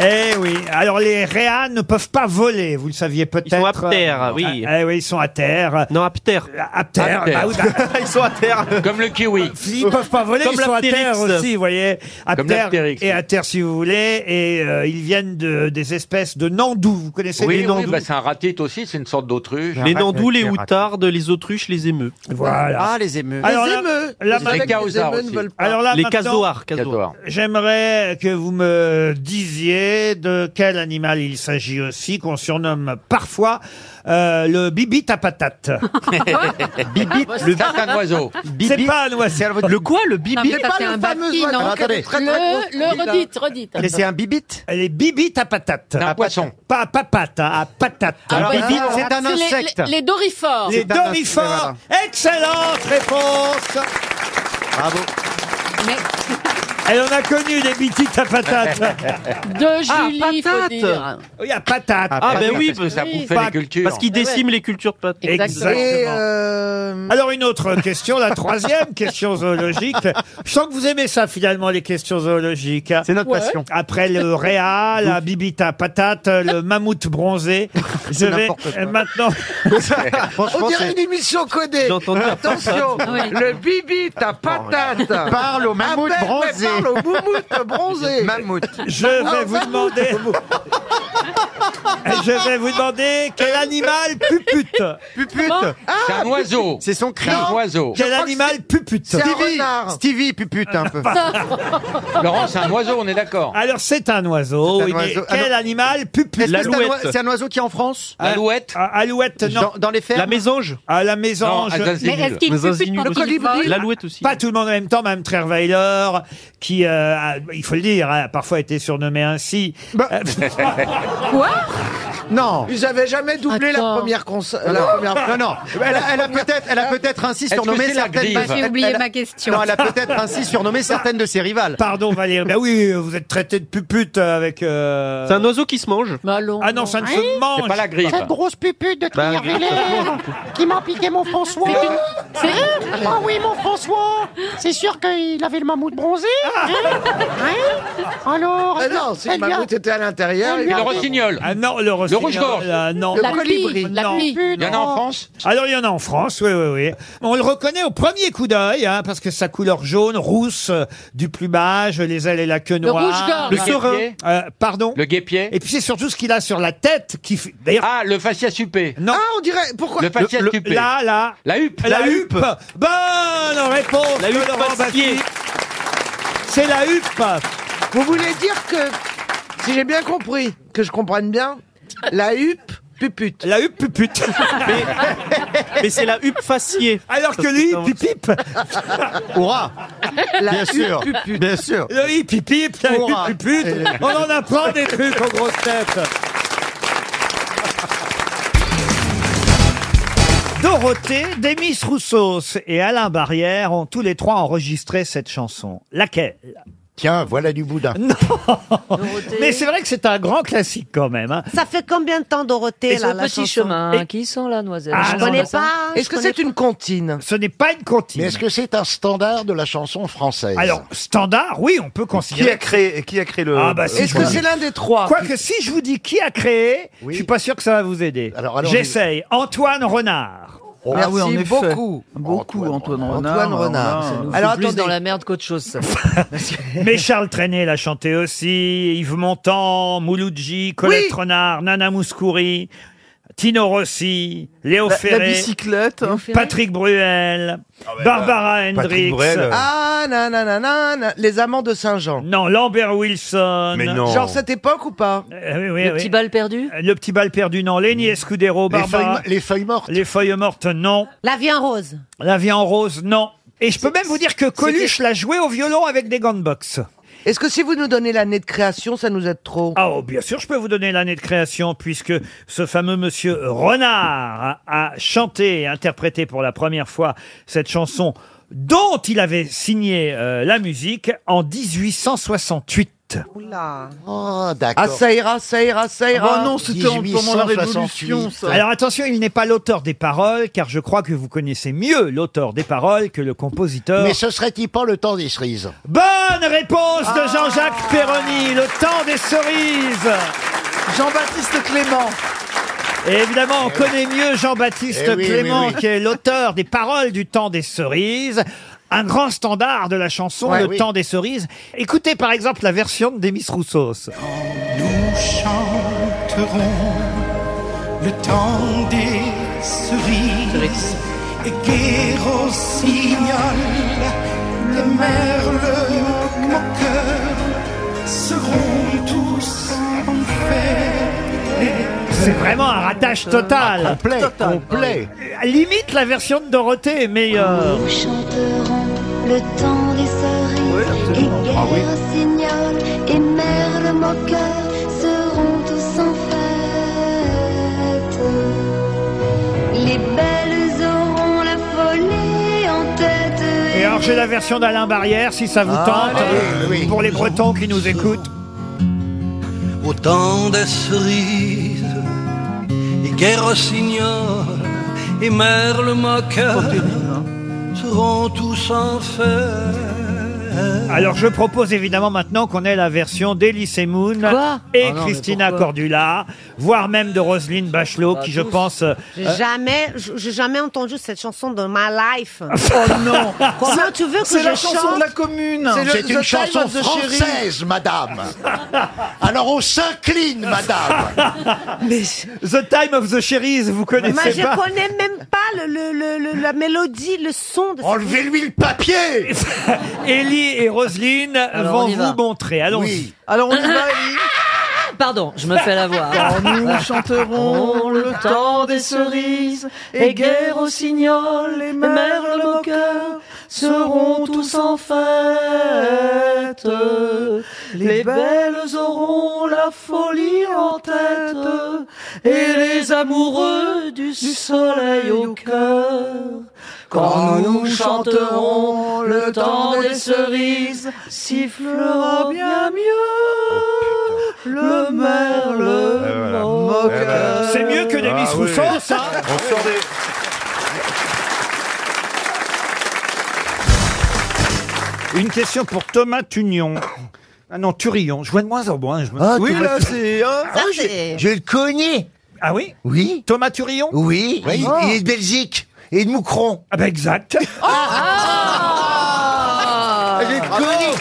[SPEAKER 1] Eh oui, alors les réas ne peuvent pas voler, vous le saviez peut-être. Ils sont à
[SPEAKER 5] terre, oui.
[SPEAKER 1] Eh oui, ils sont à terre. Non, à terre. À terre, bah oui, bah,
[SPEAKER 5] Ils sont à terre. Comme le kiwi.
[SPEAKER 1] ils peuvent pas voler, ils sont à terre aussi, vous voyez. À
[SPEAKER 5] Comme
[SPEAKER 1] terre
[SPEAKER 5] l'Astérix.
[SPEAKER 1] et à terre si vous voulez. Et euh, ils viennent de, des espèces de nandous, vous connaissez
[SPEAKER 4] Oui,
[SPEAKER 1] les
[SPEAKER 4] oui,
[SPEAKER 1] nandous
[SPEAKER 4] bah, c'est un ratite aussi, c'est une sorte d'autruche.
[SPEAKER 1] Les nandous, les
[SPEAKER 5] outardes, les autruches, les émeux.
[SPEAKER 1] Voilà.
[SPEAKER 5] Ah, les émeux.
[SPEAKER 1] Alors
[SPEAKER 5] les
[SPEAKER 1] là-
[SPEAKER 5] émeux.
[SPEAKER 1] là,
[SPEAKER 5] Les
[SPEAKER 1] maintenant-
[SPEAKER 5] émeus,
[SPEAKER 1] Les casoars
[SPEAKER 5] émeus ne
[SPEAKER 1] aussi.
[SPEAKER 5] veulent pas.
[SPEAKER 1] Alors là, Les maintenant- casoars,
[SPEAKER 5] casoars.
[SPEAKER 1] J'aimerais que vous me disiez de quel animal il s'agit aussi, qu'on surnomme parfois euh, le bibite à patate.
[SPEAKER 5] Bibite,
[SPEAKER 1] le- Ah, C'est un oiseau. C'est pas un oiseau.
[SPEAKER 5] Le quoi, le bibi
[SPEAKER 17] Non, mais ça, c'est un baffi, non Le, le redite, redite.
[SPEAKER 1] bibite Les bibites à patate. Un poisson. Pas à papate, hein, à patate.
[SPEAKER 17] Ah, bah, alors, les- Les, les dorifores.
[SPEAKER 1] Les dorifores. Excellente réponse. Bravo. Elle en a connu des bitites à patate.
[SPEAKER 17] De Julie, faut dire.
[SPEAKER 1] Oui, à patate.
[SPEAKER 5] ben Ah, Ah, bah patate, oui, parce que
[SPEAKER 1] ça
[SPEAKER 5] ça Oui. bouffait les cultures.
[SPEAKER 1] cultures
[SPEAKER 5] Et euh,
[SPEAKER 1] Alors une autre question, la troisième question zoologique. Je sens que vous aimez ça finalement, les questions zoologiques. C'est
[SPEAKER 5] notre Ouais. passion.
[SPEAKER 1] Après le
[SPEAKER 5] Ah,
[SPEAKER 1] réa, la bibita patate, le mammouth bronzé, je
[SPEAKER 5] C'est
[SPEAKER 1] vais
[SPEAKER 5] n'importe quoi.
[SPEAKER 1] euh, maintenant...
[SPEAKER 5] Franchement,
[SPEAKER 3] On dirait
[SPEAKER 5] c'est-
[SPEAKER 3] une émission codée.
[SPEAKER 5] J'ai entendu un
[SPEAKER 3] Attention,
[SPEAKER 5] peu ça. Oui.
[SPEAKER 3] le bibi, ta patate.
[SPEAKER 5] Parle au mammouth
[SPEAKER 3] Appelle-
[SPEAKER 5] bronzé.
[SPEAKER 3] Parle au mammouth bronzé.
[SPEAKER 5] Mammouth.
[SPEAKER 1] Je vais vous demander... Je vais vous demander quel animal pupute Pupute
[SPEAKER 5] Ah,
[SPEAKER 18] C'est un oiseau.
[SPEAKER 5] C'est son cri.
[SPEAKER 18] C'est un oiseau.
[SPEAKER 1] Quel animal pupute
[SPEAKER 5] Stevie, Stevie pupute un peu.
[SPEAKER 18] Laurent, c'est un oiseau, on est d'accord.
[SPEAKER 1] Alors c'est un oiseau.
[SPEAKER 5] C'est
[SPEAKER 1] Oh,
[SPEAKER 5] un
[SPEAKER 1] il est-
[SPEAKER 5] oiseau.
[SPEAKER 1] Quel
[SPEAKER 5] Alors-
[SPEAKER 1] animal pupute
[SPEAKER 5] Est-ce que c'est un L'alouette. oi- c'est un oiseau qui est en France
[SPEAKER 1] Alouette. Alouette, non.
[SPEAKER 5] Dans- dans les fermes La mésange
[SPEAKER 1] Ah, la mésange.
[SPEAKER 5] Non, Alsace des Mais est-ce Nuls. qu'il pupute Alsace des Nuls quand aussi. il vole L'alouette aussi.
[SPEAKER 1] Pas tout le monde en même temps, Mme Trerweiler, qui, euh, a- il faut le dire, a parfois été surnommée ainsi.
[SPEAKER 3] Quoi
[SPEAKER 5] Bah. Non.
[SPEAKER 3] Ils n'avaient jamais doublé la première console.
[SPEAKER 5] Non, non, non. Elle a, elle a peut-être, elle a peut-être ainsi
[SPEAKER 3] Est-ce que
[SPEAKER 5] surnommé
[SPEAKER 3] c'est la
[SPEAKER 5] certaines.
[SPEAKER 3] grive J'ai oublié
[SPEAKER 5] elle a-
[SPEAKER 3] ma question.
[SPEAKER 5] Non, elle a peut-être ainsi surnommé certaines de ses rivales.
[SPEAKER 1] Pardon, Valérie. Ben oui, vous êtes traité de pupute avec. C'est un oiseau qui se mange. ah non,
[SPEAKER 5] hein
[SPEAKER 1] ça ne se mange.
[SPEAKER 21] Hein Cette grosse pupute de
[SPEAKER 5] Ben,
[SPEAKER 21] Trierweiler qui m'a piqué mon François.
[SPEAKER 24] C'est
[SPEAKER 21] Ah oui, mon François C'est sûr qu'il avait le mammouth bronzé hein Hein Alors
[SPEAKER 3] Ah non, si le
[SPEAKER 21] elle lui a-
[SPEAKER 3] mammouth était à l'intérieur,
[SPEAKER 21] Elle
[SPEAKER 3] il
[SPEAKER 21] lui a-
[SPEAKER 18] Le rossignol.
[SPEAKER 1] Ah non, le rossignol.
[SPEAKER 18] rouge-gorge.
[SPEAKER 1] ah non.
[SPEAKER 3] Le La colibri.
[SPEAKER 21] pie, la
[SPEAKER 1] Non.
[SPEAKER 21] pie. Il y en a en
[SPEAKER 18] France
[SPEAKER 1] Alors, il y en a en France, oui, oui, oui. On le reconnaît au premier coup d'œil, hein, parce que sa couleur jaune, rousse, euh, du plumage, les ailes et la queue
[SPEAKER 18] Le
[SPEAKER 1] noire.
[SPEAKER 18] rouge-gorge. Le
[SPEAKER 1] serin.
[SPEAKER 18] guêpier.
[SPEAKER 1] Euh, pardon
[SPEAKER 18] Le guépier.
[SPEAKER 1] Et puis, c'est surtout ce qu'il a sur la tête qui fait... D'ailleurs...
[SPEAKER 18] Ah, le fascia supé.
[SPEAKER 1] Non.
[SPEAKER 3] Ah, on dirait. Pourquoi
[SPEAKER 18] Le fascia supé.
[SPEAKER 5] Ah,
[SPEAKER 1] Là, là.
[SPEAKER 18] La huppe.
[SPEAKER 1] La, huppe. Bonne réponse
[SPEAKER 18] La
[SPEAKER 1] de
[SPEAKER 18] huppe
[SPEAKER 1] Laurent
[SPEAKER 18] Pasquier.
[SPEAKER 1] Baffie. C'est la huppe.
[SPEAKER 3] Vous voulez dire que, si j'ai bien compris, que je comprenne bien, la huppe pupute.
[SPEAKER 1] La huppe pupute.
[SPEAKER 5] Mais, mais c'est la huppe faciée.
[SPEAKER 1] Alors que lui, pipip.
[SPEAKER 5] Hourra.
[SPEAKER 3] La
[SPEAKER 5] Bien sûr.
[SPEAKER 3] huppe pupute.
[SPEAKER 5] Bien sûr.
[SPEAKER 1] Le hip-hip, la
[SPEAKER 5] Hourra.
[SPEAKER 1] huppe-pupute. On en apprend des trucs aux grosses têtes. Dorothée, Demis Roussos et Alain Barrière ont tous les trois enregistré cette chanson. Laquelle
[SPEAKER 21] Tiens, voilà du boudin.
[SPEAKER 1] Mais c'est vrai que c'est un grand classique quand même. hein.
[SPEAKER 12] Ça fait combien de temps, Dorothée,
[SPEAKER 1] Et
[SPEAKER 12] là,
[SPEAKER 1] ce
[SPEAKER 12] la
[SPEAKER 1] petit
[SPEAKER 12] chanson
[SPEAKER 1] chemin Et-
[SPEAKER 12] qui sont là, noisette
[SPEAKER 1] Ah,
[SPEAKER 12] Je
[SPEAKER 1] non,
[SPEAKER 12] connais
[SPEAKER 1] non.
[SPEAKER 12] pas.
[SPEAKER 3] hein. Est-ce que c'est une comptine
[SPEAKER 1] Ce n'est pas une comptine.
[SPEAKER 21] Mais est-ce que c'est un standard de la chanson française
[SPEAKER 1] Alors, standard, oui, on peut considérer.
[SPEAKER 5] Qui a créé, qui a créé le.
[SPEAKER 1] Ah, bah, si
[SPEAKER 3] Est-ce
[SPEAKER 1] je
[SPEAKER 3] que
[SPEAKER 1] vous
[SPEAKER 3] c'est
[SPEAKER 1] dis.
[SPEAKER 3] l'un des trois
[SPEAKER 1] Quoique, si je vous dis qui a créé, je suis pas sûr que ça va vous aider.
[SPEAKER 21] alors,
[SPEAKER 1] J'essaye. Antoine Renard.
[SPEAKER 5] Oh. Ah
[SPEAKER 3] Merci beaucoup.
[SPEAKER 5] Beaucoup, Antoine,
[SPEAKER 3] Antoine Renard. Alors attendez.
[SPEAKER 12] merde qu'autre chose, ça.
[SPEAKER 1] Mais Charles Trenet l'a chanté aussi, Yves Montand, Mouloudji, Colette
[SPEAKER 12] Oui.
[SPEAKER 1] Renard, Nana Mouskouri, Tino Rossi, Léo
[SPEAKER 5] La- la
[SPEAKER 1] Ferré,
[SPEAKER 5] bicyclette, hein.
[SPEAKER 1] Patrick Bruel,
[SPEAKER 5] ouais,
[SPEAKER 1] Barbara
[SPEAKER 5] bah,
[SPEAKER 1] Hendricks,
[SPEAKER 5] Patrick Bruel, euh.
[SPEAKER 3] Ah, nanana, nanana, les amants de Saint-Jean.
[SPEAKER 1] non, Lambert Wilson,
[SPEAKER 5] Mais non.
[SPEAKER 3] Genre cette époque ou pas
[SPEAKER 1] Euh, oui, oui,
[SPEAKER 12] Le
[SPEAKER 1] oui.
[SPEAKER 12] petit bal perdu
[SPEAKER 1] Le petit bal perdu, non, Lenny Escudero,
[SPEAKER 21] les
[SPEAKER 1] Barbara,
[SPEAKER 21] feuilles, les feuilles mortes.
[SPEAKER 1] les feuilles mortes, non,
[SPEAKER 12] La vie en rose.
[SPEAKER 1] La vie en rose, non. Et je peux même vous dire que Coluche l'a joué au violon avec des gants de boxe.
[SPEAKER 3] Est-ce que si vous nous donnez l'année de création, ça nous aide trop
[SPEAKER 1] Ah, oh, bien sûr, je peux vous donner l'année de création puisque ce fameux monsieur Renard a, a chanté et interprété pour la première fois cette chanson dont il avait signé euh, la musique en 1868.
[SPEAKER 3] Oula.
[SPEAKER 21] Oh, d'accord.
[SPEAKER 3] Ah, ça ira, ça ira, ça
[SPEAKER 1] Ah, Oh,
[SPEAKER 5] Oh
[SPEAKER 3] ira.
[SPEAKER 1] Alors attention, il n'est pas l'auteur des paroles car je crois que vous connaissez mieux l'auteur des paroles que le compositeur.
[SPEAKER 21] Mais ce serait-il pas le temps des cerises
[SPEAKER 1] Bonne réponse de Jean-Jacques Perroni, le temps des cerises.
[SPEAKER 3] Jean-Baptiste Clément.
[SPEAKER 1] Et évidemment, on connaît mieux Jean-Baptiste
[SPEAKER 21] Eh oui,
[SPEAKER 1] Clément,
[SPEAKER 21] oui, oui.
[SPEAKER 1] qui est l'auteur des paroles du temps des cerises. Un grand standard de la chanson,
[SPEAKER 21] Ouais,
[SPEAKER 1] le
[SPEAKER 21] oui.
[SPEAKER 1] temps des cerises. Écoutez par exemple la version de Demis Roussos.
[SPEAKER 13] Nous chanterons le temps des cerises et gai rossignol, les merles moqueurs seront tous en fête.
[SPEAKER 1] C'est vraiment un ratage total. Euh,
[SPEAKER 13] Ah, complet, Total. complet.
[SPEAKER 1] Limite la version de Dorothée est meilleure.
[SPEAKER 22] Nous chanterons le temps des cerises et guerre et merle moqueur seront tous en fête. Les belles auront la folie en tête.
[SPEAKER 1] Et alors j'ai la version d'Alain Barrière, si ça vous
[SPEAKER 22] Ah,
[SPEAKER 1] tente,
[SPEAKER 22] allez,
[SPEAKER 1] pour les Bretons qui nous écoutent.
[SPEAKER 13] Au temps des cerises et guerre rossignol
[SPEAKER 2] et mère le moqueur hein. seront tous en feu.
[SPEAKER 1] Alors je propose évidemment maintenant qu'on ait la version d'Elysée Moon
[SPEAKER 12] Quoi
[SPEAKER 1] et
[SPEAKER 12] Ah non, mais
[SPEAKER 1] Christina
[SPEAKER 12] pourquoi
[SPEAKER 1] Cordula, voire même de Roselyne Bachelot,
[SPEAKER 22] Ah,
[SPEAKER 1] qui je
[SPEAKER 12] Bah, tous.
[SPEAKER 1] pense... euh,
[SPEAKER 12] J'ai
[SPEAKER 1] euh,
[SPEAKER 12] jamais, j- j'ai jamais entendu cette chanson de ma life.
[SPEAKER 1] Oh non.
[SPEAKER 12] Comment tu veux que
[SPEAKER 3] C'est
[SPEAKER 12] je
[SPEAKER 3] la chanson
[SPEAKER 12] chante
[SPEAKER 3] de la commune.
[SPEAKER 2] C'est une chanson française, madame. Alors on s'incline, madame.
[SPEAKER 1] euh, The Time of the Cherries, vous connaissez
[SPEAKER 12] Mais je
[SPEAKER 1] pas
[SPEAKER 12] connais même pas le, le- le- le- la mélodie, le son de
[SPEAKER 2] Enlevez-lui le papier
[SPEAKER 1] Ellie et Roselyne
[SPEAKER 12] Alors,
[SPEAKER 1] vont
[SPEAKER 12] on y
[SPEAKER 1] vous
[SPEAKER 12] va.
[SPEAKER 1] montrer. Allons-y.
[SPEAKER 12] Oui.
[SPEAKER 3] Alors on y va,
[SPEAKER 6] Pardon, je me fais la voix.
[SPEAKER 3] Quand nous chanterons le temps des cerises et guerre aux signoles et merle moqueurs seront tous en fête. Les belles auront la folie en tête et les amoureux du soleil au cœur. Quand nous chanterons le temps des cerises, sifflera bien mieux le merle.
[SPEAKER 5] Euh, Eh
[SPEAKER 1] C'est mieux que des Miss hein. Rousseau, ça
[SPEAKER 5] ben, Ah On sort des...
[SPEAKER 1] Une question pour Thomas Tunion. Ah non, Turillon. Je vois de moins en moins. Je me...
[SPEAKER 25] Ah, Thomas Tu-
[SPEAKER 1] hein.
[SPEAKER 25] Ah oui, je, je le connais.
[SPEAKER 1] Ah oui
[SPEAKER 25] Oui.
[SPEAKER 1] Thomas Turillon
[SPEAKER 25] Oui.
[SPEAKER 1] Oui.
[SPEAKER 25] Il,
[SPEAKER 1] Ah.
[SPEAKER 25] il est de Belgique. Et de Moucron.
[SPEAKER 1] Ah bah exact.
[SPEAKER 19] Oh, ah
[SPEAKER 25] je
[SPEAKER 1] Ah.
[SPEAKER 25] le connais.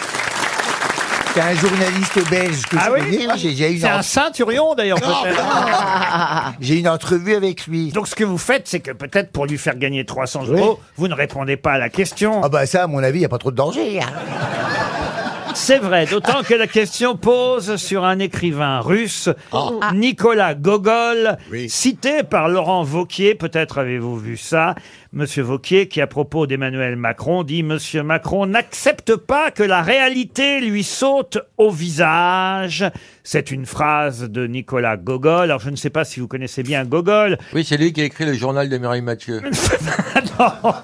[SPEAKER 25] C'est un journaliste belge que
[SPEAKER 1] Ah
[SPEAKER 25] je
[SPEAKER 1] oui
[SPEAKER 25] connais. J'ai déjà eu
[SPEAKER 1] C'est un saint Turion d'ailleurs
[SPEAKER 25] Non,
[SPEAKER 1] peut-être.
[SPEAKER 25] J'ai une entrevue avec lui.
[SPEAKER 1] Donc ce que vous faites, c'est que peut-être pour lui faire gagner 300 euros, vous ne répondez pas à la question.
[SPEAKER 25] Ah bah ça, à mon avis, il n'y a pas trop de danger. hein.
[SPEAKER 1] C'est vrai, d'autant que la question pose sur un écrivain russe, Nicolas Gogol, cité par Laurent Vauquier, peut-être avez-vous vu ça, Monsieur Vauquier qui à propos d'Emmanuel Macron dit Monsieur Macron n'accepte pas que la réalité lui saute au visage. C'est une phrase de Nicolas Gogol. Alors je ne sais pas si vous connaissez bien Gogol.
[SPEAKER 4] Oui, c'est lui qui a écrit le journal de Mireille Mathieu.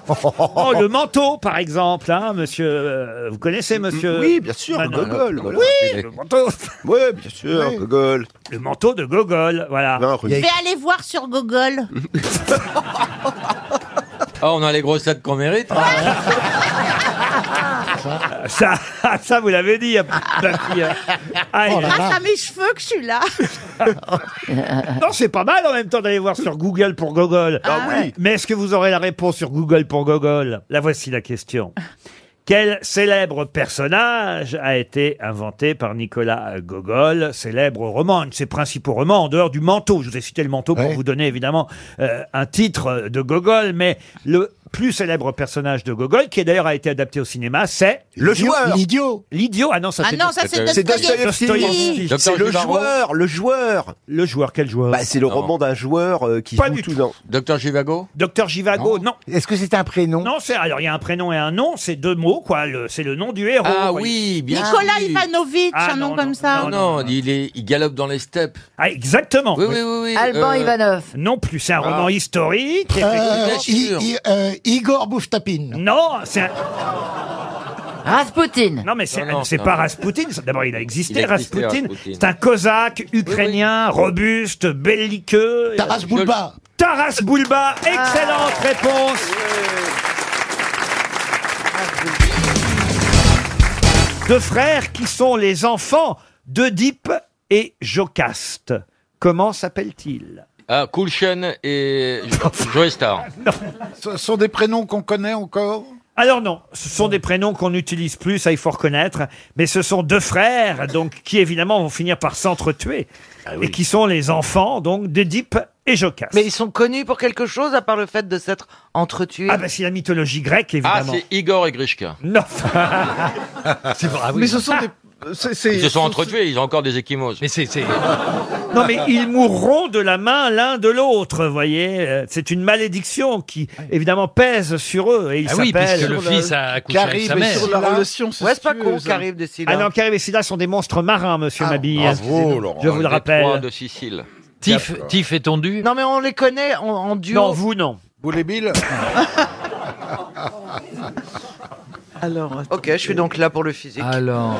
[SPEAKER 1] Oh, le manteau, par exemple, hein, monsieur. euh, Vous connaissez, monsieur
[SPEAKER 5] Oui, bien sûr,
[SPEAKER 1] Manon
[SPEAKER 5] Gogol. voilà.
[SPEAKER 1] Le manteau.
[SPEAKER 5] Oui, bien sûr,
[SPEAKER 1] Oui.
[SPEAKER 5] Gogol.
[SPEAKER 1] Le manteau de Gogol, voilà.
[SPEAKER 12] Je vais aller voir sur Google.
[SPEAKER 4] Ah, on a les grosses têtes qu'on mérite.
[SPEAKER 1] Ça, ça vous l'avez dit, ma fille. Aïe.
[SPEAKER 3] Oh
[SPEAKER 12] Grâce à mes cheveux que je suis là.
[SPEAKER 1] non, c'est pas mal en même temps d'aller voir sur Google pour Gogol.
[SPEAKER 5] Ah
[SPEAKER 1] Mais est-ce que vous aurez la réponse sur Google pour Gogol La voici la question. Quel célèbre personnage a été inventé par Nicolas Gogol, célèbre roman, un de ses principaux romans, en dehors du manteau Je vous ai cité le manteau pour vous donner évidemment euh, un titre de Gogol, mais le plus célèbre personnage de Gogol, qui d'ailleurs a été adapté au cinéma, c'est...
[SPEAKER 5] Le joueur.
[SPEAKER 1] L'idiot L'idiot, ah non, ça
[SPEAKER 5] Ah
[SPEAKER 1] c'est...
[SPEAKER 5] non, ça, c'est C'est Dostoïevski. Dostoïevski.
[SPEAKER 1] Dostoïevski.
[SPEAKER 5] C'est le joueur, le joueur.
[SPEAKER 1] Le joueur, quel joueur
[SPEAKER 5] Bah, c'est le roman d'un joueur euh, qui joue tout dans.
[SPEAKER 4] Docteur Givago
[SPEAKER 1] Docteur Givago, non.
[SPEAKER 25] Est-ce que c'est un prénom
[SPEAKER 1] Non, c'est alors il y a un prénom et un nom, c'est deux mots quoi. le- C'est le nom du héros.
[SPEAKER 4] Ah
[SPEAKER 1] quoi.
[SPEAKER 4] oui, bien
[SPEAKER 14] Nicolas
[SPEAKER 4] oui.
[SPEAKER 14] Ivanovitch,
[SPEAKER 1] Ah,
[SPEAKER 14] un
[SPEAKER 1] non,
[SPEAKER 14] nom
[SPEAKER 1] non,
[SPEAKER 14] comme ça.
[SPEAKER 4] Non, non, il, est, il galope dans les steppes.
[SPEAKER 1] Ah, exactement.
[SPEAKER 4] Oui, oui, oui. oui,
[SPEAKER 14] Alban
[SPEAKER 4] euh,
[SPEAKER 14] Ivanov.
[SPEAKER 1] Non plus, c'est un roman historique. effectivement.
[SPEAKER 4] Euh, Bien sûr.
[SPEAKER 2] I- euh, Igor Bouftapine.
[SPEAKER 1] Non, c'est un-
[SPEAKER 14] Rasputin.
[SPEAKER 1] non mais c'est
[SPEAKER 4] Non, non,
[SPEAKER 1] c'est
[SPEAKER 4] non.
[SPEAKER 1] pas Rasputin. ça- D'abord, il a existé,
[SPEAKER 4] Il a existé,
[SPEAKER 1] Rasputin.
[SPEAKER 4] Rasputin.
[SPEAKER 1] C'est un cosaque ukrainien, robuste, belliqueux.
[SPEAKER 2] Taras Bulba.
[SPEAKER 1] Taras Bulba,
[SPEAKER 4] Ah.
[SPEAKER 1] excellente réponse Deux frères qui sont les enfants d'Oedipe et Jocaste. Comment s'appellent-ils
[SPEAKER 4] Ah, Kulchen et Jo- Joey Star.
[SPEAKER 1] Ce sont des prénoms qu'on connaît encore alors non, ce sont des prénoms qu'on n'utilise plus, ça il faut reconnaître, mais ce sont deux frères, donc qui évidemment vont finir par s'entretuer,
[SPEAKER 4] Ah
[SPEAKER 1] et qui sont les enfants donc d'Oedipe et Jocaste.
[SPEAKER 14] Mais ils sont connus pour quelque chose à part le fait de s'être entretués.
[SPEAKER 1] Ah bah c'est la mythologie grecque
[SPEAKER 4] Ah,
[SPEAKER 1] évidemment.
[SPEAKER 4] c'est Igor et Grishka.
[SPEAKER 1] non.
[SPEAKER 4] C'est vrai,
[SPEAKER 3] Mais ce sont des...
[SPEAKER 4] Ils se sont entretués, ils ont encore des échymoses. Mais c'est...
[SPEAKER 1] Non, mais ils mourront de la main l'un de l'autre, vous voyez. Euh, C'est une malédiction qui, évidemment, pèse sur eux. Et ils
[SPEAKER 5] Ah oui,
[SPEAKER 1] s'appellent-
[SPEAKER 5] puisque le Sur la- fils a accouché avec Carib sa et mère. sur la relation
[SPEAKER 14] Ouais, c'est pas con,
[SPEAKER 5] incestueuse.
[SPEAKER 14] Carib de Silla.
[SPEAKER 1] Ah non, Carib et Scylla sont des monstres marins,
[SPEAKER 14] Ah,
[SPEAKER 1] monsieur Mabille. Je vous le rappelle.
[SPEAKER 4] de Sicile.
[SPEAKER 5] Tif, Tif est tondu.
[SPEAKER 14] Non, mais on les connaît en, en duo.
[SPEAKER 1] Non, vous, non.
[SPEAKER 5] Boulet Bill.
[SPEAKER 14] Alors, ok, je suis donc là pour le physique.
[SPEAKER 5] Alors.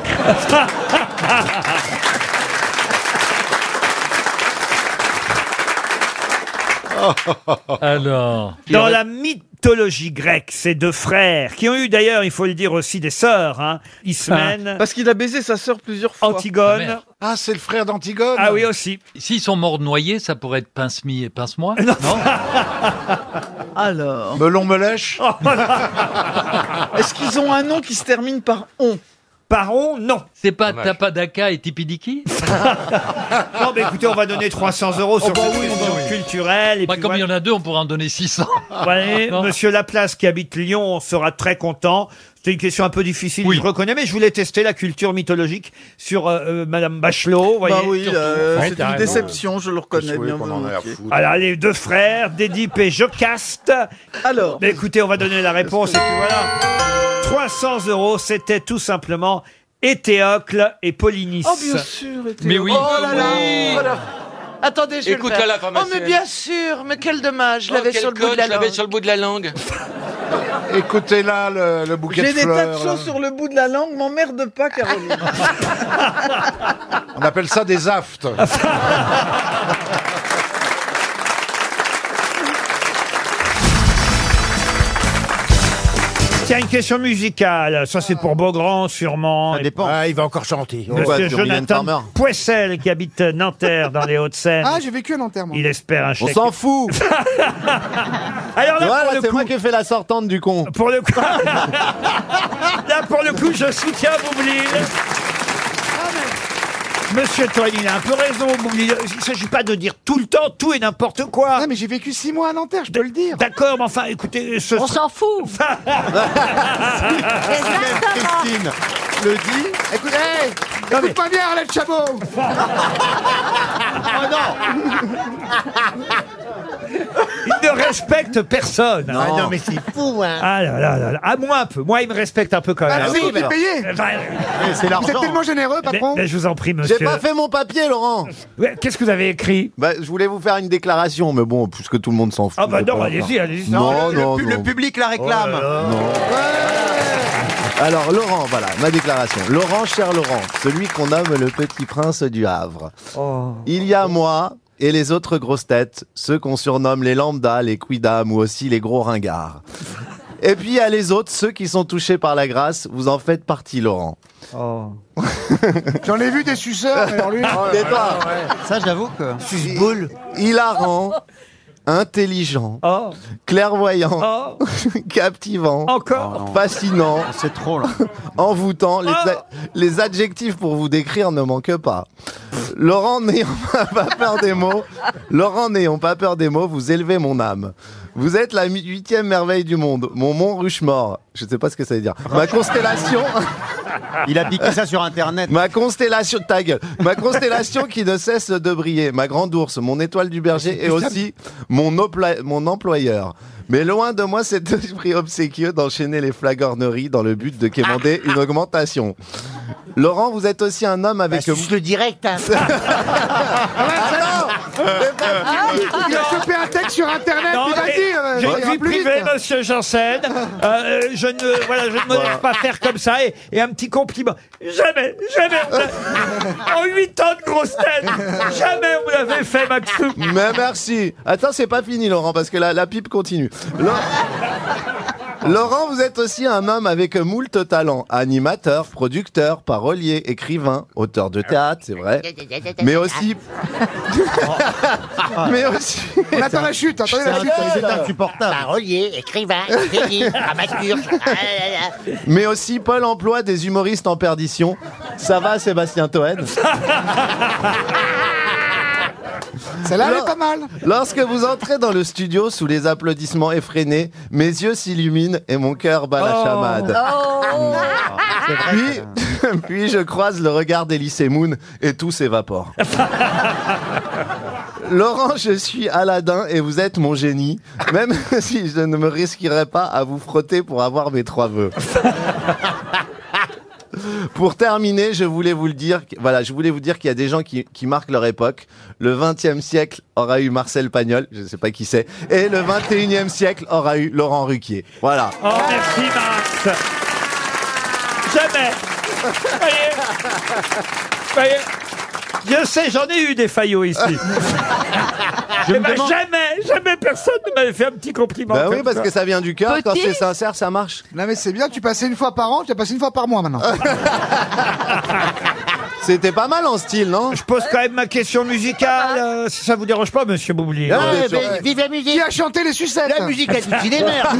[SPEAKER 16] Alors.
[SPEAKER 1] Dans la mythologie grecque, ces deux frères, qui ont eu d'ailleurs, il faut le dire aussi, des sœurs, hein,
[SPEAKER 14] Ah.
[SPEAKER 1] Ismène,
[SPEAKER 4] Ah, Parce qu'il a baisé sa sœur plusieurs fois.
[SPEAKER 1] Antigone.
[SPEAKER 4] Ah, c'est le frère d'Antigone
[SPEAKER 1] Ah oui, aussi.
[SPEAKER 16] S'ils sont morts noyés, ça pourrait être pince-mi et pince-moi. Non.
[SPEAKER 4] Alors.
[SPEAKER 16] Melon me lèche.
[SPEAKER 1] Oh
[SPEAKER 4] Est-ce qu'ils ont un nom qui se termine par on
[SPEAKER 1] Paron, non.
[SPEAKER 16] C'est pas
[SPEAKER 14] Ah,
[SPEAKER 16] Tapadaka Ah, et Tipidiki
[SPEAKER 1] Non, mais écoutez, on va donner 300 euros
[SPEAKER 4] Oh, bah
[SPEAKER 1] sur cette question culturelle. Et
[SPEAKER 16] Bah,
[SPEAKER 1] puis
[SPEAKER 16] comme il y
[SPEAKER 1] voilà.
[SPEAKER 16] en a deux, on pourrait en donner 600.
[SPEAKER 1] Voilà,
[SPEAKER 16] Non.
[SPEAKER 1] Monsieur Laplace qui habite Lyon sera très content. C'était une question un peu difficile, je reconnais, mais je voulais tester la culture mythologique sur euh, euh, Madame Bachelot. vous
[SPEAKER 4] Bah
[SPEAKER 1] voyez.
[SPEAKER 4] oui, euh, c'est une déception, je le reconnais bien volontiers.
[SPEAKER 1] Alors, Ah les deux frères, Dédipe et Jocaste.
[SPEAKER 4] Alors.
[SPEAKER 1] écoutez, on va donner la réponse et puis voilà. 300 euros, c'était tout simplement Éthéocle et Polynice.
[SPEAKER 4] Oh, bien sûr. et-
[SPEAKER 1] Mais oui.
[SPEAKER 4] Oh là là. oh là. Attendez, je vais
[SPEAKER 18] Écoute-la,
[SPEAKER 4] le faire.
[SPEAKER 18] la
[SPEAKER 4] Oh,
[SPEAKER 18] pharmacienne.
[SPEAKER 4] mais bien sûr, mais quel dommage, je
[SPEAKER 18] Oh,
[SPEAKER 4] l'avais
[SPEAKER 18] quel
[SPEAKER 4] sur le bout de
[SPEAKER 18] code,
[SPEAKER 4] la
[SPEAKER 18] je l'avais
[SPEAKER 4] langue.
[SPEAKER 18] sur le bout de la langue.
[SPEAKER 6] Écoutez là le, le bouquet
[SPEAKER 4] J'ai
[SPEAKER 6] de
[SPEAKER 4] des
[SPEAKER 6] fleurs.
[SPEAKER 4] tas de
[SPEAKER 6] là.
[SPEAKER 4] choses sur le bout de la langue, m'emmerde pas, Caroline.
[SPEAKER 6] On appelle ça des aftes.
[SPEAKER 1] Tiens, une question musicale. Ça, c'est pour Beaugrand, sûrement.
[SPEAKER 21] Ah, il va encore chanter.
[SPEAKER 1] Monsieur Jonathan Poissel, qui habite Nanterre, dans les Hauts-de-Seine.
[SPEAKER 19] Ah, j'ai vécu un enterrement.
[SPEAKER 1] Il espère un chèque.
[SPEAKER 19] fout
[SPEAKER 1] Alors là,
[SPEAKER 19] Voilà,
[SPEAKER 1] pour le
[SPEAKER 19] c'est
[SPEAKER 1] coup-
[SPEAKER 19] moi qui ai fait la sortante du con.
[SPEAKER 1] Pour le coup... Là, pour le coup, je soutiens Boublil. Monsieur Toen, il a un peu raison. Boublil. Il ne s'agit pas de dire tout le temps tout et n'importe quoi.
[SPEAKER 19] Non, mais j'ai vécu six mois à Nanterre, je peux le dire.
[SPEAKER 1] D'accord, mais enfin, écoutez, ce...
[SPEAKER 19] On s'en
[SPEAKER 1] fout.
[SPEAKER 19] Christine le dit. Écoute, hey, écoute pas bien, Arlette Chabot Oh non
[SPEAKER 1] il ne respecte personne.
[SPEAKER 21] Ah non, mais c'est fou, hein.
[SPEAKER 1] Ah là là là là. Ah, moi un peu. Moi, il me respecte un peu quand même.
[SPEAKER 19] Ah, mais c'est vous qui payez.
[SPEAKER 1] c'est l'argent.
[SPEAKER 19] Vous êtes tellement généreux, patron
[SPEAKER 1] Mais- mais je vous en prie, monsieur.
[SPEAKER 19] J'ai pas fait mon papier, Laurent
[SPEAKER 1] Qu'est-ce que vous avez écrit
[SPEAKER 19] bah, Je voulais vous faire une déclaration, mais bon, puisque tout le monde s'en fout.
[SPEAKER 1] Ah bah
[SPEAKER 19] je vais
[SPEAKER 1] non,
[SPEAKER 19] pas la
[SPEAKER 1] allez-y,
[SPEAKER 19] faire.
[SPEAKER 1] allez-y.
[SPEAKER 19] Non,
[SPEAKER 1] Le- le
[SPEAKER 19] non,
[SPEAKER 1] pub-
[SPEAKER 19] non.
[SPEAKER 1] le public la réclame.
[SPEAKER 19] Oh là là. Non. Alors Laurent, voilà ma déclaration. Laurent, cher Laurent, celui qu'on nomme le petit prince du Havre.
[SPEAKER 3] Oh.
[SPEAKER 19] Il y a moi et les autres grosses têtes, ceux qu'on surnomme les lambdas, les quidam ou aussi les gros ringards. Et puis il y a les autres, ceux qui sont touchés par la grâce, vous en faites partie Laurent.
[SPEAKER 26] J'en ai vu des suceurs, mais alors lui.
[SPEAKER 19] Des pas. Ça, j'avoue que. Boule. Oh. Hilarant. Intelligent, clairvoyant, captivant, fascinant, Oh Ah, c'est trop envoûtant. Les, a- les adjectifs pour vous décrire ne manquent pas. Laurent, n'ayons pas peur des mots. Laurent, n'ayons pas peur des mots. Vous élevez mon âme. Vous êtes la mi- huitième merveille du monde, mon mont Rushmore. Je ne sais pas ce que ça veut dire. Ma constellation.
[SPEAKER 5] Il a piqué ça sur Internet.
[SPEAKER 19] Ma constellation, ta gueule. Ma constellation qui ne cesse de briller. Ma grande ours, mon étoile du berger et aussi mon, opla- mon employeur. Mais loin de moi cet esprit obséquieux d'enchaîner les flagorneries dans le but de quémander
[SPEAKER 5] Ah.
[SPEAKER 19] une augmentation. Laurent, vous êtes aussi un homme
[SPEAKER 5] Bah,
[SPEAKER 19] avec... le direct, Il a chopé un texte sur Internet,
[SPEAKER 1] Non,
[SPEAKER 19] puis vas-y,
[SPEAKER 1] mais
[SPEAKER 19] euh,
[SPEAKER 1] J'ai
[SPEAKER 19] ça
[SPEAKER 1] une
[SPEAKER 19] ira
[SPEAKER 1] vie
[SPEAKER 19] plus vite.
[SPEAKER 1] privée, monsieur Janssen. Euh, euh, je ne, voilà, je ne me
[SPEAKER 19] Voilà.
[SPEAKER 1] laisse pas faire comme ça. Et, et un petit compliment. Jamais, jamais. en huit ans de grosse tête, jamais on l'avait fait, Maxou.
[SPEAKER 19] Mais merci. Attends, c'est pas fini, Laurent, parce que la, la pipe continue. Laurent- Laurent, vous êtes aussi un homme avec moult talents. Animateur, producteur, parolier, écrivain, auteur de théâtre, c'est vrai. Mais aussi... Mais aussi... Mais attends la chute, attendez la chute.
[SPEAKER 21] C'est insupportable. Parolier, écrivain, écrivain, dramaturge. Ah, là, là.
[SPEAKER 19] Mais aussi Pôle emploi des humoristes en perdition. Ça va, Sébastien Toen Celle-là, elle est pas mal. Lorsque vous entrez dans le studio sous les applaudissements effrénés, mes yeux s'illuminent et mon cœur bat
[SPEAKER 25] Oh.
[SPEAKER 19] la chamade.
[SPEAKER 10] Oh.
[SPEAKER 19] Oh. Puis, puis je croise le regard d'Elise Moon et tout s'évapore. Laurent, je suis Aladdin et vous êtes mon génie, même si je ne me risquerai pas à vous frotter pour avoir mes trois vœux. Pour terminer, je voulais vous le dire, que- voilà, je voulais vous dire qu'il y a des gens qui, qui marquent leur époque. Le 20e siècle aura eu Marcel Pagnol, je ne sais pas qui c'est, et le 21e siècle aura eu Laurent Ruquier. Voilà.
[SPEAKER 1] Oh, merci, Max. Jamais. Voyez. Voyez. Je sais, j'en ai eu des faillots ici.
[SPEAKER 19] Je
[SPEAKER 1] Eh
[SPEAKER 19] me
[SPEAKER 1] ben,
[SPEAKER 19] demande-
[SPEAKER 1] Jamais, jamais personne ne m'avait fait un petit compliment.
[SPEAKER 19] Bah oui,
[SPEAKER 1] comme
[SPEAKER 19] parce que ça vient du cœur, quand
[SPEAKER 1] Petit.
[SPEAKER 19] c'est sincère, ça marche.
[SPEAKER 11] Non mais c'est bien, tu passais une fois par an, tu as passé une fois par mois maintenant.
[SPEAKER 1] C'était pas mal en style, non Je pose quand même ma question musicale, euh, si ça vous dérange pas, monsieur Boublier.
[SPEAKER 11] Ah, Ouais, bien sûr. mais
[SPEAKER 21] vive la musique
[SPEAKER 11] Qui a chanté les sucettes
[SPEAKER 21] La musique a dit des merdes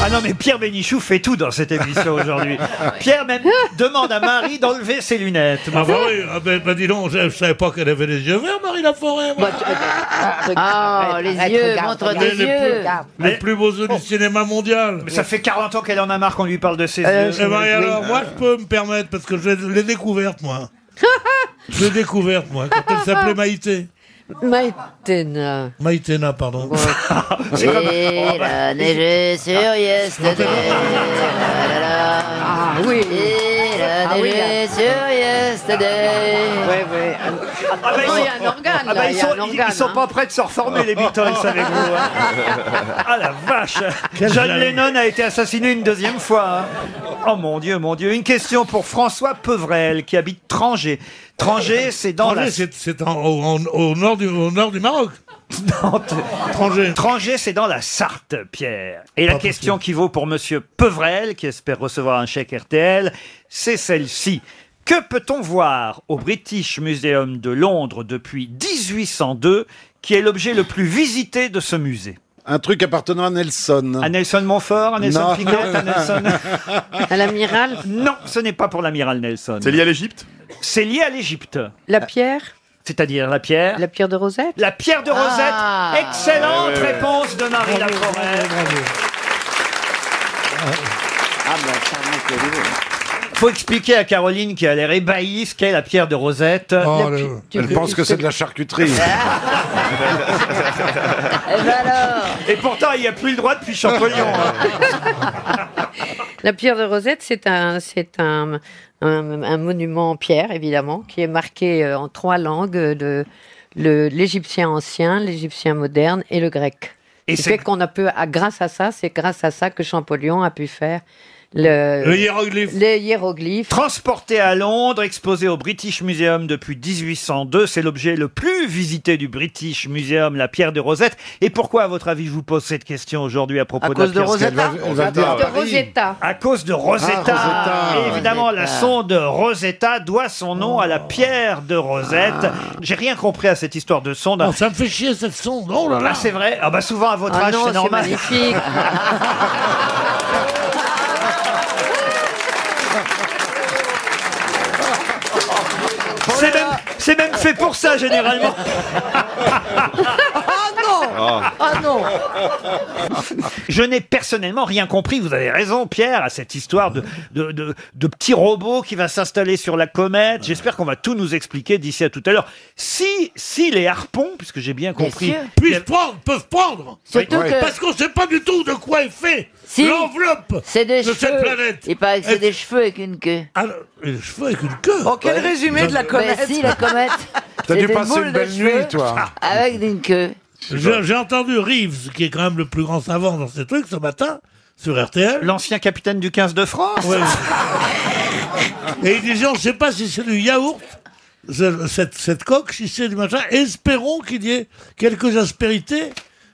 [SPEAKER 1] Ah non, mais Pierre Bénichou fait tout dans cette émission aujourd'hui.
[SPEAKER 17] Ah
[SPEAKER 1] Pierre même demande à Marie d'enlever ses lunettes.
[SPEAKER 2] Ah bah oui, ah ben, bah dis donc, je, je savais pas qu'elle avait les yeux verts, Marie Laforêt. moi.
[SPEAKER 17] Ah, les
[SPEAKER 2] Elle
[SPEAKER 17] yeux,
[SPEAKER 2] regarde.
[SPEAKER 17] montre tes
[SPEAKER 2] Mais les
[SPEAKER 17] yeux.
[SPEAKER 1] Ah,
[SPEAKER 2] plus- Les plus beaux yeux du cinéma mondial.
[SPEAKER 1] Oh. Mais ça fait 40 ans qu'elle en a marre qu'on lui parle de ses
[SPEAKER 17] Euh,
[SPEAKER 2] Eh
[SPEAKER 1] yeux.
[SPEAKER 2] ben, et alors, moi, je peux me permettre, parce que je l'ai découverte, moi. je l'ai découverte, moi, quand elle s'appelait Maïté.
[SPEAKER 17] Maïtena.
[SPEAKER 2] Maïténa, pardon.
[SPEAKER 17] C'est Il a neigé sur yesterday. Ah oui. Il a Ah oui, neigé là. sur yesterday. Ouais, ouais.
[SPEAKER 1] Ah bah, ils
[SPEAKER 17] Oh,
[SPEAKER 1] sont-
[SPEAKER 17] il y a un organe,
[SPEAKER 1] Ah bah,
[SPEAKER 17] là,
[SPEAKER 1] ils
[SPEAKER 17] il y a
[SPEAKER 1] sont,
[SPEAKER 17] un
[SPEAKER 1] ils- ils
[SPEAKER 17] organe,
[SPEAKER 1] sont
[SPEAKER 17] hein.
[SPEAKER 1] pas prêts de se reformer, les Beatles, savez-vous. hein. Ah la vache John Lennon a été assassiné une deuxième fois. hein. Oh mon Dieu, mon Dieu. Une question pour François Pevrel, qui habite Trangé. Trangé, c'est dans
[SPEAKER 2] Trangé,
[SPEAKER 1] la...
[SPEAKER 2] c'est- c'est en- au, en- au nord du, au nord du Maroc.
[SPEAKER 1] Trangé. c'est dans la Sarthe, Pierre. Et la question qui vaut pour Monsieur Pevrel, qui espère recevoir un chèque RTL, c'est celle-ci. Que peut-on voir au British Museum de Londres depuis 1802, qui est l'objet le plus visité de ce musée
[SPEAKER 6] Un truc appartenant à Nelson.
[SPEAKER 1] À Nelson Montfort, à Nelson
[SPEAKER 6] Non.
[SPEAKER 1] Piquet, à Nelson...
[SPEAKER 17] À l'amiral
[SPEAKER 1] Non, ce n'est pas pour l'amiral Nelson.
[SPEAKER 5] C'est lié
[SPEAKER 1] à l'Égypte C'est lié à l'Égypte.
[SPEAKER 17] La pierre
[SPEAKER 1] C'est-à-dire la pierre
[SPEAKER 17] La pierre de Rosette
[SPEAKER 1] La pierre de Rosette
[SPEAKER 17] Ah.
[SPEAKER 1] Excellente
[SPEAKER 5] Ouais, ouais, ouais.
[SPEAKER 1] réponse de Marie Laforêt. Faut expliquer à Caroline qui a l'air ébahie ce qu'est la pierre de Rosette.
[SPEAKER 26] Oh, le- Elle pense que c'est de la charcuterie.
[SPEAKER 17] ben
[SPEAKER 1] Et pourtant, il n'y a plus le droit depuis Champollion. hein.
[SPEAKER 17] La pierre de Rosette, c'est un, c'est un, un- un monument en pierre, évidemment, qui est marqué euh, en trois langues, euh, le- le- l'Égyptien ancien, l'Égyptien moderne et le grec.
[SPEAKER 1] Et
[SPEAKER 17] Et
[SPEAKER 1] c'est-
[SPEAKER 17] c'est qu'on a pu, à- grâce à ça, c'est grâce à ça que Champollion a pu faire Euh, le,
[SPEAKER 1] Le hiéroglyphe.
[SPEAKER 17] les hiéroglyphes.
[SPEAKER 1] Transporté à Londres, exposé au British Museum depuis 1802, c'est l'objet le plus visité du British Museum, la pierre de Rosette. Et pourquoi, à votre avis, je vous pose cette question aujourd'hui à propos
[SPEAKER 17] À
[SPEAKER 1] de
[SPEAKER 17] cause de
[SPEAKER 1] la pierre
[SPEAKER 17] Rosetta
[SPEAKER 1] Parce qu'elle va- elle va
[SPEAKER 17] À
[SPEAKER 1] venir à
[SPEAKER 17] cause de
[SPEAKER 1] Paris.
[SPEAKER 17] Rosetta.
[SPEAKER 1] À cause de Rosetta.
[SPEAKER 17] Ah, Rosetta.
[SPEAKER 1] Et évidemment,
[SPEAKER 17] Rosetta.
[SPEAKER 1] la sonde Rosetta doit son nom à la pierre de Rosette. J'ai rien compris à cette histoire de sonde.
[SPEAKER 2] ça me fait chier cette sonde. Oh là là.
[SPEAKER 1] Ah, c'est vrai. Ah bah souvent à votre
[SPEAKER 17] Ah
[SPEAKER 1] âge,
[SPEAKER 17] non,
[SPEAKER 1] c'est
[SPEAKER 17] c'est
[SPEAKER 1] normal.
[SPEAKER 17] magnifique.
[SPEAKER 1] C'est même, c'est même fait pour ça, généralement.
[SPEAKER 5] Ah non Ah non
[SPEAKER 1] Je n'ai personnellement rien compris, vous avez raison Pierre, à cette histoire de, de, de, de petit robot qui va s'installer sur la comète. J'espère qu'on va tout nous expliquer d'ici à tout à l'heure. Si, si les harpons, puisque j'ai bien compris...
[SPEAKER 2] sûr. Puissent prendre, peuvent prendre
[SPEAKER 17] Surtout Oui. que-
[SPEAKER 2] Parce qu'on sait pas du tout de quoi est fait
[SPEAKER 17] Si.
[SPEAKER 2] l'enveloppe
[SPEAKER 17] C'est des
[SPEAKER 2] de cette
[SPEAKER 17] cheveux.
[SPEAKER 2] planète.
[SPEAKER 17] Il paraît que c'est des cheveux avec une queue.
[SPEAKER 2] Et les cheveux avec une queue.
[SPEAKER 17] Oh,
[SPEAKER 2] quel résumé de la comète.
[SPEAKER 17] Mais si, la comète.
[SPEAKER 2] T'as
[SPEAKER 17] c'est
[SPEAKER 2] dû
[SPEAKER 17] des
[SPEAKER 2] passer
[SPEAKER 17] boules
[SPEAKER 2] une
[SPEAKER 17] de
[SPEAKER 2] belle
[SPEAKER 17] cheveux
[SPEAKER 2] nuit, toi.
[SPEAKER 17] Avec une queue.
[SPEAKER 2] Je- J'ai entendu Reeves, qui est quand même le plus grand savant dans ces trucs, ce matin, sur RTL.
[SPEAKER 1] L'ancien capitaine du 15 de France.
[SPEAKER 2] Et il disait, on ne sait pas si c'est du yaourt, ce- cette, cette coque, si c'est du machin. Espérons qu'il y ait quelques aspérités.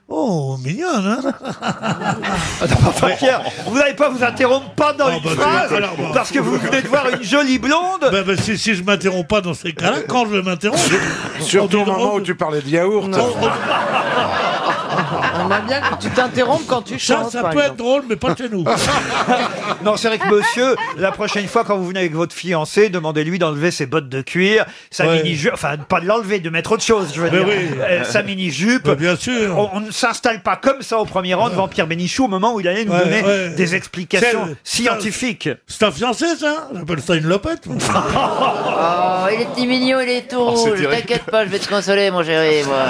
[SPEAKER 2] Oh, mignonne, hein
[SPEAKER 1] Ah, Enfin, Pierre, vous n'allez pas vous interrompre
[SPEAKER 2] Ah,
[SPEAKER 1] pendant
[SPEAKER 2] bah,
[SPEAKER 1] une phrase,
[SPEAKER 2] alors, bon.
[SPEAKER 1] parce que vous venez de voir une jolie blonde.
[SPEAKER 2] Ben, ben, si, si je m'interromps pas dans ces cas-là, quand je m'interromps...
[SPEAKER 26] Surtout au moment où tu parlais de yaourt.
[SPEAKER 4] Ah, On aime bien que tu t'interrompes quand tu
[SPEAKER 2] Ça,
[SPEAKER 4] chantes.
[SPEAKER 2] ça
[SPEAKER 4] par
[SPEAKER 2] peut être
[SPEAKER 4] exemple.
[SPEAKER 2] drôle, mais pas chez nous.
[SPEAKER 1] Non, c'est vrai que monsieur, la prochaine fois quand vous venez avec votre fiancé, demandez-lui d'enlever ses bottes de cuir, sa
[SPEAKER 2] Ouais.
[SPEAKER 1] mini-jupe, enfin pas de l'enlever, de mettre autre chose, je veux
[SPEAKER 2] Mais
[SPEAKER 1] dire,
[SPEAKER 2] oui.
[SPEAKER 1] Euh, sa mini-jupe.
[SPEAKER 2] Mais bien sûr.
[SPEAKER 1] On, on ne s'installe pas comme ça au premier rang devant Pierre Bénichou au moment où il allait nous
[SPEAKER 2] Ouais,
[SPEAKER 1] donner
[SPEAKER 2] ouais.
[SPEAKER 1] des explications
[SPEAKER 2] C'est le-
[SPEAKER 1] scientifiques.
[SPEAKER 2] C'est un fiancé, ça J'appelle ça une lopette.
[SPEAKER 17] Oh, il est petit mignon, il est tout
[SPEAKER 2] Oh, c'est
[SPEAKER 17] rouge.
[SPEAKER 2] terrible.
[SPEAKER 17] T'inquiète pas, je vais te consoler, mon chéri, moi.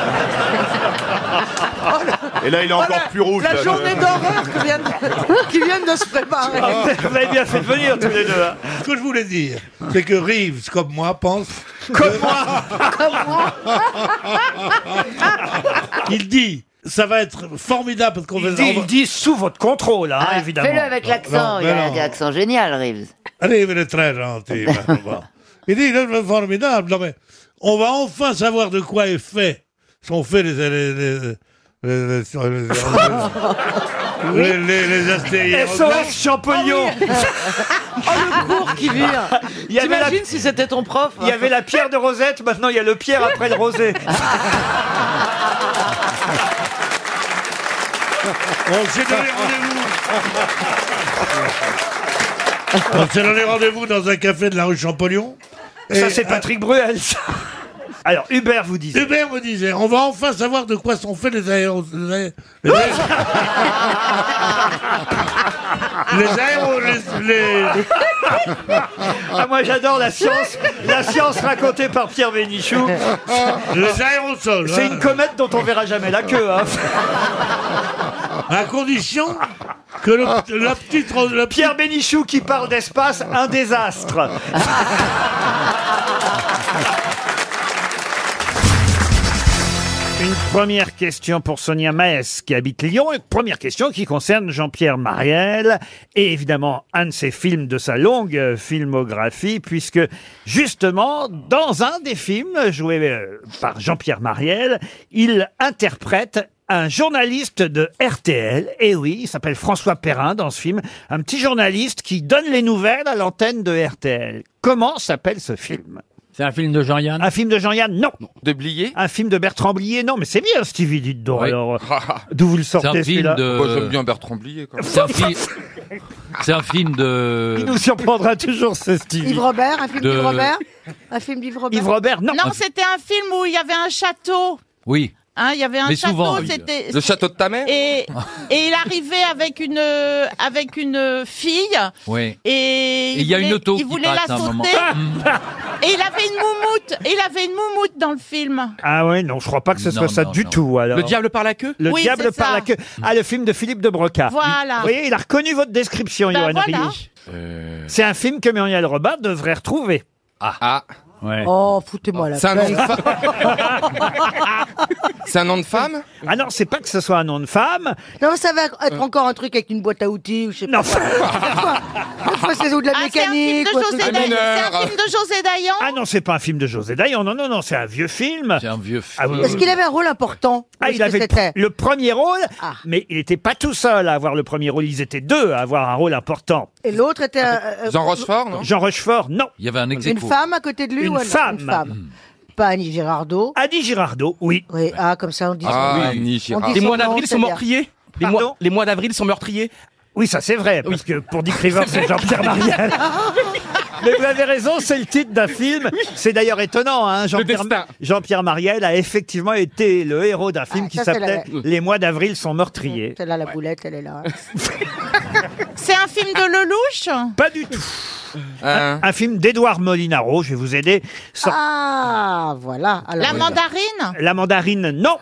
[SPEAKER 10] Oh
[SPEAKER 5] Et là, il est encore plus rouge.
[SPEAKER 4] La
[SPEAKER 5] là,
[SPEAKER 4] journée
[SPEAKER 5] de-
[SPEAKER 4] d'horreur que viennent- qui viennent de se préparer.
[SPEAKER 2] Ah.
[SPEAKER 1] Vous avez bien fait de venir tous les deux. hein.
[SPEAKER 2] Ce que je voulais dire, c'est que Reeves, comme moi, pense.
[SPEAKER 1] Comme moi
[SPEAKER 2] Il dit ça va être formidable parce qu'on va.
[SPEAKER 1] Il dit, il dit sous votre contrôle, hein, évidemment.
[SPEAKER 10] Fais-le avec l'accent, il a un accent génial, Reeves.
[SPEAKER 2] Allez, il est très gentil. maintenant, bon. Il dit, il est formidable. Non, mais on va enfin savoir de quoi est fait, sont faits les. les, les, les- les- les- les- les- les Ah astérisques.
[SPEAKER 1] SOS Champollion
[SPEAKER 12] Oh,
[SPEAKER 15] le cours Ah qui vient
[SPEAKER 1] Il y avait la-
[SPEAKER 15] T'imagines si c'était ton prof hein.
[SPEAKER 1] Il y avait la pierre de Rosette, maintenant il y a le pierre après le rosé.
[SPEAKER 2] On s'est donné rendez-vous. On s'est Ah, donné rendez-vous dans un café de la rue Champollion.
[SPEAKER 1] Ça, c'est Patrick Bruel. Alors, Hubert vous disait.
[SPEAKER 2] Hubert me disait, on va enfin savoir de quoi sont faits les aéros. Les, aé- les aé- Les aéros. les- les-
[SPEAKER 1] Ah, moi j'adore la science, la science racontée par Pierre Bénichou.
[SPEAKER 2] Les aérosols.
[SPEAKER 1] C'est une comète dont on verra jamais la queue. hein.
[SPEAKER 2] À condition que le- la petite. Ah,
[SPEAKER 1] Pierre Bénichou qui parle d'espace, un désastre. Une première question pour Sonia Maes qui habite Lyon. Une première question qui concerne Jean-Pierre Marielle et évidemment un de ses films de sa longue euh, filmographie puisque justement dans un des films joués euh, par Jean-Pierre Marielle, il interprète un journaliste de RTL, et oui, il s'appelle François Perrin dans ce film, un petit journaliste qui donne les nouvelles à l'antenne de RTL. Comment s'appelle ce film c'est un film de Jean-Yann Un film de Jean-Yann, non. De Blier Un film de Bertrand Blier, non, mais c'est bien Stevie, dites donc. Alors, euh, d'où vous le
[SPEAKER 14] C'est un
[SPEAKER 1] sortez
[SPEAKER 14] film
[SPEAKER 1] celui-là
[SPEAKER 14] de- Ah, Moi, j'aime bien
[SPEAKER 18] Bertrand Blier.
[SPEAKER 14] C'est un, fi- c'est un film de.
[SPEAKER 1] Il nous surprendra toujours ce Stevie.
[SPEAKER 12] Yves Robert, un film
[SPEAKER 14] Euh, De-
[SPEAKER 12] d'Yves Robert Un film d'Yves Robert
[SPEAKER 1] Yves Robert, non.
[SPEAKER 12] Non, c'était un film où il y avait un château.
[SPEAKER 14] Oui.
[SPEAKER 12] Hein, il y avait un
[SPEAKER 14] Mais
[SPEAKER 12] château,
[SPEAKER 14] souvent, oui.
[SPEAKER 12] c'était
[SPEAKER 14] Le château de ta mère
[SPEAKER 12] Et, et il arrivait avec une euh, avec une fille.
[SPEAKER 14] Oui.
[SPEAKER 12] Et
[SPEAKER 14] Et il y a
[SPEAKER 12] voulait-
[SPEAKER 14] une auto
[SPEAKER 12] Il
[SPEAKER 14] qui
[SPEAKER 12] voulait
[SPEAKER 14] passe
[SPEAKER 12] la
[SPEAKER 14] à un moment.
[SPEAKER 12] sauter. et il avait une moumoute. Et il avait une moumoute dans le film.
[SPEAKER 1] Ah ouais, non, je crois pas que ce
[SPEAKER 14] Non,
[SPEAKER 1] soit ça
[SPEAKER 14] non,
[SPEAKER 1] du
[SPEAKER 14] non.
[SPEAKER 1] tout. Alors.
[SPEAKER 14] Le diable par la queue
[SPEAKER 1] Le
[SPEAKER 12] Oui,
[SPEAKER 1] diable
[SPEAKER 12] c'est
[SPEAKER 1] par
[SPEAKER 12] ça.
[SPEAKER 1] la queue. Ah, le film de Philippe de Broca.
[SPEAKER 12] Voilà.
[SPEAKER 1] Vous voyez, il a reconnu votre description,
[SPEAKER 12] Ben
[SPEAKER 1] Johan
[SPEAKER 12] voilà.
[SPEAKER 1] Rioux. C'est un film que Muriel Robin devrait retrouver.
[SPEAKER 14] Euh. Ah.
[SPEAKER 12] Oh, foutez-moi la
[SPEAKER 14] C'est un
[SPEAKER 12] paix.
[SPEAKER 14] nom de
[SPEAKER 1] C'est un nom de femme Ah non, c'est pas que ce soit un nom de femme.
[SPEAKER 10] Non, ça va être encore un truc avec une boîte à outils ou je sais pas. Des fois, c'est ou de la
[SPEAKER 12] Ah, c'est un film
[SPEAKER 10] mécanique.
[SPEAKER 12] de
[SPEAKER 10] ou un truc
[SPEAKER 12] José
[SPEAKER 10] comme ça.
[SPEAKER 12] Dayan. C'est un film de José Dayan.
[SPEAKER 1] Ah non, c'est pas un film de José Dayan. Non, non, non, c'est un vieux film. Ah C'est
[SPEAKER 14] un vieux
[SPEAKER 1] film.
[SPEAKER 10] Est-ce qu'il avait un rôle important
[SPEAKER 1] Ah,
[SPEAKER 10] Est-ce
[SPEAKER 1] il
[SPEAKER 10] que
[SPEAKER 1] avait le
[SPEAKER 10] c'était Ah.
[SPEAKER 1] pr- le premier rôle, mais il n'était pas tout seul à avoir le premier rôle. Ils étaient deux à avoir un rôle important.
[SPEAKER 10] Et l'autre était un- euh,
[SPEAKER 1] Jean Rochefort, non.
[SPEAKER 14] Il y avait un
[SPEAKER 10] Une femme à côté de lui
[SPEAKER 1] Une
[SPEAKER 10] ou un-
[SPEAKER 1] femme.
[SPEAKER 10] Une femme. Pas Annie Girardot.
[SPEAKER 1] Annie Girardot, oui.
[SPEAKER 10] Oui, ah, comme ça on dit.
[SPEAKER 14] Ah,
[SPEAKER 10] on dit-
[SPEAKER 14] Annie
[SPEAKER 10] on dit
[SPEAKER 14] Girardot.
[SPEAKER 10] son
[SPEAKER 14] Les mois
[SPEAKER 10] nom,
[SPEAKER 14] d'avril sont
[SPEAKER 10] c'est bien.
[SPEAKER 14] meurtriers. Les mois, les mois d'avril sont meurtriers.
[SPEAKER 1] Oui, ça c'est vrai, parce que pour Dick River, c'est Jean-Pierre Marielle. Mais vous avez raison, c'est le titre d'un film. C'est d'ailleurs étonnant. Hein. Jean-Pierre Jean-Pierre Marielle a effectivement été le héros d'un film
[SPEAKER 10] Ah,
[SPEAKER 1] qui
[SPEAKER 10] ça, c'est la- Mmh.
[SPEAKER 1] s'appelait Les mois d'avril sont meurtriers.
[SPEAKER 10] Celle-là, la boulette, elle est là.
[SPEAKER 12] C'est un film de Lelouch.
[SPEAKER 1] Pas du tout.
[SPEAKER 14] Hein.
[SPEAKER 1] Un, un film d'Edouard Molinaro, je vais vous aider. Sort-
[SPEAKER 10] Ah, voilà. Alors,
[SPEAKER 12] La mandarine.
[SPEAKER 1] La mandarine, non.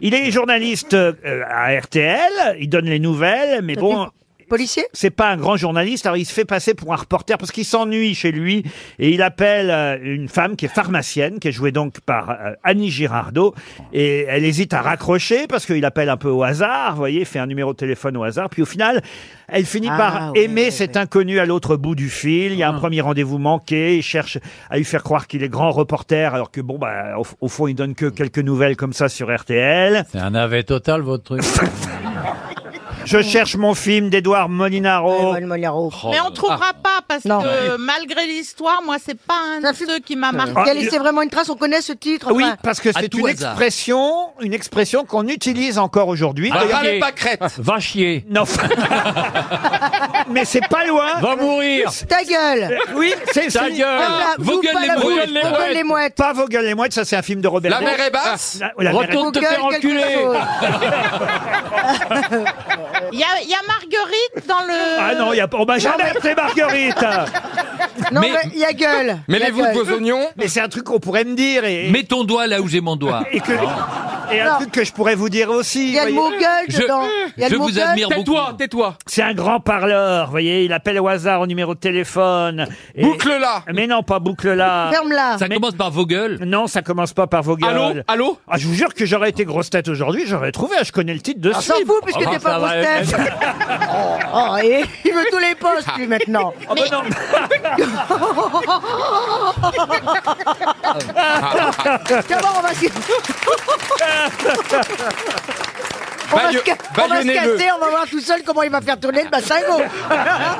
[SPEAKER 1] Il est journaliste euh, à RTL, il donne les nouvelles, mais bon.
[SPEAKER 10] Policier
[SPEAKER 1] C'est pas un grand journaliste, alors il se fait passer pour un reporter parce qu'il s'ennuie chez lui et il appelle euh, une femme qui est pharmacienne, qui est jouée donc par euh, Annie Girardot, et elle hésite à raccrocher parce qu'il appelle un peu au hasard, vous voyez, il fait un numéro de téléphone au hasard, puis au final, elle finit
[SPEAKER 10] Ah,
[SPEAKER 1] par
[SPEAKER 10] ouais,
[SPEAKER 1] aimer cet inconnu à l'autre bout du fil, il y a un premier rendez-vous manqué, il cherche à lui faire croire qu'il est grand reporter alors que bon, bah, au, au fond, il donne que quelques nouvelles comme ça sur RTL.
[SPEAKER 5] C'est un navet total, votre truc.
[SPEAKER 1] Je cherche mon film d'Edouard Molinaro. Oh
[SPEAKER 12] Mais on
[SPEAKER 1] Ah.
[SPEAKER 12] trouvera pas parce que malgré l'histoire, moi, c'est pas un de ceux qui m'a marqué.
[SPEAKER 1] Ah, il-
[SPEAKER 10] c'est vraiment une trace, on connaît ce titre.
[SPEAKER 1] Ah Oui,
[SPEAKER 10] enfin.
[SPEAKER 1] parce que
[SPEAKER 10] À
[SPEAKER 1] c'est
[SPEAKER 10] tout
[SPEAKER 1] une
[SPEAKER 10] hasard.
[SPEAKER 1] expression, une expression qu'on utilise encore aujourd'hui.
[SPEAKER 5] Va
[SPEAKER 1] D'ailleurs-
[SPEAKER 5] chier. Ah, Va chier.
[SPEAKER 1] Non. Mais c'est pas loin.
[SPEAKER 5] Va mourir.
[SPEAKER 10] Ta gueule
[SPEAKER 1] Oui, c'est
[SPEAKER 5] Ta
[SPEAKER 1] c'est-
[SPEAKER 5] gueule. Ah, Vos vous, gueules pas les la mouettes. mouettes.
[SPEAKER 1] Vos gueules les mouettes. Pas vos gueules les mouettes, ça c'est un film de Robert.
[SPEAKER 5] La
[SPEAKER 1] Redford.
[SPEAKER 5] mer est basse.
[SPEAKER 1] Ah, la mer est-
[SPEAKER 5] Retourne te Vos faire gueules, quelque enculer. chose.
[SPEAKER 12] Il y, a- il y a Marguerite dans le.
[SPEAKER 1] Ah non, il y a on m'a jamais appelé Marguerite.
[SPEAKER 10] Non, mais il y a gueule. Il y a gueule.
[SPEAKER 1] Mais c'est un truc qu'on pourrait me dire et
[SPEAKER 14] Mets ton doigt là où j'ai mon doigt.
[SPEAKER 1] et que Et un
[SPEAKER 10] Non.
[SPEAKER 1] truc que je pourrais vous dire aussi.
[SPEAKER 10] Il y a le
[SPEAKER 1] voyez.
[SPEAKER 10] mot gueule Je- dedans. Il y a le je mot vous gueule. admire beaucoup.
[SPEAKER 1] Tais-toi, tais-toi. C'est un grand parleur, vous voyez. Il appelle au hasard au numéro de téléphone. Boucle-la Mais non, pas boucle-la.
[SPEAKER 10] Ferme-la. Ça
[SPEAKER 1] commence par vos gueules Non, ça commence pas par vos gueules.
[SPEAKER 10] Allô
[SPEAKER 1] Allô ah, Je vous jure que j'aurais été grosse tête aujourd'hui, j'aurais trouvé. Je connais le titre de
[SPEAKER 10] Ah,
[SPEAKER 1] ce
[SPEAKER 10] s'en
[SPEAKER 1] livre.
[SPEAKER 10] fout, puisque t'es pas
[SPEAKER 1] ça va,
[SPEAKER 10] grosse tête.
[SPEAKER 1] elle-
[SPEAKER 10] Oh, et il veut tous les postes, lui, maintenant.
[SPEAKER 1] Oh, bah non.
[SPEAKER 10] Tiens, bon, on va se... On va, se ca- on va se
[SPEAKER 5] bâillonnez-le.
[SPEAKER 10] casser, on va voir tout seul comment il va faire tourner le bassingo.
[SPEAKER 5] Ah,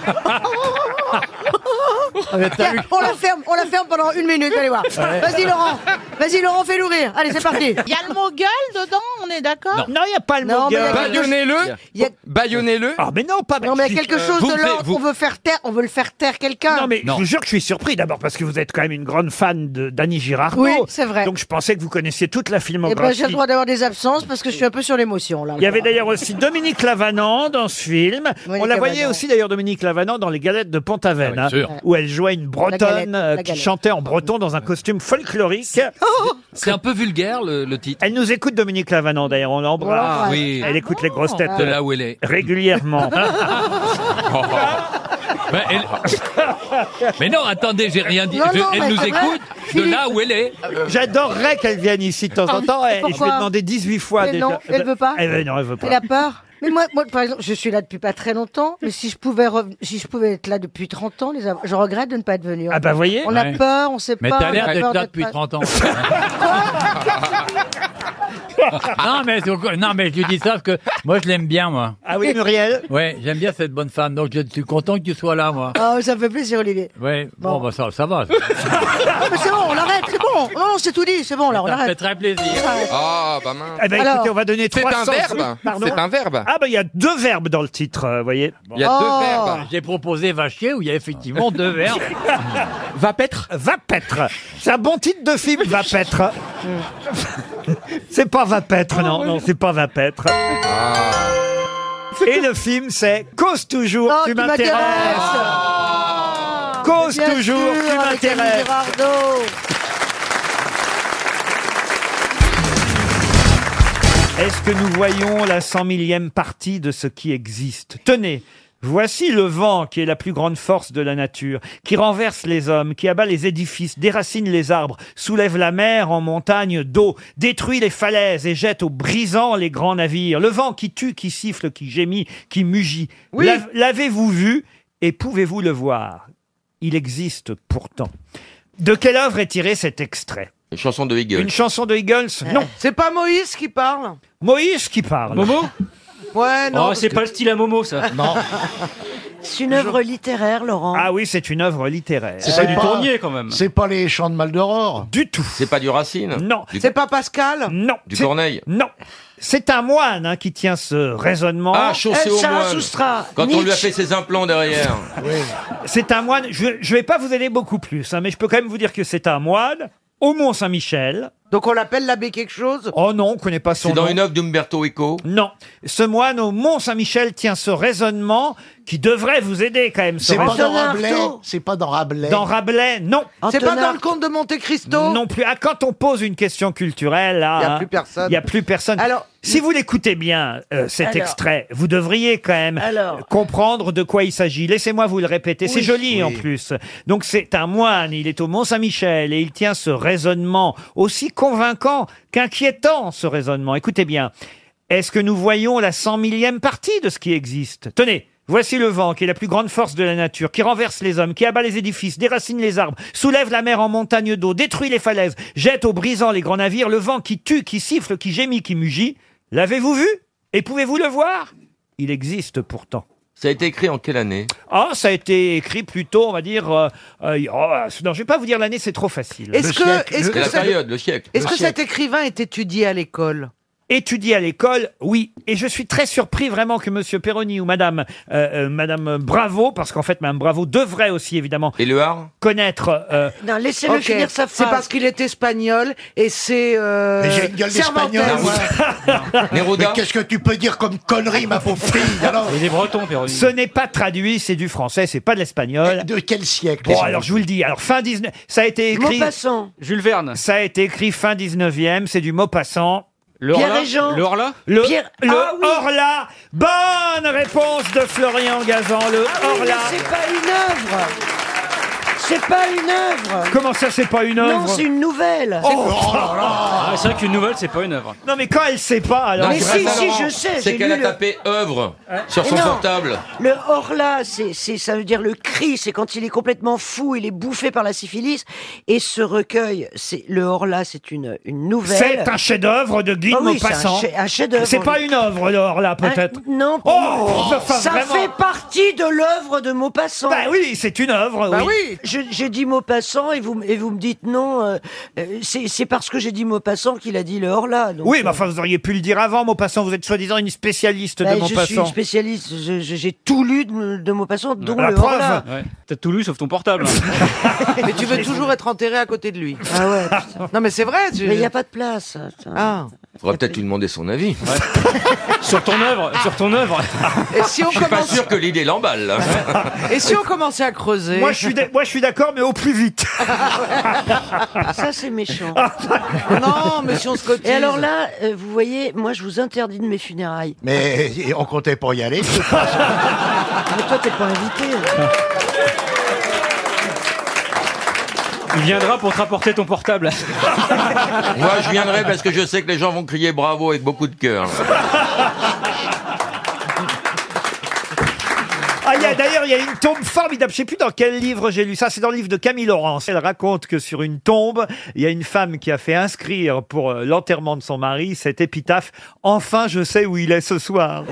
[SPEAKER 5] mais t'as
[SPEAKER 10] Tiens,
[SPEAKER 5] vu-
[SPEAKER 10] on la ferme, on la ferme pendant une minute, allez voir.
[SPEAKER 5] Ouais.
[SPEAKER 10] Vas-y Laurent, vas-y Laurent, fais-nous rire. Allez, c'est parti.
[SPEAKER 12] Il y a le mot gueule dedans, on est d'accord
[SPEAKER 1] Non, il n'y a pas le
[SPEAKER 10] mot gueule.
[SPEAKER 14] Baillonnez-le. Baillonnez-le.
[SPEAKER 1] Ah, mais non, pas
[SPEAKER 10] Non mais il y a quelque
[SPEAKER 5] Euh,
[SPEAKER 10] chose
[SPEAKER 1] Vous
[SPEAKER 10] de
[SPEAKER 1] me
[SPEAKER 10] l'ordre,
[SPEAKER 1] faites- vous-
[SPEAKER 10] on veut faire taire, on veut le faire taire quelqu'un.
[SPEAKER 1] Non, mais je vous jure que je suis surpris d'abord parce que vous êtes quand même une grande fan de d'Annie Girardot.
[SPEAKER 10] Oui, c'est vrai.
[SPEAKER 1] Donc je pensais que vous connaissiez toute la
[SPEAKER 10] Eh ben,
[SPEAKER 1] filmographie.
[SPEAKER 10] j'ai le droit d'avoir des absences parce que je suis un peu sur l'émotion là.
[SPEAKER 1] Il y avait d'ailleurs aussi Dominique Lavanant dans ce film. On la voyait
[SPEAKER 10] Lavanant.
[SPEAKER 1] aussi d'ailleurs Dominique Lavanant dans Les Galettes de Pont-Aven,
[SPEAKER 16] Ah
[SPEAKER 1] hein,
[SPEAKER 10] sûr.
[SPEAKER 1] où elle jouait une
[SPEAKER 10] galette,
[SPEAKER 1] bretonne
[SPEAKER 10] la
[SPEAKER 1] euh, qui
[SPEAKER 10] galette. Oh
[SPEAKER 1] chantait en breton dans un costume folklorique.
[SPEAKER 16] C'est un peu vulgaire le, le titre.
[SPEAKER 1] Elle nous écoute Dominique Lavanant d'ailleurs, on l'embrasse.
[SPEAKER 16] Ah, oui.
[SPEAKER 1] Elle écoute les
[SPEAKER 10] Ah.
[SPEAKER 1] grosses têtes.
[SPEAKER 16] De là où elle est.
[SPEAKER 1] Régulièrement.
[SPEAKER 16] Ben, elle- Mais non, attendez, j'ai rien dit.
[SPEAKER 1] Non,
[SPEAKER 16] Je-
[SPEAKER 1] non, mais
[SPEAKER 16] elle nous
[SPEAKER 1] c'est vrai.
[SPEAKER 16] écoute de là où elle est.
[SPEAKER 1] J'adorerais qu'elle vienne ici de temps en temps. Et je
[SPEAKER 10] Ah Pourquoi
[SPEAKER 1] l'ai demandé 18 fois
[SPEAKER 10] Mais
[SPEAKER 1] déjà.
[SPEAKER 10] non, elle veut pas.
[SPEAKER 1] Eh ben non, elle veut pas.
[SPEAKER 10] Elle a peur. Mais moi, moi, par exemple, je suis là depuis pas très longtemps, mais si je pouvais, rev- si je pouvais être là depuis 30 ans, les am- je regrette de ne pas être venu.
[SPEAKER 1] Ah bah, voyez.
[SPEAKER 10] On
[SPEAKER 1] Ouais.
[SPEAKER 10] a peur, on sait
[SPEAKER 5] Mais
[SPEAKER 10] pas.
[SPEAKER 5] t'as
[SPEAKER 10] on
[SPEAKER 5] l'air
[SPEAKER 10] a
[SPEAKER 5] d'être
[SPEAKER 10] peur
[SPEAKER 5] là depuis
[SPEAKER 10] pas-
[SPEAKER 5] 30 ans. non, mais, c'est- non, mais je dis ça parce que moi, je l'aime bien, moi.
[SPEAKER 1] Ah oui, Muriel
[SPEAKER 5] Ouais, j'aime bien cette bonne femme, donc je suis content que tu sois là, moi.
[SPEAKER 10] Ah, ça me fait plaisir, Olivier.
[SPEAKER 5] Ouais, bon, bah, ça, ça va.
[SPEAKER 10] Ah, mais c'est bon, on arrête, c'est bon. Non, non, c'est tout dit, c'est bon, là, on
[SPEAKER 5] Ça me fait
[SPEAKER 10] arrête.
[SPEAKER 5] très plaisir.
[SPEAKER 18] Ah, bah mince.
[SPEAKER 1] Eh ben, écoutez, on va donner
[SPEAKER 18] C'est
[SPEAKER 1] 300
[SPEAKER 18] un verbe.
[SPEAKER 1] Pardon
[SPEAKER 18] C'est un verbe.
[SPEAKER 1] Ah ben, il y a deux verbes dans le titre, euh, vous voyez.
[SPEAKER 5] Oh. J'ai proposé va chier où il y a effectivement deux verbes.
[SPEAKER 1] Va pêtre Va pêtre C'est un bon titre de film, Va pêtre C'est pas Va pêtre, non, non, c'est pas Va pêtre Et le film, c'est Cause toujours,
[SPEAKER 10] Oh,
[SPEAKER 1] tu
[SPEAKER 10] tu m'intéresses.
[SPEAKER 1] m'intéresses Cause
[SPEAKER 10] Bien
[SPEAKER 1] toujours,
[SPEAKER 10] sûr,
[SPEAKER 1] tu
[SPEAKER 10] avec Annie
[SPEAKER 1] m'intéresses
[SPEAKER 10] Ah, Girardot.
[SPEAKER 1] Est-ce que nous voyons la cent millième partie de ce qui existe Tenez Voici le vent qui est la plus grande force de la nature, qui renverse les hommes, qui abat les édifices, déracine les arbres, soulève la mer en montagne d'eau, détruit les falaises et jette aux brisants les grands navires. Le vent qui tue, qui siffle, qui gémit, qui mugit. L'a- L'avez-vous vu et pouvez-vous le voir Il existe pourtant. De quelle œuvre est tiré cet extrait
[SPEAKER 18] Une chanson de Hegel.
[SPEAKER 1] Une chanson de Eagles Non.
[SPEAKER 15] Euh. C'est pas Moïse qui parle
[SPEAKER 1] Moïse qui parle. Momo Oh,
[SPEAKER 15] Ouais, non. parce que-
[SPEAKER 1] style à Momo, ça. Non.
[SPEAKER 15] C'est une œuvre littéraire, Laurent.
[SPEAKER 1] Ah oui, c'est une œuvre littéraire.
[SPEAKER 18] quand même.
[SPEAKER 13] C'est pas les chants de Maldoror.
[SPEAKER 1] Du tout.
[SPEAKER 18] C'est pas du Racine
[SPEAKER 1] Non.
[SPEAKER 18] Du,
[SPEAKER 15] C'est pas Pascal
[SPEAKER 1] Non.
[SPEAKER 18] du Corneille
[SPEAKER 1] Non. C'est un moine hein, qui tient ce raisonnement.
[SPEAKER 18] Ah,
[SPEAKER 15] Euh,
[SPEAKER 18] chaussée au moine. Quand on lui a fait ses implants derrière.
[SPEAKER 1] C'est un moine. Je ne vais pas vous aider beaucoup plus, hein, mais je peux quand même vous dire que c'est un moine au Mont-Saint-Michel.
[SPEAKER 15] Donc on l'appelle l'abbé quelque chose
[SPEAKER 1] Oh non, on connaît pas son
[SPEAKER 18] C'est dans
[SPEAKER 1] nom.
[SPEAKER 18] une œuvre d'Umberto Eco.
[SPEAKER 1] Non. Ce moine au Mont-Saint-Michel tient ce raisonnement qui devrait vous aider quand même. ce
[SPEAKER 13] C'est pas dans
[SPEAKER 1] raisonnement.
[SPEAKER 13] Rabelais. C'est pas dans Rabelais.
[SPEAKER 1] Dans Rabelais, non.
[SPEAKER 15] C'est pas dans le conte de Monte Cristo
[SPEAKER 1] Non plus. Ah, quand on pose une question culturelle, là,
[SPEAKER 15] Y a
[SPEAKER 1] hein,
[SPEAKER 15] plus personne.
[SPEAKER 1] y a plus personne.
[SPEAKER 15] Alors-
[SPEAKER 1] si vous l'écoutez bien, euh, cet
[SPEAKER 15] Alors.
[SPEAKER 1] extrait, vous devriez quand même
[SPEAKER 15] Alors.
[SPEAKER 1] comprendre de quoi il s'agit. Laissez-moi vous le répéter. C'est
[SPEAKER 15] Oui.
[SPEAKER 1] joli
[SPEAKER 15] Oui.
[SPEAKER 1] en plus. Donc c'est un moine. Il est au Mont Saint-Michel et il tient ce raisonnement aussi convaincant qu'inquiétant. Ce raisonnement. Écoutez bien. Est-ce que nous voyons la cent millième partie de ce qui existe Tenez. Voici le vent, qui est la plus grande force de la nature, qui renverse les hommes, qui abat les édifices, déracine les arbres, soulève la mer en montagne d'eau, détruit les falaises, jette aux brisants les grands navires, le vent qui tue, qui siffle, qui gémit, qui mugit. L'avez-vous vu Et pouvez-vous le voir Il existe pourtant.
[SPEAKER 18] Ça a été écrit en quelle année
[SPEAKER 1] Ah, ça a été écrit plutôt, on va dire. euh, euh, oh, non, je vais pas vous dire l'année, c'est trop facile.
[SPEAKER 15] Est-ce Le que- siècle, est-ce le- que
[SPEAKER 18] La
[SPEAKER 15] ça-
[SPEAKER 18] période, le siècle.
[SPEAKER 15] Est-ce
[SPEAKER 1] Le
[SPEAKER 15] que cet
[SPEAKER 1] siècle.
[SPEAKER 15] écrivain est étudié à l'école
[SPEAKER 1] étudié à l'école, oui. Et je suis très surpris vraiment que Monsieur Perroni ou Madame euh, euh, Madame Bravo, parce qu'en fait Madame Bravo devrait aussi évidemment connaître. euh,
[SPEAKER 15] Non, laissez-le
[SPEAKER 1] finir sa
[SPEAKER 15] C'est
[SPEAKER 1] phrase.
[SPEAKER 15] parce qu'il est espagnol et c'est. Euh,
[SPEAKER 13] Mais j'ai une gueule
[SPEAKER 15] Cervantes.
[SPEAKER 13] d'espagnol. Mais qu'est-ce que tu peux dire comme connerie, ma pauvre fille alors
[SPEAKER 1] Il est breton, Ce n'est pas traduit, c'est du français, c'est pas de l'espagnol.
[SPEAKER 13] De quel siècle
[SPEAKER 1] Bon, alors je vous le dis, alors fin 19... Ça a été écrit...
[SPEAKER 15] Maupassant.
[SPEAKER 1] Jules Verne. Ça a été écrit fin 19e, c'est du mot passant. Le
[SPEAKER 3] Pierre Orla et Jean.
[SPEAKER 1] Le
[SPEAKER 3] Orla
[SPEAKER 1] Le,
[SPEAKER 3] Pierre-
[SPEAKER 1] le
[SPEAKER 3] Ah oui.
[SPEAKER 1] Orla. Bonne réponse de Florian Gazan. Le
[SPEAKER 3] Ah mais
[SPEAKER 1] Orla.
[SPEAKER 3] c'est pas une œuvre. C'est pas une œuvre.
[SPEAKER 1] Comment ça, c'est pas une œuvre Oh,
[SPEAKER 3] Non, c'est une nouvelle.
[SPEAKER 14] Ah, c'est vrai qu'une nouvelle, c'est pas une œuvre.
[SPEAKER 1] Non, mais quand elle sait pas, alors.
[SPEAKER 3] Mais si, si, je sais.
[SPEAKER 4] C'est
[SPEAKER 3] j'ai
[SPEAKER 4] qu'elle
[SPEAKER 3] lu
[SPEAKER 4] a
[SPEAKER 3] le-
[SPEAKER 4] tapé œuvre sur
[SPEAKER 3] Mais
[SPEAKER 4] son
[SPEAKER 3] non.
[SPEAKER 4] portable.
[SPEAKER 3] Le horla, c'est, c'est- ça veut dire le cri, c'est quand il est complètement fou, il est bouffé par la syphilis. Et ce recueil, c'est le horla, c'est une, une nouvelle.
[SPEAKER 1] C'est un chef-d'œuvre de Guy
[SPEAKER 3] Ah oui, c'est un
[SPEAKER 1] Maupassant.
[SPEAKER 3] chef- un chef-d'œuvre.
[SPEAKER 1] C'est pas une œuvre, le Orla,
[SPEAKER 3] Hein,
[SPEAKER 1] peut-être.
[SPEAKER 3] non,
[SPEAKER 1] Oh, enfin,
[SPEAKER 3] ça
[SPEAKER 1] vraiment.
[SPEAKER 3] fait partie de l'œuvre de Maupassant.
[SPEAKER 1] Bah oui, c'est une œuvre.
[SPEAKER 3] Bah
[SPEAKER 1] oui.
[SPEAKER 3] oui. Je- J'ai dit Maupassant et vous, m- et vous me dites non. euh, euh, c'est c'est parce que j'ai dit Maupassant qu'il a dit le horla. donc,
[SPEAKER 1] Oui, mais
[SPEAKER 3] euh,
[SPEAKER 1] enfin, vous auriez pu le dire avant, Maupassant. Vous êtes soi-disant une spécialiste
[SPEAKER 3] bah,
[SPEAKER 1] de
[SPEAKER 3] je suis
[SPEAKER 1] Maupassant.
[SPEAKER 3] spécialiste, je- je- j'ai tout lu de, de Maupassant, dont
[SPEAKER 1] La
[SPEAKER 3] le
[SPEAKER 1] preuve.
[SPEAKER 3] horla.
[SPEAKER 14] Ouais. T'as tout lu sauf ton portable.
[SPEAKER 16] hein.
[SPEAKER 5] Mais tu veux toujours être enterré à côté de lui.
[SPEAKER 3] Ah ouais, putain.
[SPEAKER 5] Non, mais c'est vrai. tu-
[SPEAKER 3] Mais il n'y a pas de place. attends.
[SPEAKER 5] Ah.
[SPEAKER 4] Faudrait peut-être lui demander son avis.
[SPEAKER 14] sur ton œuvre, sur ton œuvre.
[SPEAKER 5] Et si on
[SPEAKER 4] Je suis pas
[SPEAKER 5] commence-
[SPEAKER 4] sûr que l'idée l'emballe. là.
[SPEAKER 5] Et si on commençait à creuser Ah
[SPEAKER 1] Moi, je suis d'ac- moi, je suis d'accord, mais au plus vite.
[SPEAKER 3] Ça, c'est méchant.
[SPEAKER 5] Non, mais si on se cotise.
[SPEAKER 3] Et alors là, euh, vous voyez, moi, je vous interdis de mes funérailles.
[SPEAKER 16] Mais on comptait pour y aller.
[SPEAKER 3] Mais toi, t'es pas invité.
[SPEAKER 14] Il viendra pour te rapporter ton portable.
[SPEAKER 4] Moi, je viendrai parce que je sais que les gens vont crier bravo avec beaucoup de cœur.
[SPEAKER 1] Ah, il y a- d'ailleurs, il y a une tombe formidable. Je sais plus dans quel livre j'ai lu ça. C'est dans le livre de Camille Laurence. Elle raconte que sur une tombe, il y a une femme qui a fait inscrire pour euh, l'enterrement de son mari cette épitaphe Enfin, je sais où il est ce soir.